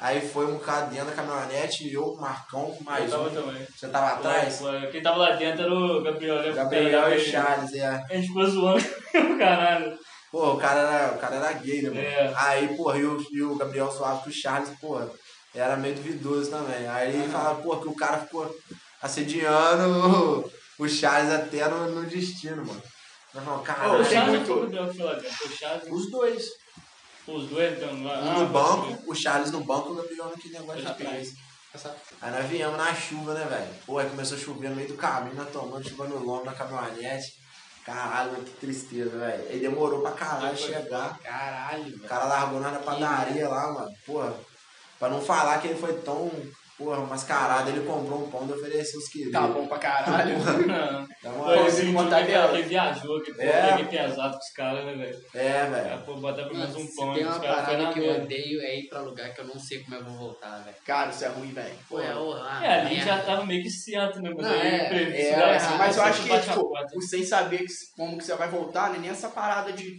[SPEAKER 4] Aí foi um cara dentro da caminhonete e eu, Marcão,
[SPEAKER 5] eu
[SPEAKER 4] mais
[SPEAKER 5] tava
[SPEAKER 4] um.
[SPEAKER 5] também.
[SPEAKER 4] Você tava atrás?
[SPEAKER 5] Pô, pô, Quem tava lá dentro era o Gabriel, né?
[SPEAKER 4] Gabriel e
[SPEAKER 5] Ele-
[SPEAKER 4] Charles, é.
[SPEAKER 5] A gente ficou zoando o caralho.
[SPEAKER 4] Pô, o cara era, o cara era gay, né, mano?
[SPEAKER 5] É.
[SPEAKER 4] Aí, porra, e o, e o Gabriel suave com o Charles, porra, era meio duvidoso também. Aí
[SPEAKER 5] Ah.
[SPEAKER 4] ele falava, porra, que o cara ficou assediando o, o Charles até no, no destino, mano. Nós falamos,
[SPEAKER 5] O
[SPEAKER 4] caralho,
[SPEAKER 2] tem
[SPEAKER 5] Chaves não
[SPEAKER 2] muito-
[SPEAKER 5] foi o Gabriel que foi lá dentro. Foi O Chaves,
[SPEAKER 4] os dois.
[SPEAKER 5] os dois então, lá.
[SPEAKER 4] Um
[SPEAKER 5] ah,
[SPEAKER 4] no banco, o Charles no banco e o Gabriel naquele negócio de
[SPEAKER 5] Pode crer.
[SPEAKER 4] atrás. Aí nós viemos na chuva, né, velho? Pô, aí começou a chover no meio do caminho, nós tomando chuva no lombo na caminhonete. Caralho, que tristeza, velho. Ele demorou pra caralho chegar.
[SPEAKER 1] Caralho,
[SPEAKER 4] O
[SPEAKER 1] velho.
[SPEAKER 4] cara largou nós na padaria lá, mano. Porra, pra não falar que ele foi tão, porra, mascarado, ele comprou um pão e ofereceu os quilos.
[SPEAKER 2] Tá bom pra caralho.
[SPEAKER 5] Não. Pô,
[SPEAKER 4] Dá uma-
[SPEAKER 2] Foi.
[SPEAKER 5] esse
[SPEAKER 2] Consigo
[SPEAKER 5] dia
[SPEAKER 2] contar
[SPEAKER 5] que
[SPEAKER 2] dela.
[SPEAKER 5] ele viajou, que pô,
[SPEAKER 4] É.
[SPEAKER 5] peguei pesado com os caras, né, velho?
[SPEAKER 4] É, velho.
[SPEAKER 5] Cara, Pô, botar pelo menos
[SPEAKER 1] Mano,
[SPEAKER 5] um
[SPEAKER 1] se
[SPEAKER 5] pão aí,
[SPEAKER 1] tem
[SPEAKER 5] os
[SPEAKER 1] uma
[SPEAKER 5] caras foi
[SPEAKER 1] parada
[SPEAKER 5] na
[SPEAKER 1] que eu
[SPEAKER 5] merda.
[SPEAKER 1] odeio é ir pra lugar que eu não sei como eu vou voltar, velho.
[SPEAKER 2] Cara, isso é ruim, velho.
[SPEAKER 1] Pô, é horror.
[SPEAKER 5] É, a gente já tava meio que ciente, né? Mas
[SPEAKER 1] Não,
[SPEAKER 5] aí,
[SPEAKER 1] é,
[SPEAKER 5] previsto,
[SPEAKER 1] é,
[SPEAKER 5] cara,
[SPEAKER 1] é,
[SPEAKER 5] assim,
[SPEAKER 2] Mas eu
[SPEAKER 5] você
[SPEAKER 2] acho que,
[SPEAKER 5] bate a
[SPEAKER 2] tipo,
[SPEAKER 5] porta.
[SPEAKER 2] o sem saber que- como que você vai voltar, né? Nem essa parada de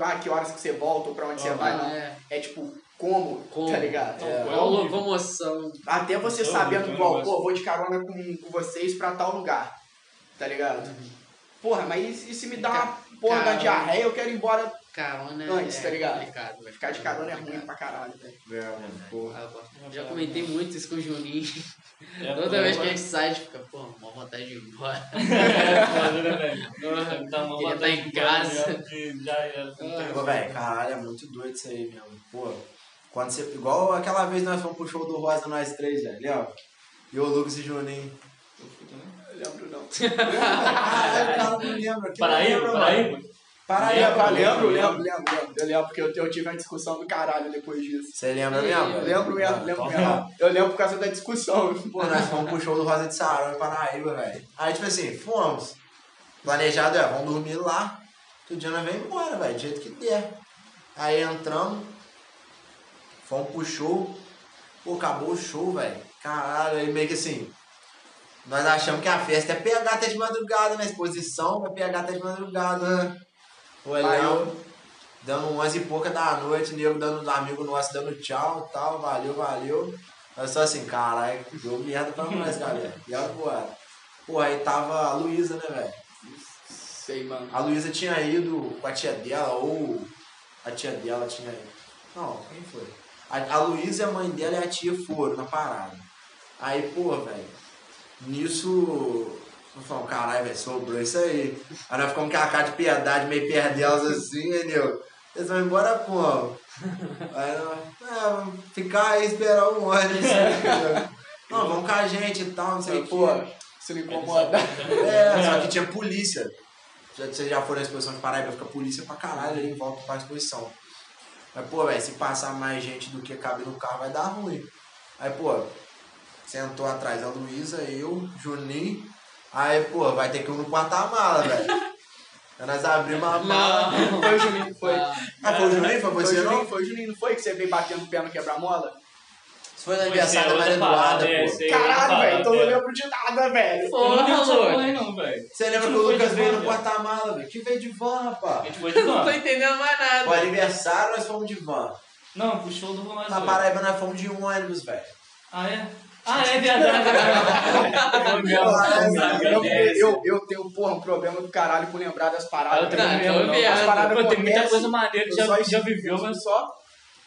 [SPEAKER 2] ah, que horas que você volta ou pra onde você
[SPEAKER 5] Aham.
[SPEAKER 2] vai, não.
[SPEAKER 1] É.
[SPEAKER 2] É tipo, como,
[SPEAKER 1] Como?
[SPEAKER 2] tá ligado?
[SPEAKER 5] É.
[SPEAKER 1] Qual a locomoção?
[SPEAKER 2] Até você
[SPEAKER 5] Então,
[SPEAKER 2] sabendo,
[SPEAKER 5] então,
[SPEAKER 2] igual,
[SPEAKER 5] negócio.
[SPEAKER 2] pô, vou de carona com, com vocês pra tal lugar, tá ligado?
[SPEAKER 5] Uhum.
[SPEAKER 2] Porra, mas e se
[SPEAKER 5] É
[SPEAKER 2] me dá uma porra da
[SPEAKER 5] né?
[SPEAKER 1] carona.
[SPEAKER 2] diarreia, eu quero ir embora.
[SPEAKER 1] Carona é,
[SPEAKER 2] Antes, tá ligado?
[SPEAKER 1] complicado, velho.
[SPEAKER 2] Ficar de carona é ruim pra caralho, velho.
[SPEAKER 4] É, mano, porra.
[SPEAKER 1] Ah, pô. Já comentei muito isso com o Juninho.
[SPEAKER 5] É, pô,
[SPEAKER 1] Toda vez que a
[SPEAKER 5] é,
[SPEAKER 1] gente sai, a gente fica, pô, mó vontade de ir embora.
[SPEAKER 5] foda, né, velho? Tá uma
[SPEAKER 1] Queria
[SPEAKER 5] vontade
[SPEAKER 1] tá em
[SPEAKER 5] de parar
[SPEAKER 1] casa.
[SPEAKER 5] mesmo, que já era.
[SPEAKER 4] Pô, velho, caralho, é muito doido isso aí mesmo. Pô, quando você. Igual aquela vez nós fomos pro show do Rosa, nós três, velho. Léo. E o Lucas e o Juninho.
[SPEAKER 2] Eu lembro não. Ah,
[SPEAKER 4] Caralho, o cara não lembra. que
[SPEAKER 5] Paraíba,
[SPEAKER 4] lembra, mano?
[SPEAKER 5] Paraíba.
[SPEAKER 4] Paraíba.
[SPEAKER 2] Lembro, lembro, lembro, lembro, lembro. Eu lembro porque eu, eu tive uma discussão do caralho depois disso.
[SPEAKER 4] Você lembra
[SPEAKER 1] Eu
[SPEAKER 4] mesmo?
[SPEAKER 2] Eu lembro
[SPEAKER 5] Ah,
[SPEAKER 2] mesmo, lembro
[SPEAKER 5] tá
[SPEAKER 2] mesmo. Eu lembro por causa da discussão.
[SPEAKER 4] Pô, nós fomos pro show do Rosa de Sarau em Paraíba, velho. Aí, tipo assim, fomos. Planejado é, vamos dormir lá. Todo dia nós vamos embora, velho, do jeito que der. Aí entramos, fomos pro show. Pô, acabou o show, velho. Caralho, aí meio que assim. Nós achamos que a festa é pegar até de madrugada na exposição, vai pegar até de madrugada. Olhão, dando umas e pouca da noite, nego dando amigo nosso, dando tchau, tal, valeu, valeu. Eu só assim, caralho, deu merda pra nós, galera. E agora? Pô, aí tava a Luísa, né, velho?
[SPEAKER 1] Sei, mano.
[SPEAKER 4] A Luísa tinha ido com a tia dela, ou a tia dela tinha ido. Não, quem foi? A, a Luísa, a mãe dela e a tia foram na parada. Aí, pô, velho, nisso. Eu falo, caralho, velho, sobrou isso aí. Aí nós ficamos com a cara de piedade, meio perdelas assim, entendeu? Eles vão embora como? Aí nós, é, vamos ficar aí e esperar um ônibus. entendeu? Não, vão com a gente e tal, não sei o que.
[SPEAKER 2] Pô, se não incomoda.
[SPEAKER 4] É, só que tinha polícia. Já, vocês já foram na exposição de Paraíba, fica polícia pra caralho ali em volta pra exposição. Mas, pô, velho, se passar mais gente do que cabe no carro, vai dar ruim. Aí, pô, sentou atrás a Luísa, eu, Juninho. Aí, pô, vai ter que ir no porta-mala, velho. Aí nós abrimos a mala.
[SPEAKER 1] Não.
[SPEAKER 2] Foi o Juninho, foi.
[SPEAKER 4] Ah,
[SPEAKER 5] É.
[SPEAKER 4] foi o Juninho? Foi
[SPEAKER 2] Foi o
[SPEAKER 4] você,
[SPEAKER 2] Juninho,
[SPEAKER 4] não?
[SPEAKER 2] foi o Juninho, não foi que você veio batendo o pé no quebra-mola?
[SPEAKER 4] Isso foi
[SPEAKER 5] Pois
[SPEAKER 4] no
[SPEAKER 5] é,
[SPEAKER 4] aniversário da
[SPEAKER 5] outra
[SPEAKER 4] Maria Eduarda,
[SPEAKER 5] parada, é,
[SPEAKER 4] pô.
[SPEAKER 5] isso aí, outra
[SPEAKER 2] Caralho,
[SPEAKER 5] parada,
[SPEAKER 2] velho, então eu não
[SPEAKER 5] é.
[SPEAKER 2] lembro de nada, velho.
[SPEAKER 5] Eu não
[SPEAKER 1] Porra,
[SPEAKER 5] lembro dessa porra
[SPEAKER 1] louco.
[SPEAKER 5] aí não, velho.
[SPEAKER 4] Você lembra
[SPEAKER 5] Não
[SPEAKER 4] que o
[SPEAKER 5] foi
[SPEAKER 4] Lucas
[SPEAKER 5] de
[SPEAKER 4] veio no
[SPEAKER 5] van, velho.
[SPEAKER 4] porta-mala, velho? Que veio de van,
[SPEAKER 5] A
[SPEAKER 4] rapaz.
[SPEAKER 5] gente foi de
[SPEAKER 1] Eu não tô
[SPEAKER 5] van.
[SPEAKER 1] entendendo mais
[SPEAKER 4] O
[SPEAKER 1] nada.
[SPEAKER 4] aniversário nós fomos de van.
[SPEAKER 5] Não, puxou do Romance.
[SPEAKER 4] Na Paraíba nós fomos de um ônibus, velho.
[SPEAKER 5] Ah, é? Ah, é verdade. cara. Foi mesmo.
[SPEAKER 2] Porra,
[SPEAKER 5] Sabe,
[SPEAKER 2] eu,
[SPEAKER 5] acontece.
[SPEAKER 2] eu, eu tenho, porra, um problema do caralho por lembrar das
[SPEAKER 5] Ah, eu
[SPEAKER 2] paradas.
[SPEAKER 5] também
[SPEAKER 1] Não,
[SPEAKER 5] não
[SPEAKER 1] então
[SPEAKER 5] lembro, não.
[SPEAKER 1] viado.
[SPEAKER 5] As paradas
[SPEAKER 2] Pô,
[SPEAKER 5] Tem muita
[SPEAKER 2] acontece.
[SPEAKER 5] coisa maneira que
[SPEAKER 2] Eu só
[SPEAKER 5] já, já
[SPEAKER 2] estudo,
[SPEAKER 5] viveu,
[SPEAKER 2] eu
[SPEAKER 5] mas
[SPEAKER 2] só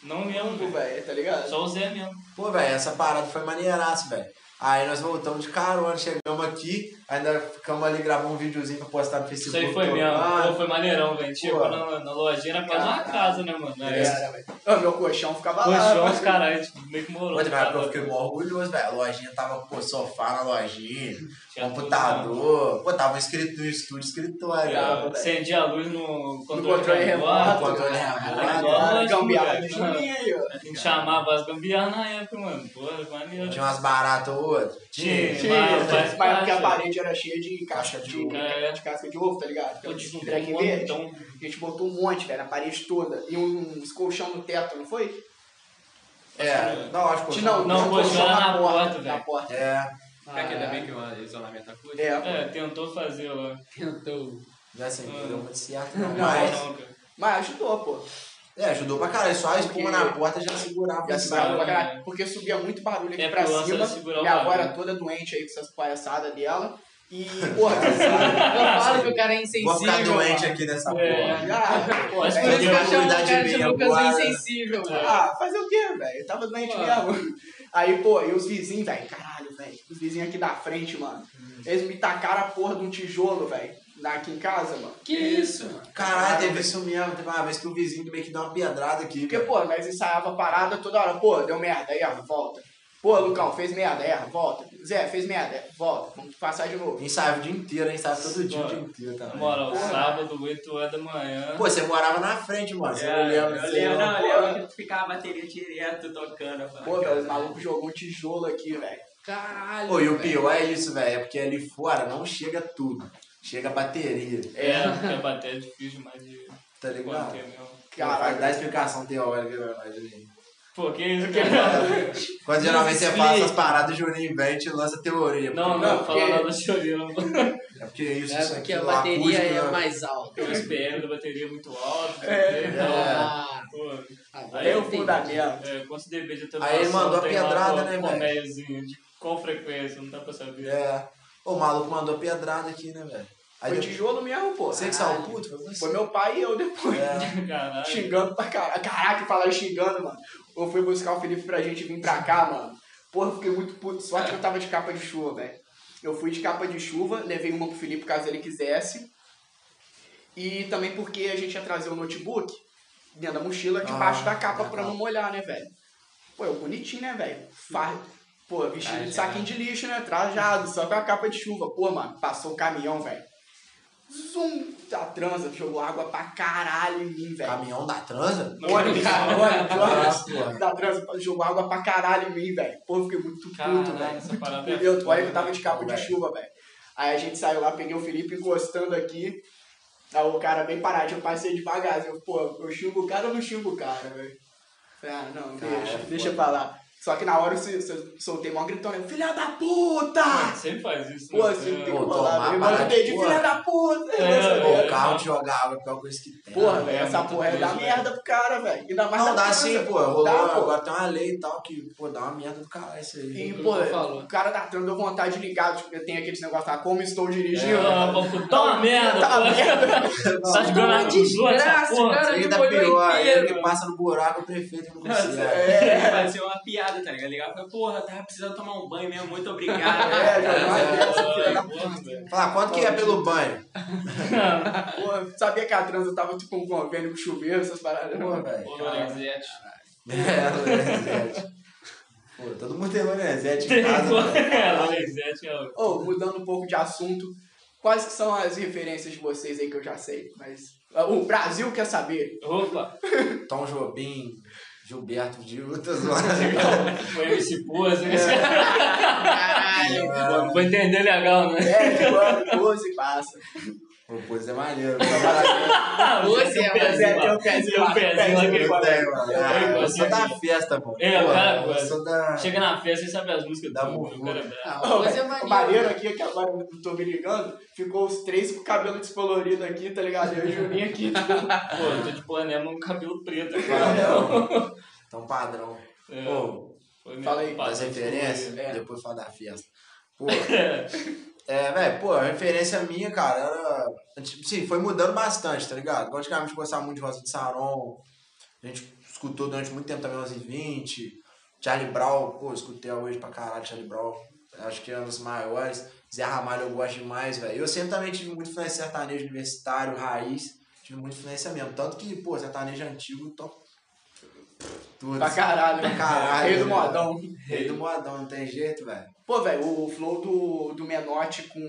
[SPEAKER 5] não lembro.
[SPEAKER 2] estudo,
[SPEAKER 5] velho.
[SPEAKER 2] velho, tá ligado?
[SPEAKER 5] Só o Zé mesmo.
[SPEAKER 4] Pô, velho, essa parada foi maneiraço, velho. Aí nós voltamos de carona, chegamos aqui, ainda ficamos ali gravando um videozinho pra postar no
[SPEAKER 5] Isso
[SPEAKER 4] Facebook.
[SPEAKER 5] aí foi mesmo.
[SPEAKER 4] Ah,
[SPEAKER 5] Pô, foi maneirão, velho. Chegou na, na lojinha, era quase uma
[SPEAKER 2] Caralho.
[SPEAKER 5] casa, né, mano?
[SPEAKER 2] É, era, velho. Ah, meu colchão ficava lá.
[SPEAKER 5] Colchão,
[SPEAKER 2] velho.
[SPEAKER 5] os caras, tipo, meio que morou.
[SPEAKER 4] Pô, velho, eu fiquei mó orgulhoso, velho. A lojinha tava com sofá na lojinha,
[SPEAKER 5] Tinha
[SPEAKER 4] computador. Pô, tava um escrito no estúdio, escritório. velho.
[SPEAKER 5] Acendi a luz no é
[SPEAKER 2] controle
[SPEAKER 4] Ah,
[SPEAKER 2] remoto.
[SPEAKER 4] controle
[SPEAKER 5] Caralho.
[SPEAKER 4] remoto.
[SPEAKER 2] Ah, Gambiarra de
[SPEAKER 5] Não.
[SPEAKER 2] Juninho.
[SPEAKER 5] A gente chamava as gambiarras na época, é mano. Porra, maneiro.
[SPEAKER 4] Tinha umas baratas ou outras.
[SPEAKER 5] Tinha.
[SPEAKER 4] Tinha.
[SPEAKER 5] Mas faz
[SPEAKER 2] Mas porque a
[SPEAKER 5] parte.
[SPEAKER 2] parede era cheia de caixa de,
[SPEAKER 5] ovo. É.
[SPEAKER 2] de casca de ovo, tá ligado?
[SPEAKER 5] Pô,
[SPEAKER 2] Então,
[SPEAKER 5] desmontou
[SPEAKER 2] Black
[SPEAKER 5] um
[SPEAKER 2] verde.
[SPEAKER 5] montão.
[SPEAKER 2] A gente botou um monte, velho, na parede toda. E um- uns colchão no teto, não foi?
[SPEAKER 4] É, não, acho que
[SPEAKER 2] Não,
[SPEAKER 5] Não,
[SPEAKER 2] um
[SPEAKER 5] colchão
[SPEAKER 2] colchão
[SPEAKER 5] era
[SPEAKER 2] na
[SPEAKER 5] na
[SPEAKER 2] porta.
[SPEAKER 5] porta,
[SPEAKER 2] na
[SPEAKER 5] velho.
[SPEAKER 2] porta.
[SPEAKER 4] É,
[SPEAKER 3] Será que ainda
[SPEAKER 2] Ah,
[SPEAKER 3] bem que o isolamento acústico?
[SPEAKER 2] É,
[SPEAKER 5] É, tentou fazer lá.
[SPEAKER 1] Tentou.
[SPEAKER 4] já assim, não deu muito certo, não.
[SPEAKER 5] Não,
[SPEAKER 4] Mas,
[SPEAKER 5] não, cara.
[SPEAKER 2] mas ajudou, pô.
[SPEAKER 4] é, ajudou pra caralho. Só a espuma
[SPEAKER 2] Porque-
[SPEAKER 4] na porta já segurava.
[SPEAKER 2] Já
[SPEAKER 4] o
[SPEAKER 2] se
[SPEAKER 5] Claro,
[SPEAKER 2] barulho é pra
[SPEAKER 5] né?
[SPEAKER 2] caralho, Porque subia muito barulho aqui
[SPEAKER 5] É,
[SPEAKER 2] pra
[SPEAKER 5] porque o lance era
[SPEAKER 2] cima.
[SPEAKER 5] segurar o
[SPEAKER 2] Minha avó
[SPEAKER 5] barulho.
[SPEAKER 2] era toda doente aí com essas palhaçadas dela. E, porra,
[SPEAKER 1] Eu falo que o cara é
[SPEAKER 4] Vou ficar
[SPEAKER 1] insensível.
[SPEAKER 4] doente
[SPEAKER 1] mano.
[SPEAKER 4] aqui nessa
[SPEAKER 5] É.
[SPEAKER 4] porra.
[SPEAKER 2] ah, porra,
[SPEAKER 5] Mas
[SPEAKER 1] Por isso que eu chamo o
[SPEAKER 4] Cuidar de
[SPEAKER 1] cara de
[SPEAKER 4] mim
[SPEAKER 1] Lucas o
[SPEAKER 4] agora.
[SPEAKER 1] insensível, mano.
[SPEAKER 2] Ah, fazer o quê, velho? Eu tava doente
[SPEAKER 1] Pô.
[SPEAKER 2] mesmo. Aí, pô, e os vizinhos, velho, caralho, velho. Os vizinhos aqui da frente, mano. Eles me tacaram a porra de um tijolo, velho. Aqui em casa, mano.
[SPEAKER 1] Que isso, mano?
[SPEAKER 4] Caralho, teve isso mesmo. Teve uma vez que o vizinho meio que deu uma pedrada aqui.
[SPEAKER 2] Porque,
[SPEAKER 4] velho.
[SPEAKER 2] pô, nós ensaiava parada toda hora. Pô, deu merda, erra, volta. Pô, Lucão, fez merda, erra, volta. Zé, fez merda, erra, volta. Vamos passar de novo.
[SPEAKER 4] Ensaio o dia inteiro, ensaio todo dia, o
[SPEAKER 5] Mano,
[SPEAKER 4] dia inteiro
[SPEAKER 5] Na
[SPEAKER 4] também.
[SPEAKER 5] moral, sábado, 8 horas da manhã.
[SPEAKER 4] Pô, você morava na frente, mano. Você não
[SPEAKER 3] eu
[SPEAKER 4] lembra.
[SPEAKER 3] lembro,
[SPEAKER 4] você não-
[SPEAKER 3] não, eu lembro que ficava a bateria direto tocando. eu falava,
[SPEAKER 2] Pô, velho, os
[SPEAKER 3] "Caralho".
[SPEAKER 2] malucos jogou um tijolo aqui, velho.
[SPEAKER 1] Caralho.
[SPEAKER 4] Pô, e o
[SPEAKER 1] velho.
[SPEAKER 4] pior é isso, velho. É porque ali fora não chega tudo. Chega a bateria,
[SPEAKER 5] É, porque a bateria é difícil demais de
[SPEAKER 4] tá ligado?
[SPEAKER 5] conter mesmo.
[SPEAKER 4] Caralho,
[SPEAKER 2] Caralho.
[SPEAKER 4] dá explicação teórica, velho. assim,
[SPEAKER 5] Pô, que isso, cara?
[SPEAKER 4] Quando geralmente você
[SPEAKER 5] Explica.
[SPEAKER 4] fala essas paradas, o Juninho vem e te lança teoria.
[SPEAKER 5] Não,
[SPEAKER 4] porque-
[SPEAKER 5] não,
[SPEAKER 2] Não,
[SPEAKER 5] fala
[SPEAKER 2] porque-
[SPEAKER 5] nada de chorinho, não.
[SPEAKER 4] É porque isso,
[SPEAKER 1] É
[SPEAKER 4] isso
[SPEAKER 1] porque
[SPEAKER 4] aqui, né?
[SPEAKER 1] a bateria é
[SPEAKER 4] acústica,
[SPEAKER 1] mais alta.
[SPEAKER 5] Tem os PM da bateria muito alto. É,
[SPEAKER 1] Ah,
[SPEAKER 5] Pô,
[SPEAKER 1] agora
[SPEAKER 5] Aí
[SPEAKER 2] Deu
[SPEAKER 5] eu
[SPEAKER 1] entendi.
[SPEAKER 2] fundamento.
[SPEAKER 5] é, quando se DB já tá
[SPEAKER 4] É. Aí ele mandou a
[SPEAKER 5] tem lá
[SPEAKER 4] pedrada,
[SPEAKER 5] uma
[SPEAKER 4] né, velho?
[SPEAKER 5] colmeiazinha de qual frequência, não dá pra saber.
[SPEAKER 4] É. Ô, o maluco mandou pedrada aqui, né, velho?
[SPEAKER 2] Foi
[SPEAKER 4] Aí depois-
[SPEAKER 2] tijolo mesmo, pô.
[SPEAKER 4] Você que saiu puto? Foi
[SPEAKER 2] Foi
[SPEAKER 4] você.
[SPEAKER 2] meu pai e eu depois.
[SPEAKER 4] É.
[SPEAKER 5] Caralho.
[SPEAKER 2] Xingando pra caralho. Caraca, falaram xingando, mano. Eu fui buscar o Felipe pra gente vir pra cá, mano. Porra, eu fiquei muito puto. Sorte que eu tava de capa de chuva, velho. Eu fui de capa de chuva, levei uma pro Felipe caso ele quisesse. E também porque a gente ia trazer o notebook dentro da mochila, debaixo
[SPEAKER 4] Ah,
[SPEAKER 2] da capa,
[SPEAKER 4] legal.
[SPEAKER 2] pra não molhar, né, velho? Pô, eu bonitinho, né, velho? Far... Pô, vestido de
[SPEAKER 3] Trajado.
[SPEAKER 2] saquinho de lixo, né? Trajado, só com a capa de chuva. Pô, mano, passou o caminhão, velho. Zum, a transa, jogou água pra caralho em mim, velho.
[SPEAKER 4] Caminhão da transa?
[SPEAKER 2] Ônibus, ônibus,
[SPEAKER 4] porra.
[SPEAKER 2] ônibus. Da transa, jogou água pra caralho em mim, velho. Pô, eu fiquei muito puto,
[SPEAKER 5] Caralho,
[SPEAKER 2] velho.
[SPEAKER 5] essa parada é
[SPEAKER 2] Entendeu?
[SPEAKER 5] foda,
[SPEAKER 2] Olha que eu tava de capa de
[SPEAKER 4] né? velho.
[SPEAKER 2] chuva, velho. Aí a gente saiu lá, peguei o Felipe encostando aqui. Aí o cara bem paradinho, eu passei devagarzinho. Pô, eu xingo o cara ou não xingo o cara, velho? Falei, Ah, não,
[SPEAKER 4] Cara,
[SPEAKER 2] deixa,
[SPEAKER 4] é
[SPEAKER 2] deixa
[SPEAKER 4] foda.
[SPEAKER 2] pra lá. Só que na hora eu, se- se eu soltei mó gritão, eu, filha da puta!
[SPEAKER 5] Mano, sempre faz isso.
[SPEAKER 2] Pô,
[SPEAKER 5] né?
[SPEAKER 2] assim, não tem
[SPEAKER 4] Pô,
[SPEAKER 2] como
[SPEAKER 4] tomar
[SPEAKER 2] falar, meu
[SPEAKER 4] barato,
[SPEAKER 2] irmão, de
[SPEAKER 4] porra.
[SPEAKER 2] filha da puta!
[SPEAKER 5] É,
[SPEAKER 4] Pô,
[SPEAKER 5] é.
[SPEAKER 4] o carro de jogar água é a pior coisa que tem.
[SPEAKER 2] Porra,
[SPEAKER 5] É,
[SPEAKER 2] velho,
[SPEAKER 5] é
[SPEAKER 2] essa
[SPEAKER 5] muito
[SPEAKER 2] porra é
[SPEAKER 5] doido,
[SPEAKER 2] da
[SPEAKER 5] velho.
[SPEAKER 2] merda pro cara, velho. Ainda mais
[SPEAKER 4] Não,
[SPEAKER 2] na
[SPEAKER 4] dá
[SPEAKER 2] transa.
[SPEAKER 4] sim, pô. Rolou,
[SPEAKER 2] Dá, pô.
[SPEAKER 4] Agora tem uma lei e tal que, pô, dá uma merda do caralho isso aí.
[SPEAKER 2] E,
[SPEAKER 1] Aquilo
[SPEAKER 2] pô,
[SPEAKER 1] que eu falo.
[SPEAKER 2] o cara da trama deu vontade de ligar, tipo, tem aqueles negócios lá, como estou dirigindo.
[SPEAKER 5] Ah, papo, tá uma merda.
[SPEAKER 2] Tá uma
[SPEAKER 5] pô.
[SPEAKER 2] merda.
[SPEAKER 5] Tá jogando
[SPEAKER 1] Uma
[SPEAKER 5] água nos outros, essa
[SPEAKER 1] desgraça,
[SPEAKER 5] porra.
[SPEAKER 1] cara.
[SPEAKER 4] Isso aí
[SPEAKER 1] me
[SPEAKER 4] ainda
[SPEAKER 1] molhou
[SPEAKER 4] tá pior, aí
[SPEAKER 1] inteiro.
[SPEAKER 4] ele passa no buraco, o prefeito não consegue.
[SPEAKER 3] É. Parecia uma piada, tá ligado? Ligar e falar, porra, tava precisando tomar um banho mesmo, muito obrigado.
[SPEAKER 2] É, jogar
[SPEAKER 3] É,
[SPEAKER 2] essa
[SPEAKER 3] é,
[SPEAKER 2] filha da
[SPEAKER 3] porra.
[SPEAKER 4] Fala, quanto que é pelo banho?
[SPEAKER 2] Porra, sabia que a transa tava, tipo, com convênio com chuveiro, essas paradas.
[SPEAKER 4] Pô,
[SPEAKER 2] Mano.
[SPEAKER 4] velho.
[SPEAKER 3] Porra, Alexete.
[SPEAKER 4] É, Lorenzetti. Pô, todo mundo tem Lorenzetti em casa, velho.
[SPEAKER 5] Não.
[SPEAKER 2] Ô, mudando um pouco de assunto, quais que são as referências de vocês aí que eu já sei? Mas ah, o Brasil quer saber.
[SPEAKER 5] Opa,
[SPEAKER 4] Tom Jobim, Gilberto de Luta Zoada.
[SPEAKER 5] foi MC Pose. né?
[SPEAKER 1] Caralho.
[SPEAKER 5] Vou entender legal, né?
[SPEAKER 2] É, de mano, pose e passa.
[SPEAKER 4] Pô, pois é maneiro. Eu
[SPEAKER 5] Ah,
[SPEAKER 1] Pose,
[SPEAKER 5] tem um
[SPEAKER 1] é,
[SPEAKER 5] pezinho
[SPEAKER 2] mas é,
[SPEAKER 5] lá.
[SPEAKER 2] tem um pezinho
[SPEAKER 5] Tem um
[SPEAKER 2] lá,
[SPEAKER 5] pezinho lá que ele
[SPEAKER 4] não
[SPEAKER 5] gosta.
[SPEAKER 4] tenho, mano.
[SPEAKER 5] Eu
[SPEAKER 4] Ah, Eu
[SPEAKER 5] gosto
[SPEAKER 4] sou da
[SPEAKER 5] de-
[SPEAKER 4] festa, pô.
[SPEAKER 5] É, o
[SPEAKER 4] Pô,
[SPEAKER 5] cara
[SPEAKER 4] Eu
[SPEAKER 5] gosta.
[SPEAKER 4] sou da...
[SPEAKER 5] Chega na festa e sabe as músicas
[SPEAKER 4] Dá
[SPEAKER 5] tudo,
[SPEAKER 4] muvuca.
[SPEAKER 5] o cara é
[SPEAKER 1] Ah,
[SPEAKER 2] Ô,
[SPEAKER 1] mas é
[SPEAKER 2] velho,
[SPEAKER 1] maneiro.
[SPEAKER 2] o maneiro aqui, que agora eu tô me ligando, ficou os três com o cabelo descolorido aqui, tá ligado? Eu e o Juninho aqui, tipo,
[SPEAKER 5] Pô, eu tô de Planema com cabelo preto agora.
[SPEAKER 4] Padrão. Então, padrão.
[SPEAKER 5] É.
[SPEAKER 4] Pô,
[SPEAKER 5] Foi mesmo,
[SPEAKER 2] Fala aí,
[SPEAKER 5] pá,
[SPEAKER 4] das
[SPEAKER 5] tá
[SPEAKER 4] referências,
[SPEAKER 5] descolorido.
[SPEAKER 4] depois fala da festa. Pô,
[SPEAKER 5] É.
[SPEAKER 4] É, velho, pô, a referência minha, cara, era. Tipo, sim, foi mudando bastante, tá ligado? Igual Antigamente eu gostava muito de Rosa de Saron. A gente escutou durante muito tempo também Rosa de 20. Charlie Brown, pô, escutei hoje pra caralho Charlie Brown. Acho que é um dos maiores. Zé Ramalho eu gosto demais, velho. Eu sempre também tive muito influência sertanejo universitário, raiz. Tive muita influência mesmo. Tanto que, pô, sertanejo antigo, top. Tudo.
[SPEAKER 2] pra caralho.
[SPEAKER 4] Pra caralho,
[SPEAKER 2] Rei do
[SPEAKER 4] né?
[SPEAKER 2] modão.
[SPEAKER 4] Rei do modão, não tem jeito, velho.
[SPEAKER 2] Pô, velho, o flow do, do Menotti com...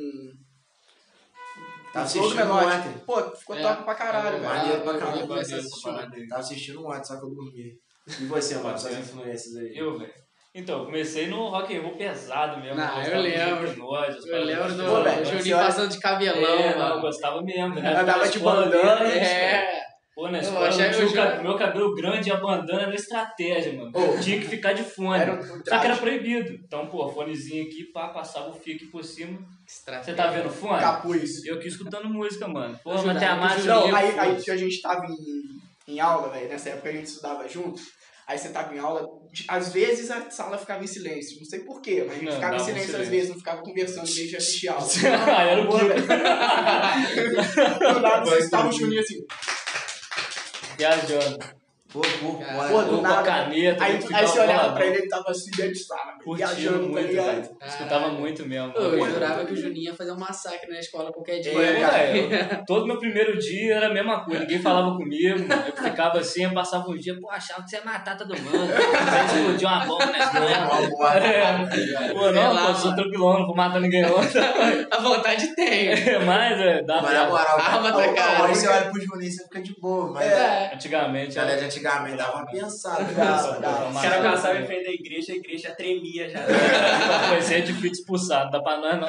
[SPEAKER 4] Tava
[SPEAKER 2] o flow do
[SPEAKER 4] Tá assistindo
[SPEAKER 2] Menotti.
[SPEAKER 4] ontem.
[SPEAKER 2] Pô, ficou
[SPEAKER 1] É.
[SPEAKER 2] top pra caralho,
[SPEAKER 1] É,
[SPEAKER 2] velho.
[SPEAKER 1] maneiro.
[SPEAKER 4] Maneiro pra
[SPEAKER 1] eu
[SPEAKER 4] caralho.
[SPEAKER 1] vou começar a assistir.
[SPEAKER 4] Tava assistindo ontem, só que eu dormi. E você, mano, suas influências aí?
[SPEAKER 5] Eu, velho. Então, eu comecei no rock and roll pesado mesmo.
[SPEAKER 1] Não, eu
[SPEAKER 5] gostava de
[SPEAKER 1] lembro.
[SPEAKER 5] Slipknot, as
[SPEAKER 1] Eu
[SPEAKER 5] paradas
[SPEAKER 1] lembro
[SPEAKER 5] de
[SPEAKER 1] do
[SPEAKER 2] Pô, velho,
[SPEAKER 1] Juninho
[SPEAKER 2] senhora-
[SPEAKER 1] passando de cabelão,
[SPEAKER 5] É, não, eu
[SPEAKER 1] mano.
[SPEAKER 5] gostava mesmo. né?
[SPEAKER 2] Andava de
[SPEAKER 5] Escola ali,
[SPEAKER 2] bandana,
[SPEAKER 5] né, velho?
[SPEAKER 1] É.
[SPEAKER 5] Pô, na
[SPEAKER 2] né,
[SPEAKER 1] Eu
[SPEAKER 5] escola, eu
[SPEAKER 1] achei-
[SPEAKER 5] tinha
[SPEAKER 1] eu
[SPEAKER 5] o cab-
[SPEAKER 1] já-
[SPEAKER 5] meu cabelo grande e a bandana era estratégia, mano.
[SPEAKER 2] Ô.
[SPEAKER 5] Tinha que ficar de fone.
[SPEAKER 2] Era um
[SPEAKER 5] Só que era
[SPEAKER 2] traje,
[SPEAKER 5] proibido. Então, pô, fonezinho aqui, pá, passava o fio aqui por cima.
[SPEAKER 1] Que estratégia.
[SPEAKER 5] Você tá vendo fone?
[SPEAKER 2] capuz.
[SPEAKER 5] Eu aqui escutando música, mano. Pô,
[SPEAKER 1] Eu
[SPEAKER 5] mas
[SPEAKER 1] jurava
[SPEAKER 5] tem a
[SPEAKER 1] que
[SPEAKER 5] marcha
[SPEAKER 2] Não,
[SPEAKER 5] ali,
[SPEAKER 2] aí,
[SPEAKER 5] pô.
[SPEAKER 2] aí a gente tava em, em aula, velho, nessa época a gente estudava junto, aí você tava em aula, de- às vezes a sala ficava em silêncio, não sei porquê, mas a gente
[SPEAKER 5] Não,
[SPEAKER 2] ficava em
[SPEAKER 5] dava um
[SPEAKER 2] silêncio, às
[SPEAKER 5] silêncio.
[SPEAKER 2] vezes, não ficava conversando em vez de assistir aula.
[SPEAKER 5] Ah, era o
[SPEAKER 2] Pô,
[SPEAKER 5] Kiko.
[SPEAKER 2] velho. Do nada, vocês estavam o Juninho assim,
[SPEAKER 5] Viajando.
[SPEAKER 4] Pô, pô,
[SPEAKER 1] Cara,
[SPEAKER 2] pô,
[SPEAKER 4] pô.
[SPEAKER 2] do
[SPEAKER 5] Ou com
[SPEAKER 2] nada.
[SPEAKER 5] a caneta.
[SPEAKER 2] Aí,
[SPEAKER 5] eu ficava
[SPEAKER 2] aí você olhava
[SPEAKER 5] bolado.
[SPEAKER 2] pra ele, ele tava assim, dentro de sala,
[SPEAKER 5] Curtindo
[SPEAKER 2] viajando, tá
[SPEAKER 5] muito,
[SPEAKER 2] ligado? Ah.
[SPEAKER 5] velho. Escutava muito mesmo.
[SPEAKER 1] Eu
[SPEAKER 5] Pô,
[SPEAKER 1] jurava que o Juninho ia fazer um massacre na escola qualquer dia.
[SPEAKER 5] Pô, velho, todo meu primeiro dia era a mesma coisa, ninguém falava comigo, eu ficava assim, eu passava um dia, pô, achava que você ia matar todo mundo, você explodiu uma bomba na escola. É. Pô,
[SPEAKER 1] Sei
[SPEAKER 5] não,
[SPEAKER 1] lá,
[SPEAKER 5] pô, sou tranquilão, não vou matar ninguém não.
[SPEAKER 1] A vontade tem.
[SPEAKER 5] É, Mas, é, dá
[SPEAKER 4] Mas na
[SPEAKER 5] pra...
[SPEAKER 4] moral,
[SPEAKER 1] Arma
[SPEAKER 4] a-
[SPEAKER 1] da
[SPEAKER 4] a-
[SPEAKER 1] cara.
[SPEAKER 4] Aí você olha pro Juninho e você fica de boa, mas. É.
[SPEAKER 1] É.
[SPEAKER 5] Antigamente,
[SPEAKER 4] Galera
[SPEAKER 5] era...
[SPEAKER 4] de antigamente dava uma pensada.
[SPEAKER 2] Dava, dava.
[SPEAKER 3] Os caras passavam em frente da igreja, a igreja já tremia já. né,
[SPEAKER 5] Vai ser é difícil expulsar, não dá pra nós não.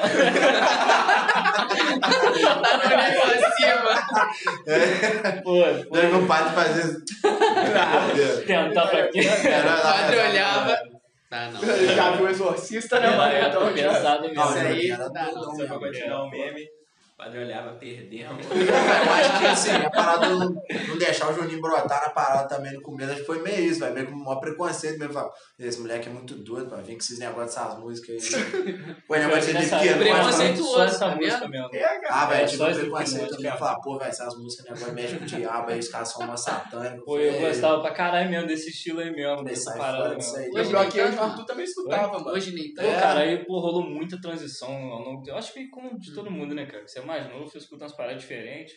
[SPEAKER 1] Tá no negócio acima.
[SPEAKER 5] Pô, pô,
[SPEAKER 4] Daí meu pai fazia isso. Entendeu?
[SPEAKER 5] tentar pra quê?
[SPEAKER 4] Era
[SPEAKER 1] O
[SPEAKER 4] lá,
[SPEAKER 1] padre
[SPEAKER 4] era lá.
[SPEAKER 1] olhava. Tá, não.
[SPEAKER 2] Já viu o exorcista, né, mano?
[SPEAKER 5] Era,
[SPEAKER 2] Então,
[SPEAKER 5] era
[SPEAKER 2] tipo,
[SPEAKER 5] pesado
[SPEAKER 4] Não,
[SPEAKER 5] mesmo.
[SPEAKER 1] Isso
[SPEAKER 4] era-
[SPEAKER 1] aí,
[SPEAKER 4] era
[SPEAKER 1] dá,
[SPEAKER 4] doidão
[SPEAKER 3] Só pra
[SPEAKER 4] mesmo.
[SPEAKER 3] continuar o um meme. O padre olhava, perdemos.
[SPEAKER 4] Eu acho que assim, a parada do- não, deixar o Juninho brotar na parada também no começo, acho que foi meio isso, velho. Meio com o maior preconceito mesmo. Falar, esse moleque é muito doido, vai vir com esses negócios dessas músicas aí. Foi
[SPEAKER 1] é
[SPEAKER 4] negócio de
[SPEAKER 5] Nessa-
[SPEAKER 4] pequeno, mas
[SPEAKER 1] Preconceito.
[SPEAKER 5] Só essa
[SPEAKER 1] tá
[SPEAKER 5] música mesmo.
[SPEAKER 2] é, cara.
[SPEAKER 4] Ah, velho,
[SPEAKER 5] É,
[SPEAKER 4] tipo,
[SPEAKER 5] só
[SPEAKER 4] eu
[SPEAKER 5] esse
[SPEAKER 4] tive preconceito
[SPEAKER 5] filme,
[SPEAKER 4] também. Falar, pô, velho, essas músicas, negócio mexe com o diabo, aí os caras são uma satânica.
[SPEAKER 5] Pô, eu gostava pra caralho mesmo desse estilo aí mesmo, dessa
[SPEAKER 1] é
[SPEAKER 4] Sai
[SPEAKER 5] parada
[SPEAKER 4] fora disso
[SPEAKER 5] mesmo.
[SPEAKER 4] aí.
[SPEAKER 1] Hoje
[SPEAKER 2] Pior
[SPEAKER 1] nem
[SPEAKER 2] que eu e o
[SPEAKER 1] tanto.
[SPEAKER 2] Arthur também escutava, mano.
[SPEAKER 1] Hoje nem
[SPEAKER 5] Pô,
[SPEAKER 1] tanto.
[SPEAKER 5] cara, aí pô, rolou muita transição ao longo do Eu acho que como de todo mundo, né, cara? Você é mais novo, você escuta umas paradas diferentes.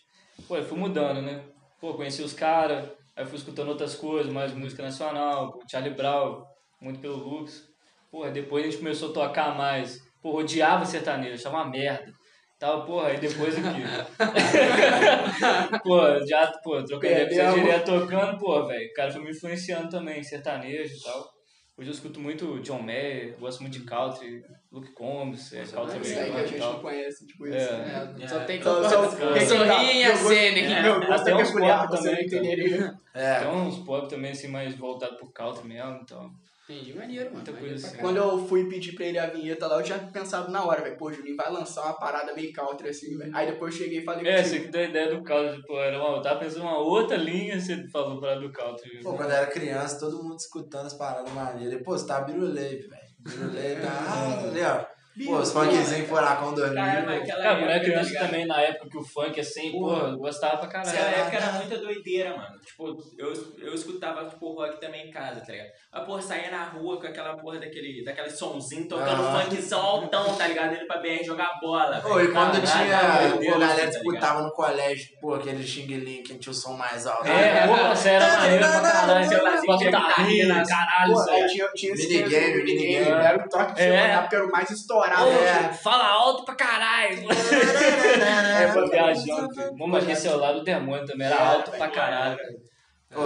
[SPEAKER 5] Pô, eu fui mudando, né? Pô, conheci os caras, aí fui escutando outras coisas, mais música nacional, pô, Charlie Brown, muito pelo Lux. Porra, depois a gente começou a tocar mais. Porra, odiava sertanejo, achava uma merda. Tava, porra, aí depois aqui. pô, já, pô, troquei ideia com você
[SPEAKER 2] Perdemos.
[SPEAKER 5] direto tocando, pô, velho. O cara foi me influenciando também, sertanejo e tal. Hoje eu escuto muito John Mayer, gosto muito de country, Luke Combs, é, country
[SPEAKER 2] Isso aí que a
[SPEAKER 5] americano e
[SPEAKER 2] gente não
[SPEAKER 5] tal.
[SPEAKER 2] conhece, tipo isso.
[SPEAKER 5] É.
[SPEAKER 1] É, Só tem que
[SPEAKER 2] Só- Então, só-
[SPEAKER 5] Sorrinha,
[SPEAKER 2] Meu gosto-
[SPEAKER 1] Senna.
[SPEAKER 2] Meu gosto
[SPEAKER 5] Até
[SPEAKER 2] é
[SPEAKER 5] uns
[SPEAKER 2] peculiar,
[SPEAKER 5] quatro
[SPEAKER 2] você não
[SPEAKER 5] também, cara.
[SPEAKER 2] entenderia.
[SPEAKER 4] É,
[SPEAKER 5] Tem uns pop também, assim, mais voltado pro country mesmo, então.
[SPEAKER 1] Entendi, maneiro, mano.
[SPEAKER 5] Muita
[SPEAKER 1] maneiro
[SPEAKER 5] coisa
[SPEAKER 1] pra
[SPEAKER 5] assim.
[SPEAKER 2] Quando eu fui pedir pra ele a vinheta lá, eu tinha pensado na hora, velho. Pô, Juninho vai lançar uma parada meio country assim, velho. Aí depois eu cheguei e falei
[SPEAKER 5] É,
[SPEAKER 2] contigo.
[SPEAKER 5] você que deu a ideia do country, pô, era uma, eu tava pensando em uma outra linha, você falou pra do country.
[SPEAKER 4] Pô, quando eu era criança, todo mundo escutando as paradas maneiras. E, Pô, você tá biruleibe, velho. Biruleibe tá ah, ali, ó. Pô, os funkzinhos furacão 2000.
[SPEAKER 3] Cara, mas aquela
[SPEAKER 5] Cara, quando eu era
[SPEAKER 3] época, tá
[SPEAKER 5] criança
[SPEAKER 3] ligado?
[SPEAKER 5] também, na época que o funk, assim, pô,
[SPEAKER 4] Porra.
[SPEAKER 5] eu gostava pra caralho.
[SPEAKER 3] Naquela
[SPEAKER 4] Será?
[SPEAKER 3] época É, era muita doideira, mano. Tipo, eu, eu escutava, tipo, rock também em casa, tá ligado? A porra saía na rua com aquela porra daquele, daquele somzinho, tocando
[SPEAKER 4] Ah.
[SPEAKER 3] funkzão altão, tá ligado? Indo pra BR jogar bola.
[SPEAKER 4] Pô, e
[SPEAKER 3] velho.
[SPEAKER 4] quando
[SPEAKER 3] Caralho,
[SPEAKER 4] tinha.
[SPEAKER 3] meu
[SPEAKER 4] pô, a
[SPEAKER 3] Deus,
[SPEAKER 4] galera
[SPEAKER 3] tá
[SPEAKER 4] disputava no colégio, pô, aquele Xing Ling que tinha o som mais alto.
[SPEAKER 5] É, pô, você era maneiro pra caralho, você
[SPEAKER 3] Celularzinho
[SPEAKER 5] era
[SPEAKER 3] de guitarrinha,
[SPEAKER 5] guitarrinha, caralho, é,
[SPEAKER 2] Pô,
[SPEAKER 5] isso
[SPEAKER 2] aí
[SPEAKER 5] aí.
[SPEAKER 2] tinha, tinha esse
[SPEAKER 4] Minigame,
[SPEAKER 2] peso do minigame,
[SPEAKER 4] minigame.
[SPEAKER 2] Era o toque de
[SPEAKER 5] É.
[SPEAKER 2] é. porque era o mais estourado. né?
[SPEAKER 4] É.
[SPEAKER 5] Ô, Fala alto pra caralho.
[SPEAKER 2] É,
[SPEAKER 5] Tô
[SPEAKER 2] mano.
[SPEAKER 5] viajando, filho. Bom, mas aquele celular do demônio também era
[SPEAKER 2] Era,
[SPEAKER 5] alto
[SPEAKER 2] velho,
[SPEAKER 5] pra caralho.
[SPEAKER 4] Pô,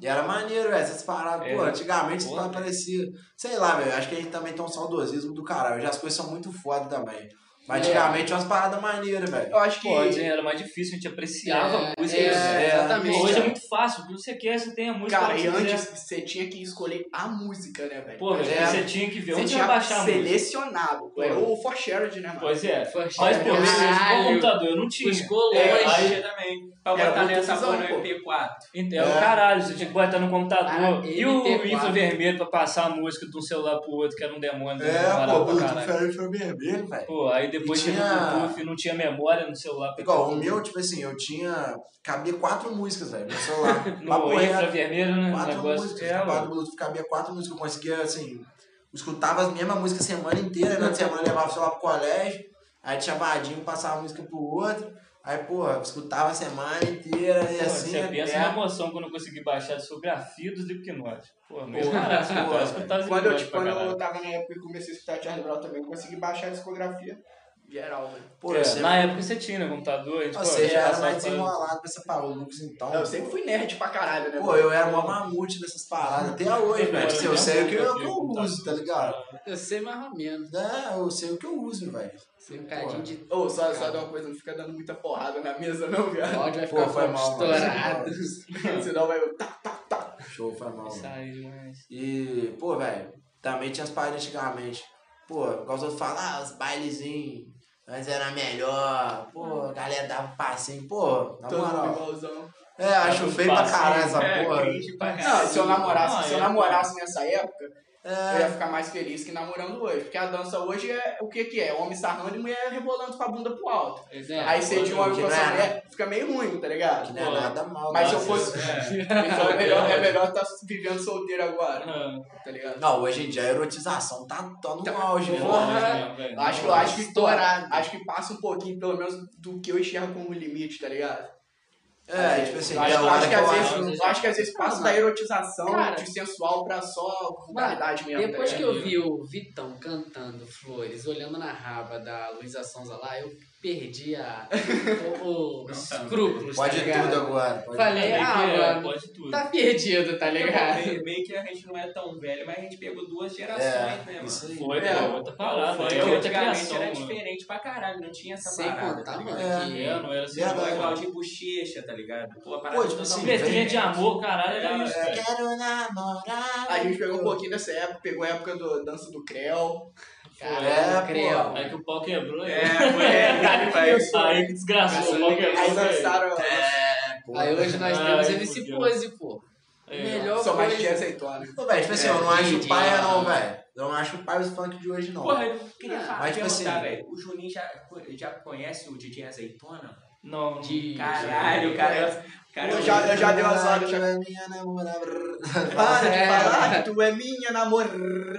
[SPEAKER 4] e era maneiro, velho, essas paradas. Pô,
[SPEAKER 5] É.
[SPEAKER 4] antigamente isso
[SPEAKER 5] Porra,
[SPEAKER 4] não parecia. Sei lá, velho, acho que a gente também tem um saudosismo do caralho. Hoje as coisas são muito foda também. Mas
[SPEAKER 5] É.
[SPEAKER 4] antigamente tinha umas paradas maneiras, velho.
[SPEAKER 2] Eu acho que.
[SPEAKER 5] Pô, antes era mais difícil, a gente apreciava
[SPEAKER 1] É,
[SPEAKER 5] a música.
[SPEAKER 1] é,
[SPEAKER 5] né?
[SPEAKER 1] exatamente,
[SPEAKER 5] Pô, Hoje é
[SPEAKER 1] cara.
[SPEAKER 5] muito fácil, o que você quer, você tem a música.
[SPEAKER 2] cara,
[SPEAKER 5] que
[SPEAKER 2] e
[SPEAKER 5] você
[SPEAKER 2] antes
[SPEAKER 5] quiser.
[SPEAKER 2] você tinha que escolher a música, né, velho?
[SPEAKER 5] Pô, velho,
[SPEAKER 4] É.
[SPEAKER 5] você tinha que ver
[SPEAKER 2] você
[SPEAKER 5] onde
[SPEAKER 2] tinha
[SPEAKER 5] vai baixar a música.
[SPEAKER 2] selecionado. Pô, era o For Shared, né, mano?
[SPEAKER 5] Pois é.
[SPEAKER 1] Poxa,
[SPEAKER 5] Mas, pô,
[SPEAKER 1] caralho.
[SPEAKER 5] o computador eu não tinha.
[SPEAKER 1] Os colões.
[SPEAKER 5] É,
[SPEAKER 3] Hoje
[SPEAKER 5] aí-
[SPEAKER 3] também. Pra
[SPEAKER 2] Era
[SPEAKER 3] botar
[SPEAKER 2] muito
[SPEAKER 3] nessa
[SPEAKER 2] visão,
[SPEAKER 3] porra no
[SPEAKER 2] pô.
[SPEAKER 3] MP4.
[SPEAKER 5] Então,
[SPEAKER 4] É.
[SPEAKER 5] caralho, você tinha que botar no computador.
[SPEAKER 1] Ah,
[SPEAKER 5] e o
[SPEAKER 1] MT4.
[SPEAKER 5] infravermelho pra passar a música de um celular pro outro, que era um demônio. né?
[SPEAKER 4] É,
[SPEAKER 5] Demorava
[SPEAKER 4] pô,
[SPEAKER 5] pra
[SPEAKER 4] o
[SPEAKER 5] caralho.
[SPEAKER 4] diferente foi vermelho, né, velho.
[SPEAKER 5] Pô, aí depois
[SPEAKER 4] E
[SPEAKER 5] tinha...
[SPEAKER 4] tinha-
[SPEAKER 5] teve o Bluetooth, não tinha memória no celular. pra-
[SPEAKER 4] Igual, o meu, tipo assim, eu tinha. Cabia quatro músicas, velho, no celular. Papo
[SPEAKER 5] No
[SPEAKER 4] reto.
[SPEAKER 5] infravermelho, né? O
[SPEAKER 4] quatro
[SPEAKER 5] negócio
[SPEAKER 4] músicas,
[SPEAKER 5] é,
[SPEAKER 4] quatro
[SPEAKER 5] mano.
[SPEAKER 4] músicas, cabia quatro músicas, eu conseguia, assim, escutava as mesmas músicas a semana inteira, durante a semana eu levava o celular pro colégio, aí tinha vadinho, passava a música pro outro, aí, porra, escutava a semana inteira, e
[SPEAKER 5] Pô,
[SPEAKER 4] assim,
[SPEAKER 5] Você
[SPEAKER 4] até-
[SPEAKER 5] pensa na emoção quando eu consegui baixar a discografia dos hipnose. Pô, mesmo
[SPEAKER 4] Porra,
[SPEAKER 5] caralho, escutar-
[SPEAKER 4] porra,
[SPEAKER 5] escutar
[SPEAKER 2] Quando
[SPEAKER 5] os
[SPEAKER 2] eu,
[SPEAKER 5] tá hipnose
[SPEAKER 2] tipo,
[SPEAKER 5] pra
[SPEAKER 2] quando
[SPEAKER 5] caralho.
[SPEAKER 2] eu tava na época e comecei a escutar Charlie Brown também, eu consegui baixar a discografia geral, velho.
[SPEAKER 4] pô,
[SPEAKER 5] É,
[SPEAKER 4] eu sempre-
[SPEAKER 5] Na época você tinha, né? Computador, e, tipo,
[SPEAKER 4] ou seja, eu era
[SPEAKER 5] passava
[SPEAKER 4] mais
[SPEAKER 5] pra-
[SPEAKER 4] desenrolado pra essa parada, o Lucas, então...
[SPEAKER 2] Eu sempre fui nerd pra caralho, né?
[SPEAKER 4] Pô, eu era uma mamute dessas paradas, até hoje, velho, se eu sei o que eu, o que eu uso, tá ligado?
[SPEAKER 1] Eu sei mais ou menos.
[SPEAKER 4] É, eu sei o que eu uso, velho.
[SPEAKER 1] Sei um cadinho de
[SPEAKER 2] Ô, só, só dá uma coisa, não fica dando muita porrada na mesa, não,
[SPEAKER 1] O
[SPEAKER 2] viado.
[SPEAKER 1] áudio vai
[SPEAKER 4] Pô,
[SPEAKER 1] ficar
[SPEAKER 4] foi
[SPEAKER 1] fogo
[SPEAKER 4] mal,
[SPEAKER 1] estourado.
[SPEAKER 4] velho.
[SPEAKER 2] Senão vai. Tá,
[SPEAKER 4] Show, foi mal, velho.
[SPEAKER 5] Isso aí, mas...
[SPEAKER 4] E, pô, velho, também tinha as paradas antigamente. Pô, igual os outros falam, ah, os bailezinhos, antes era melhor. Pô, a galera dava um passinho, pô, na
[SPEAKER 2] todo mundo
[SPEAKER 4] moral.
[SPEAKER 2] igualzão.
[SPEAKER 4] É, acho
[SPEAKER 5] Dava
[SPEAKER 4] feio pra
[SPEAKER 5] passinho,
[SPEAKER 4] caralho essa
[SPEAKER 2] né?
[SPEAKER 3] É,
[SPEAKER 4] porra.
[SPEAKER 3] cringe pra caralho.
[SPEAKER 2] Não, se eu namorasse,
[SPEAKER 5] Ah,
[SPEAKER 2] se eu
[SPEAKER 5] é,
[SPEAKER 2] namorasse nessa época, eu ia
[SPEAKER 4] É,
[SPEAKER 2] ficar mais feliz que namorando hoje. Porque a dança hoje é o que que é? Homem sarrando e mulher rebolando com a bunda pro alto.
[SPEAKER 1] É,
[SPEAKER 2] Aí você de um homem com
[SPEAKER 4] que não
[SPEAKER 2] essa
[SPEAKER 4] é
[SPEAKER 2] mulher, fica meio ruim, tá ligado?
[SPEAKER 4] que não é
[SPEAKER 5] Pô,
[SPEAKER 4] nada mal.
[SPEAKER 2] mas se eu
[SPEAKER 4] nossa.
[SPEAKER 2] fosse-
[SPEAKER 5] É.
[SPEAKER 2] Então é melhor, é melhor tá vivendo solteiro agora,
[SPEAKER 5] Ah,
[SPEAKER 2] tá ligado?
[SPEAKER 4] Não, hoje em dia a erotização tá, tá no auge, né?
[SPEAKER 2] Então, Porra.
[SPEAKER 5] mesmo, velho.
[SPEAKER 2] Eu Acho, que- eu acho que estourado. Acho que passa um pouquinho, pelo menos, do que eu enxergo como limite, tá ligado?
[SPEAKER 4] É, tipo assim,
[SPEAKER 2] eu acho,
[SPEAKER 4] é
[SPEAKER 2] eu
[SPEAKER 4] hora
[SPEAKER 2] acho que
[SPEAKER 4] eu
[SPEAKER 2] às
[SPEAKER 4] acho.
[SPEAKER 2] vezes,
[SPEAKER 5] acho.
[SPEAKER 2] eu acho que às vezes passa da erotização
[SPEAKER 1] Cara.
[SPEAKER 2] de sensual pra só vulgaridade mesmo.
[SPEAKER 1] Depois
[SPEAKER 2] tá
[SPEAKER 1] que
[SPEAKER 2] ligado?
[SPEAKER 1] eu vi o Vitão cantando Flores, olhando na raba da Luísa Sonza lá, eu perdi a, o, o- os
[SPEAKER 3] Não, tá.
[SPEAKER 1] escrúpulos,
[SPEAKER 4] Pode
[SPEAKER 1] tá ligado?
[SPEAKER 4] tudo agora. pode
[SPEAKER 1] Falei,
[SPEAKER 5] Meio
[SPEAKER 1] ah,
[SPEAKER 5] que é,
[SPEAKER 1] mano,
[SPEAKER 5] pode tudo.
[SPEAKER 1] tá perdido, tá ligado?
[SPEAKER 3] Meio- Meio que a gente não é tão velho, mas a gente pegou duas
[SPEAKER 4] tudo.
[SPEAKER 3] gerações, né,
[SPEAKER 4] É,
[SPEAKER 3] mano?
[SPEAKER 4] isso aí.
[SPEAKER 5] Foi,
[SPEAKER 2] É,
[SPEAKER 5] pô, outra parada. é
[SPEAKER 3] Foi,
[SPEAKER 5] outra
[SPEAKER 3] antigamente
[SPEAKER 5] criação, mano.
[SPEAKER 3] era diferente pra caralho, não tinha essa
[SPEAKER 1] Sem
[SPEAKER 3] parada.
[SPEAKER 1] contar,
[SPEAKER 3] tá ligado?
[SPEAKER 1] mano,
[SPEAKER 4] É.
[SPEAKER 1] que
[SPEAKER 5] É, não era assim.
[SPEAKER 4] É,
[SPEAKER 5] não.
[SPEAKER 3] Pô,
[SPEAKER 4] mano.
[SPEAKER 3] igual de bochecha, tá ligado? Pô, a parada
[SPEAKER 4] Pô, tipo assim,
[SPEAKER 3] totalmente
[SPEAKER 5] Letrinha de
[SPEAKER 3] diferente.
[SPEAKER 5] amor, caralho, era isso, velho.
[SPEAKER 4] Quero namorar.
[SPEAKER 2] A gente pegou um pouquinho dessa época, pegou a época do dança do Creu.
[SPEAKER 4] É,
[SPEAKER 1] cara,
[SPEAKER 4] pô.
[SPEAKER 1] creu.
[SPEAKER 5] Aí que o pau quebrou.
[SPEAKER 3] É,
[SPEAKER 5] né?
[SPEAKER 3] foi, é, foi.
[SPEAKER 5] Aí que desgraçou o pau quebrou.
[SPEAKER 2] Aí
[SPEAKER 5] velho.
[SPEAKER 2] dançaram um
[SPEAKER 4] Porra.
[SPEAKER 1] Aí hoje nós
[SPEAKER 5] Ai,
[SPEAKER 1] temos MC
[SPEAKER 5] fudeu.
[SPEAKER 1] Pose, pô.
[SPEAKER 5] É.
[SPEAKER 1] Melhor
[SPEAKER 2] só mais de
[SPEAKER 1] coisa.
[SPEAKER 2] azeitona.
[SPEAKER 4] Pô, velho, tipo assim,
[SPEAKER 1] É,
[SPEAKER 4] eu não acho
[SPEAKER 1] gente,
[SPEAKER 4] paia
[SPEAKER 1] é.
[SPEAKER 4] não, velho. Eu não acho paia os funk de hoje não.
[SPEAKER 3] Porra, eu queria falar,
[SPEAKER 4] Mas, tipo
[SPEAKER 3] perguntar,
[SPEAKER 4] assim-
[SPEAKER 3] velho. O Juninho já, já conhece o DJ Azeitona?
[SPEAKER 5] Não, não.
[SPEAKER 1] De...
[SPEAKER 3] Caralho, o cara. cara
[SPEAKER 1] é
[SPEAKER 3] é
[SPEAKER 2] Eu já- eu já dei né? umas horas, já-
[SPEAKER 4] Tu é minha namorada.
[SPEAKER 2] Para de
[SPEAKER 1] É.
[SPEAKER 2] falar que tu é minha namor.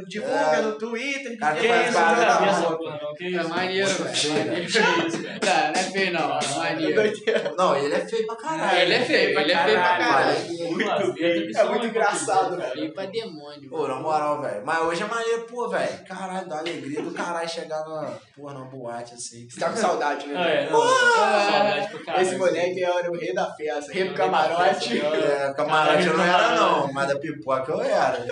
[SPEAKER 2] Divulga
[SPEAKER 4] É.
[SPEAKER 2] no Twitter.
[SPEAKER 4] Cara,
[SPEAKER 2] que
[SPEAKER 5] Que
[SPEAKER 4] tu
[SPEAKER 2] é
[SPEAKER 5] isso,
[SPEAKER 4] faz
[SPEAKER 2] isso,
[SPEAKER 5] eu nunca vi
[SPEAKER 4] parada
[SPEAKER 2] cara?
[SPEAKER 4] na
[SPEAKER 5] essa
[SPEAKER 4] mão.
[SPEAKER 5] porra, não. Que
[SPEAKER 1] É
[SPEAKER 5] isso? É
[SPEAKER 1] maneiro,
[SPEAKER 4] Nossa,
[SPEAKER 1] velho.
[SPEAKER 4] feio,
[SPEAKER 1] Maneiro.
[SPEAKER 5] Que isso, velho.
[SPEAKER 1] Não, não é feio não, mano. Maneiro.
[SPEAKER 4] Não, ele é feio pra caralho.
[SPEAKER 1] Ele é feio, ele é feio pra caralho.
[SPEAKER 5] Duas vezes,
[SPEAKER 2] É
[SPEAKER 5] só
[SPEAKER 2] muito
[SPEAKER 5] uma
[SPEAKER 2] engraçado,
[SPEAKER 5] coisa.
[SPEAKER 2] velho.
[SPEAKER 1] Feio pra demônio.
[SPEAKER 4] Pô, na moral, velho. Mas hoje é maneiro, pô, velho. Caralho, dá alegria do caralho chegar na, porra, numa boate assim.
[SPEAKER 2] Você tá com saudade, né?
[SPEAKER 5] Ah, é,
[SPEAKER 2] velho?
[SPEAKER 5] não. Saudade pra caralho.
[SPEAKER 2] Esse moleque era o rei da festa, rei do
[SPEAKER 5] Rei
[SPEAKER 2] camarote.
[SPEAKER 5] da festa,
[SPEAKER 4] É, camarote eu não era não, mas da pipoca eu era.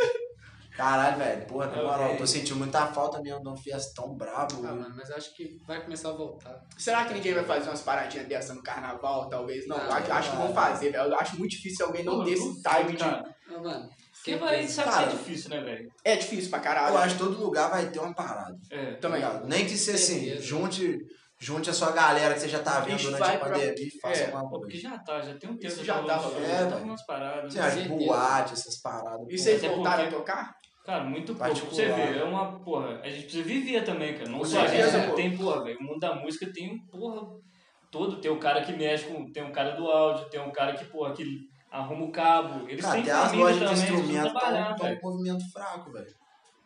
[SPEAKER 4] Caralho, velho. Porra,
[SPEAKER 1] É,
[SPEAKER 4] na
[SPEAKER 5] Eu
[SPEAKER 4] moral,
[SPEAKER 5] vi.
[SPEAKER 4] tô sentindo muita falta mesmo de um fiestão brabo.
[SPEAKER 1] Ah, mano, mas eu acho que vai começar a voltar.
[SPEAKER 2] Será que ninguém vai fazer umas paradinhas dessa no carnaval, talvez? Não,
[SPEAKER 1] Ah,
[SPEAKER 2] eu acho, acho que vão fazer, velho. Eu acho muito difícil alguém não
[SPEAKER 5] Pô,
[SPEAKER 2] ter
[SPEAKER 5] duvido,
[SPEAKER 2] esse time de.
[SPEAKER 5] cara.
[SPEAKER 1] Ah, mano,
[SPEAKER 5] Porque
[SPEAKER 1] Quem
[SPEAKER 5] vai,
[SPEAKER 1] pensa?
[SPEAKER 5] sabe
[SPEAKER 4] Cara,
[SPEAKER 5] que é difícil, né, velho?
[SPEAKER 2] É difícil pra
[SPEAKER 1] Ah,
[SPEAKER 2] caralho.
[SPEAKER 4] Eu acho que todo lugar vai ter uma parada.
[SPEAKER 5] É.
[SPEAKER 2] Também.
[SPEAKER 4] Tá ligado? Nem que seja assim,
[SPEAKER 1] Certeza.
[SPEAKER 4] junte, junte a sua galera que você já tá
[SPEAKER 2] Isso
[SPEAKER 4] vendo durante
[SPEAKER 2] vai
[SPEAKER 4] a
[SPEAKER 2] pra-
[SPEAKER 4] pandemia e faça
[SPEAKER 2] é,
[SPEAKER 4] alguma
[SPEAKER 5] Pô, porque
[SPEAKER 4] coisa.
[SPEAKER 5] já tá, já tem um tempo.
[SPEAKER 2] Isso já tá
[SPEAKER 5] rolando,
[SPEAKER 4] rolando,
[SPEAKER 5] já
[SPEAKER 4] é,
[SPEAKER 5] tá
[SPEAKER 4] velho.
[SPEAKER 5] umas paradas.
[SPEAKER 4] Assim, as
[SPEAKER 1] certeza.
[SPEAKER 4] boates, essas paradas.
[SPEAKER 2] E
[SPEAKER 4] pô.
[SPEAKER 2] vocês
[SPEAKER 5] Até
[SPEAKER 2] voltaram a
[SPEAKER 5] porque-
[SPEAKER 2] tocar?
[SPEAKER 5] Cara, muito pouco. Pra você
[SPEAKER 4] Particular.
[SPEAKER 5] ver, é uma porra. A gente precisa viver também, cara. Não
[SPEAKER 4] Com
[SPEAKER 5] só a gente,
[SPEAKER 2] certeza,
[SPEAKER 5] né?
[SPEAKER 2] pô.
[SPEAKER 5] tem, porra, velho. O mundo da música tem um porra todo. Tem o cara que mexe com. Tem o cara do áudio, tem o cara que, porra, que arruma o cabo. Eles
[SPEAKER 4] Cara,
[SPEAKER 5] têm
[SPEAKER 4] até as
[SPEAKER 5] família
[SPEAKER 4] lojas de
[SPEAKER 5] também, eles precisam
[SPEAKER 4] instrumento então,
[SPEAKER 5] trabalhar,
[SPEAKER 4] estão
[SPEAKER 5] velho.
[SPEAKER 4] com movimento fraco, velho.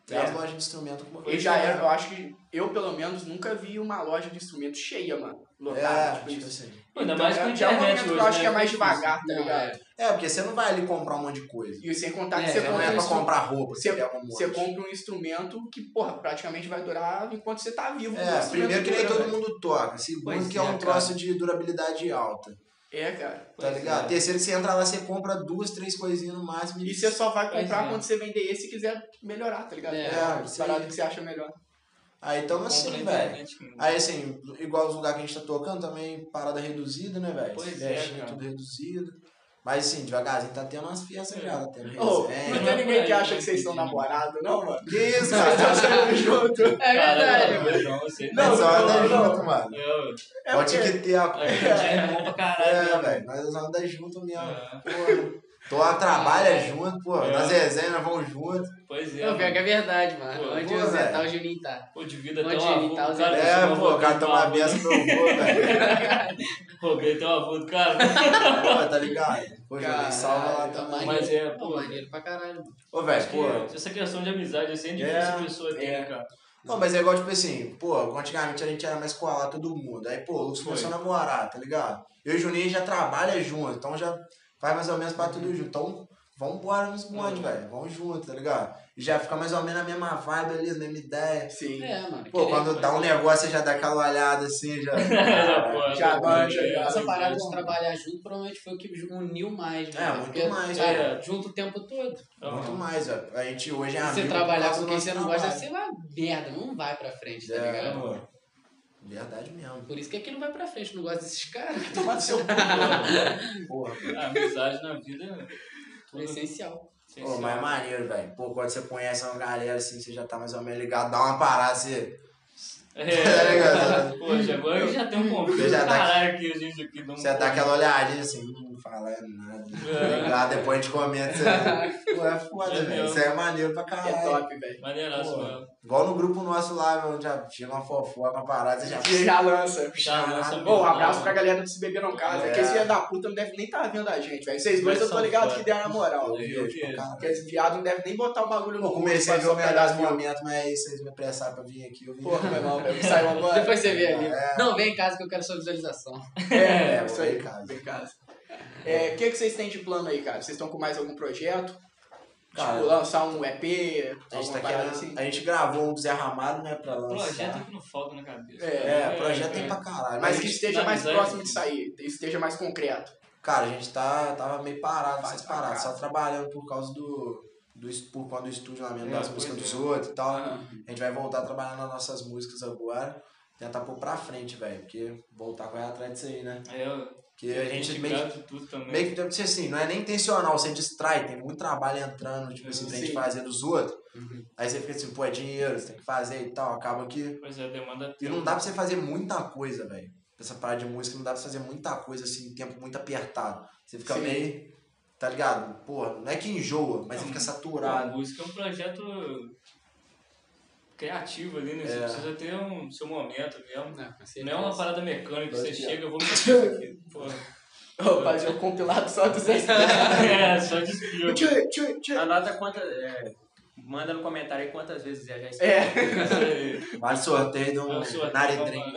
[SPEAKER 4] Até
[SPEAKER 2] É.
[SPEAKER 4] as lojas de instrumento com
[SPEAKER 2] Eu
[SPEAKER 4] movimento
[SPEAKER 2] já era, eu
[SPEAKER 4] fraco.
[SPEAKER 2] acho que eu, pelo menos, nunca vi uma loja de instrumentos cheia, mano. Lotada,
[SPEAKER 4] É,
[SPEAKER 2] tipo
[SPEAKER 4] tipo
[SPEAKER 2] isso.
[SPEAKER 4] assim.
[SPEAKER 5] Ainda
[SPEAKER 2] Então,
[SPEAKER 5] mais com a
[SPEAKER 2] é- já é um
[SPEAKER 5] internet
[SPEAKER 2] movimento
[SPEAKER 5] hoje,
[SPEAKER 2] que eu acho
[SPEAKER 5] né?
[SPEAKER 2] que é mais
[SPEAKER 5] Difícil.
[SPEAKER 2] devagar, tá
[SPEAKER 1] Não,
[SPEAKER 2] ligado?
[SPEAKER 1] é.
[SPEAKER 4] É, porque você não vai ali comprar um monte de coisa.
[SPEAKER 2] E sem
[SPEAKER 1] É,
[SPEAKER 2] contar que
[SPEAKER 1] já
[SPEAKER 2] você
[SPEAKER 4] Não
[SPEAKER 2] compra
[SPEAKER 4] é
[SPEAKER 2] um
[SPEAKER 4] pra
[SPEAKER 2] instru-
[SPEAKER 4] comprar roupa,
[SPEAKER 2] Você-
[SPEAKER 4] você pega um monte.
[SPEAKER 2] Você compra um instrumento que, porra, praticamente vai durar enquanto você tá vivo. o
[SPEAKER 4] É,
[SPEAKER 2] instrumento
[SPEAKER 4] primeiro que nem
[SPEAKER 2] dura,
[SPEAKER 4] todo
[SPEAKER 2] velho.
[SPEAKER 4] mundo toca. Segundo
[SPEAKER 1] Pois
[SPEAKER 4] que é um
[SPEAKER 1] é,
[SPEAKER 4] troço de durabilidade alta.
[SPEAKER 2] É, cara.
[SPEAKER 4] Tá
[SPEAKER 1] Pois
[SPEAKER 4] ligado?
[SPEAKER 1] é.
[SPEAKER 4] Terceiro que você entra lá, você compra duas, três coisinhas no máximo.
[SPEAKER 2] E você só vai
[SPEAKER 5] Pois
[SPEAKER 2] comprar
[SPEAKER 5] é.
[SPEAKER 2] quando você vender esse e quiser melhorar, tá ligado?
[SPEAKER 1] É,
[SPEAKER 4] isso
[SPEAKER 2] parada
[SPEAKER 4] aí.
[SPEAKER 2] que você acha melhor.
[SPEAKER 4] Aí então
[SPEAKER 5] Compra
[SPEAKER 4] assim,
[SPEAKER 5] na
[SPEAKER 4] velho.
[SPEAKER 5] internet, mano.
[SPEAKER 4] Aí assim, igual os lugares que a gente tá tocando, também parada reduzida, né, velho?
[SPEAKER 5] Pois
[SPEAKER 4] Esses
[SPEAKER 5] é,
[SPEAKER 4] festinhas,
[SPEAKER 5] cara.
[SPEAKER 4] tudo reduzido. Mas assim, devagarzinho tá tendo umas festas já, tá tendo
[SPEAKER 2] Ô,
[SPEAKER 4] resenha.
[SPEAKER 2] não tem ninguém que
[SPEAKER 5] É,
[SPEAKER 2] acha
[SPEAKER 5] é,
[SPEAKER 2] que vocês são
[SPEAKER 5] é.
[SPEAKER 2] namorados, não, mano?
[SPEAKER 4] Que isso,
[SPEAKER 2] Vocês estão
[SPEAKER 4] cara?
[SPEAKER 2] saindo junto. É
[SPEAKER 5] Cara, não, não, você-
[SPEAKER 4] Não,
[SPEAKER 2] Não,
[SPEAKER 4] só né? anda
[SPEAKER 2] não, não.
[SPEAKER 4] junto, mano.
[SPEAKER 5] Eu-
[SPEAKER 2] É
[SPEAKER 4] Pode
[SPEAKER 2] porque-
[SPEAKER 4] que ter a
[SPEAKER 5] a gente é bom pra caralho,
[SPEAKER 4] É,
[SPEAKER 5] né,
[SPEAKER 4] velho, nós andamos junto mesmo.
[SPEAKER 5] É.
[SPEAKER 4] Pô, tô, trabalha junto, pô,
[SPEAKER 5] É.
[SPEAKER 4] nós resenhas, nós vamos junto.
[SPEAKER 5] Pois é.
[SPEAKER 1] Não, pior que é verdade, mano.
[SPEAKER 5] Pô,
[SPEAKER 1] Onde
[SPEAKER 4] boa,
[SPEAKER 1] o Zé
[SPEAKER 4] velho.
[SPEAKER 1] tá, o Juninho tá.
[SPEAKER 5] Pô, de vida
[SPEAKER 1] Onde
[SPEAKER 5] tão
[SPEAKER 1] ele
[SPEAKER 5] avô,
[SPEAKER 1] tá,
[SPEAKER 5] cara,
[SPEAKER 1] os
[SPEAKER 5] eu
[SPEAKER 4] É,
[SPEAKER 5] sou
[SPEAKER 4] pô,
[SPEAKER 5] avô né?
[SPEAKER 4] o cara
[SPEAKER 5] do
[SPEAKER 4] toma
[SPEAKER 5] avô,
[SPEAKER 4] benção pro avô, velho.
[SPEAKER 5] Roubei teu um avô do cara.
[SPEAKER 4] Pô, tá ligado? Pô, joguei
[SPEAKER 2] Caralho,
[SPEAKER 4] salva lá
[SPEAKER 1] Tá
[SPEAKER 4] também.
[SPEAKER 1] maneiro.
[SPEAKER 5] Mas é,
[SPEAKER 1] Pô,
[SPEAKER 5] pô.
[SPEAKER 1] maneiro pra caralho. mano.
[SPEAKER 4] Ô, velho,
[SPEAKER 5] Acho que
[SPEAKER 4] pô,
[SPEAKER 5] essa questão de amizade assim é difícil
[SPEAKER 4] É,
[SPEAKER 5] a pessoa ter,
[SPEAKER 2] é.
[SPEAKER 5] né, cara.
[SPEAKER 4] Não, mas é igual, tipo assim, pô, antigamente a gente era mais colar todo mundo. Aí, pô, o Lucas
[SPEAKER 5] Foi.
[SPEAKER 4] começou a namorar, tá ligado? Eu e o Juninho já trabalha junto, então já vai mais ou menos pra
[SPEAKER 1] Uhum.
[SPEAKER 4] tudo junto. Então, vambora nos bondes, velho. Vamos junto, tá ligado? E já fica mais ou menos a mesma vibe ali, a mesma ideia.
[SPEAKER 2] Sim.
[SPEAKER 1] É, mano.
[SPEAKER 4] Pô,
[SPEAKER 1] querendo,
[SPEAKER 4] quando
[SPEAKER 1] mano.
[SPEAKER 4] dá um negócio, você já dá aquela olhada assim, já.
[SPEAKER 5] Essa porra,
[SPEAKER 2] já
[SPEAKER 5] pô,
[SPEAKER 2] manja,
[SPEAKER 5] é,
[SPEAKER 2] já.
[SPEAKER 1] Essa parada de
[SPEAKER 5] é,
[SPEAKER 1] trabalhar junto provavelmente foi o que uniu mais, né?
[SPEAKER 4] É, muito
[SPEAKER 1] Porque,
[SPEAKER 4] mais,
[SPEAKER 1] Cara,
[SPEAKER 5] é.
[SPEAKER 1] junto o tempo todo.
[SPEAKER 5] é,
[SPEAKER 4] Muito mais, velho. A gente hoje é
[SPEAKER 1] você
[SPEAKER 4] amigo por
[SPEAKER 1] Uhum. trabalhar
[SPEAKER 4] causa
[SPEAKER 1] com
[SPEAKER 4] do
[SPEAKER 1] quem
[SPEAKER 4] nosso
[SPEAKER 1] você não gosta,
[SPEAKER 4] trabalho.
[SPEAKER 1] você vai merda, não vai pra frente, tá
[SPEAKER 4] É,
[SPEAKER 1] ligado?
[SPEAKER 4] pô. Verdade mesmo.
[SPEAKER 1] Por isso que aqui não vai pra frente, não gosta desses caras.
[SPEAKER 4] Tomar no seu
[SPEAKER 1] um
[SPEAKER 4] cu,
[SPEAKER 1] né?
[SPEAKER 4] velho. Porra,
[SPEAKER 5] A amizade na vida é
[SPEAKER 1] É essencial.
[SPEAKER 4] Pô,
[SPEAKER 5] essencial.
[SPEAKER 4] mas é maneiro, velho. Pô, quando você conhece uma galera assim, você já tá mais ou menos ligado, dá uma parada, você. Tá
[SPEAKER 5] É,
[SPEAKER 4] ligado?
[SPEAKER 5] pô, já, agora eu já tenho um
[SPEAKER 4] Você
[SPEAKER 5] conflito
[SPEAKER 4] já
[SPEAKER 5] do
[SPEAKER 4] dá-
[SPEAKER 5] caralho aqui, a gente aqui. não-
[SPEAKER 4] Você dá aquela olhadinha assim, não fala nada.
[SPEAKER 5] É.
[SPEAKER 4] Tá ligado? Depois a gente comenta. Você... Pô, é foda,
[SPEAKER 5] É
[SPEAKER 4] velho.
[SPEAKER 5] mesmo.
[SPEAKER 4] Isso aí é maneiro pra caralho.
[SPEAKER 2] É top, velho.
[SPEAKER 5] Maneiraço,
[SPEAKER 4] Pô.
[SPEAKER 5] mano.
[SPEAKER 4] Igual no grupo nosso lá, onde já chega uma fofoca, uma parada, você já.
[SPEAKER 2] Já lança.
[SPEAKER 5] Já lança
[SPEAKER 2] Ô, um
[SPEAKER 5] mesmo.
[SPEAKER 2] abraço pra galera do Se Beber Não Casa.
[SPEAKER 4] É.
[SPEAKER 2] Que esse filho da puta não deve nem tá vendo a gente, velho. Vocês dois eu tô
[SPEAKER 5] São
[SPEAKER 2] ligado
[SPEAKER 5] foda.
[SPEAKER 2] que deram a moral.
[SPEAKER 5] Eu- eu vi.
[SPEAKER 2] Porque esse viado não deve nem botar o bagulho no
[SPEAKER 4] Eu
[SPEAKER 2] cu,
[SPEAKER 4] comecei a
[SPEAKER 2] faz
[SPEAKER 4] ver um
[SPEAKER 2] só
[SPEAKER 4] o melhor
[SPEAKER 2] pedaço de-
[SPEAKER 4] momento, mas vocês me apressaram pra vir aqui. Eu vim.
[SPEAKER 2] Porra, foi mal, velho. que Saiu agora.
[SPEAKER 1] Depois você vê ali. Não, vem em casa que eu quero sua visualização.
[SPEAKER 2] É,
[SPEAKER 4] É,
[SPEAKER 2] isso aí,
[SPEAKER 4] vou em casa.
[SPEAKER 2] Vem em casa. É, O que, que vocês têm de plano aí, cara? Vocês estão com mais algum projeto?
[SPEAKER 4] Cara,
[SPEAKER 2] tipo, lançar um EP,
[SPEAKER 4] a gente
[SPEAKER 2] alguma
[SPEAKER 4] tá
[SPEAKER 2] parada
[SPEAKER 4] querendo.
[SPEAKER 2] assim?
[SPEAKER 4] A gente gravou um do Zé Ramalho, né? Pra lançar.
[SPEAKER 5] Projeto que não falta na cabeça.
[SPEAKER 2] É,
[SPEAKER 4] É, projeto tem
[SPEAKER 5] é.
[SPEAKER 4] pra caralho.
[SPEAKER 2] Mas
[SPEAKER 4] a
[SPEAKER 2] que
[SPEAKER 4] gente- tá
[SPEAKER 2] esteja
[SPEAKER 5] dá
[SPEAKER 2] mais
[SPEAKER 5] amizade,
[SPEAKER 2] próximo
[SPEAKER 5] né?
[SPEAKER 2] de sair, esteja mais concreto.
[SPEAKER 4] Cara, a gente tá, tava meio parado,
[SPEAKER 2] Vai
[SPEAKER 4] essas
[SPEAKER 2] pra
[SPEAKER 4] paradas,
[SPEAKER 2] cá.
[SPEAKER 4] só trabalhando por causa do. do es- por conta do estúdio lá mesmo,
[SPEAKER 5] É,
[SPEAKER 4] das
[SPEAKER 5] pois
[SPEAKER 4] músicas
[SPEAKER 5] é.
[SPEAKER 4] dos outros e tal.
[SPEAKER 2] Aham.
[SPEAKER 4] A gente vai voltar a trabalhar nas nossas músicas agora. Tentar pôr pra frente, velho. Porque voltar vai atrás disso aí, né?
[SPEAKER 5] É, eu-
[SPEAKER 4] Porque a gente meio que.
[SPEAKER 5] grava de tudo também.
[SPEAKER 4] Meio que tipo assim, não é nem intencional, você distrai, tem muito trabalho entrando, tipo assim, pra gente
[SPEAKER 2] Sim.
[SPEAKER 4] fazer dos outros. Aí você fica assim, pô, é dinheiro, você tem que fazer e tal. Acaba que.
[SPEAKER 5] Pois é, demanda
[SPEAKER 4] E não dá pra você fazer muita coisa, velho. Essa parada de música não dá pra fazer muita coisa assim, em tempo muito apertado. Você fica
[SPEAKER 2] Sim.
[SPEAKER 4] meio. Tá ligado? Porra, não é que enjoa, mas você fica
[SPEAKER 5] A
[SPEAKER 4] saturado.
[SPEAKER 5] música é um projeto criativo ali, né? Você
[SPEAKER 4] É.
[SPEAKER 5] precisa ter um seu momento mesmo.
[SPEAKER 1] Não, com certeza.
[SPEAKER 5] Não é uma parada mecânica que
[SPEAKER 4] Dois é.
[SPEAKER 5] você
[SPEAKER 4] dias.
[SPEAKER 5] chega, eu vou me isso aqui. Pô.
[SPEAKER 2] Ô, fazer um compilado só dos dois.
[SPEAKER 5] É, só despio.
[SPEAKER 2] Tchê, tchê, tchê.
[SPEAKER 3] Anota quantas. é, manda no comentário aí quantas vezes Zé já escreveu.
[SPEAKER 2] É,
[SPEAKER 4] Vale sorteio de
[SPEAKER 5] É
[SPEAKER 4] um
[SPEAKER 5] o seu
[SPEAKER 4] Naredrink.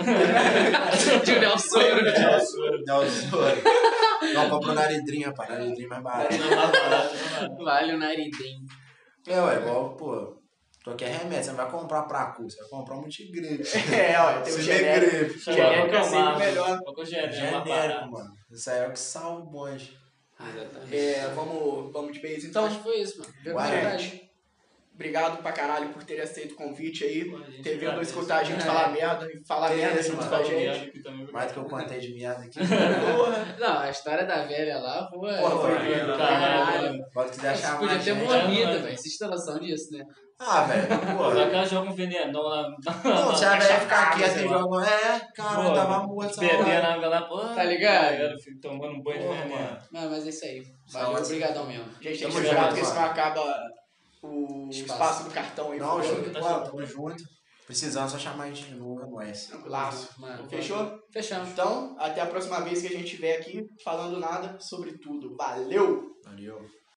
[SPEAKER 1] Tio Nelson.
[SPEAKER 5] É o seu.
[SPEAKER 4] Não, sorteio. não, compra um Naredrink, rapaz. Naredrink mais barato.
[SPEAKER 5] Não é mais barato, não é barato.
[SPEAKER 1] Vale o Naridem.
[SPEAKER 4] É, ué, igual, pô. Tu aqui é remédio, você não vai comprar pra cu, você vai comprar um multigripe.
[SPEAKER 2] é, olha, tem um genérico.
[SPEAKER 4] Multigripe.
[SPEAKER 5] Sei lá,
[SPEAKER 2] Genérico
[SPEAKER 5] qual que é o
[SPEAKER 2] é sempre
[SPEAKER 5] mais-
[SPEAKER 2] melhor.
[SPEAKER 5] qual que é o
[SPEAKER 4] É
[SPEAKER 5] genérico mais
[SPEAKER 4] genérico,
[SPEAKER 5] barato?
[SPEAKER 4] mano. Isso aí é o que salva o bonde.
[SPEAKER 1] Exatamente.
[SPEAKER 2] É, vamos, vamos de beijo
[SPEAKER 1] Então,
[SPEAKER 2] então.
[SPEAKER 1] acho que foi isso, mano.
[SPEAKER 4] Uai.
[SPEAKER 1] Verdade.
[SPEAKER 2] Obrigado pra caralho por ter aceito o convite aí.
[SPEAKER 3] Pô, a gente
[SPEAKER 2] Ter vindo
[SPEAKER 3] agradece.
[SPEAKER 2] escutar a gente falar merda e falar
[SPEAKER 4] É. Tem
[SPEAKER 2] merda
[SPEAKER 4] essa,
[SPEAKER 2] junto
[SPEAKER 4] mano.
[SPEAKER 2] com a
[SPEAKER 5] Obrigado
[SPEAKER 2] gente.
[SPEAKER 5] aqui também,
[SPEAKER 4] Mais do que eu contei de merda aqui.
[SPEAKER 2] Porra.
[SPEAKER 1] Não, a história da velha lá foi.
[SPEAKER 4] Porra, foi
[SPEAKER 1] foi
[SPEAKER 3] doido,
[SPEAKER 1] caralho.
[SPEAKER 4] Pode quiser
[SPEAKER 1] Você
[SPEAKER 4] achar
[SPEAKER 1] podia
[SPEAKER 4] mais
[SPEAKER 1] ter
[SPEAKER 4] gente.
[SPEAKER 1] morrido,
[SPEAKER 5] Caralho.
[SPEAKER 1] velho. Vocês têm noção disso, né?
[SPEAKER 4] Ah, velho,
[SPEAKER 5] Só
[SPEAKER 4] porra.
[SPEAKER 5] que ela joga um venenão lá. na-
[SPEAKER 4] Não,
[SPEAKER 5] na
[SPEAKER 4] se a velha
[SPEAKER 5] caixa
[SPEAKER 4] ficar
[SPEAKER 5] d'água,
[SPEAKER 4] quieta
[SPEAKER 5] sei
[SPEAKER 4] e
[SPEAKER 5] lá.
[SPEAKER 4] joga, é, cara,
[SPEAKER 5] né? Pô,
[SPEAKER 4] tava morto essa
[SPEAKER 5] Perdendo
[SPEAKER 4] hora.
[SPEAKER 5] a água lá, pô.
[SPEAKER 1] Tá ligado?
[SPEAKER 5] Eu fico tomando um banho de
[SPEAKER 4] Porra,
[SPEAKER 5] veneno.
[SPEAKER 4] mano.
[SPEAKER 1] Não, mas é isso aí. Valeu,
[SPEAKER 4] Saúde.
[SPEAKER 1] obrigadão mesmo.
[SPEAKER 2] Gente, tem que
[SPEAKER 4] Tamo
[SPEAKER 2] esperar,
[SPEAKER 4] junto,
[SPEAKER 2] porque
[SPEAKER 4] mano.
[SPEAKER 2] senão acaba o
[SPEAKER 1] Espaço.
[SPEAKER 2] espaço, do cartão aí.
[SPEAKER 4] Não,
[SPEAKER 2] Fechou?
[SPEAKER 4] junto,
[SPEAKER 5] tá
[SPEAKER 4] pô, tamo junto. Precisando só chamar a gente de novo, é nóis.
[SPEAKER 2] Tranquilaço.
[SPEAKER 1] Mano,
[SPEAKER 2] Fechou?
[SPEAKER 1] Fechamos.
[SPEAKER 2] Então, até a próxima vez que a gente vier aqui falando nada sobre tudo. Valeu!
[SPEAKER 4] Valeu.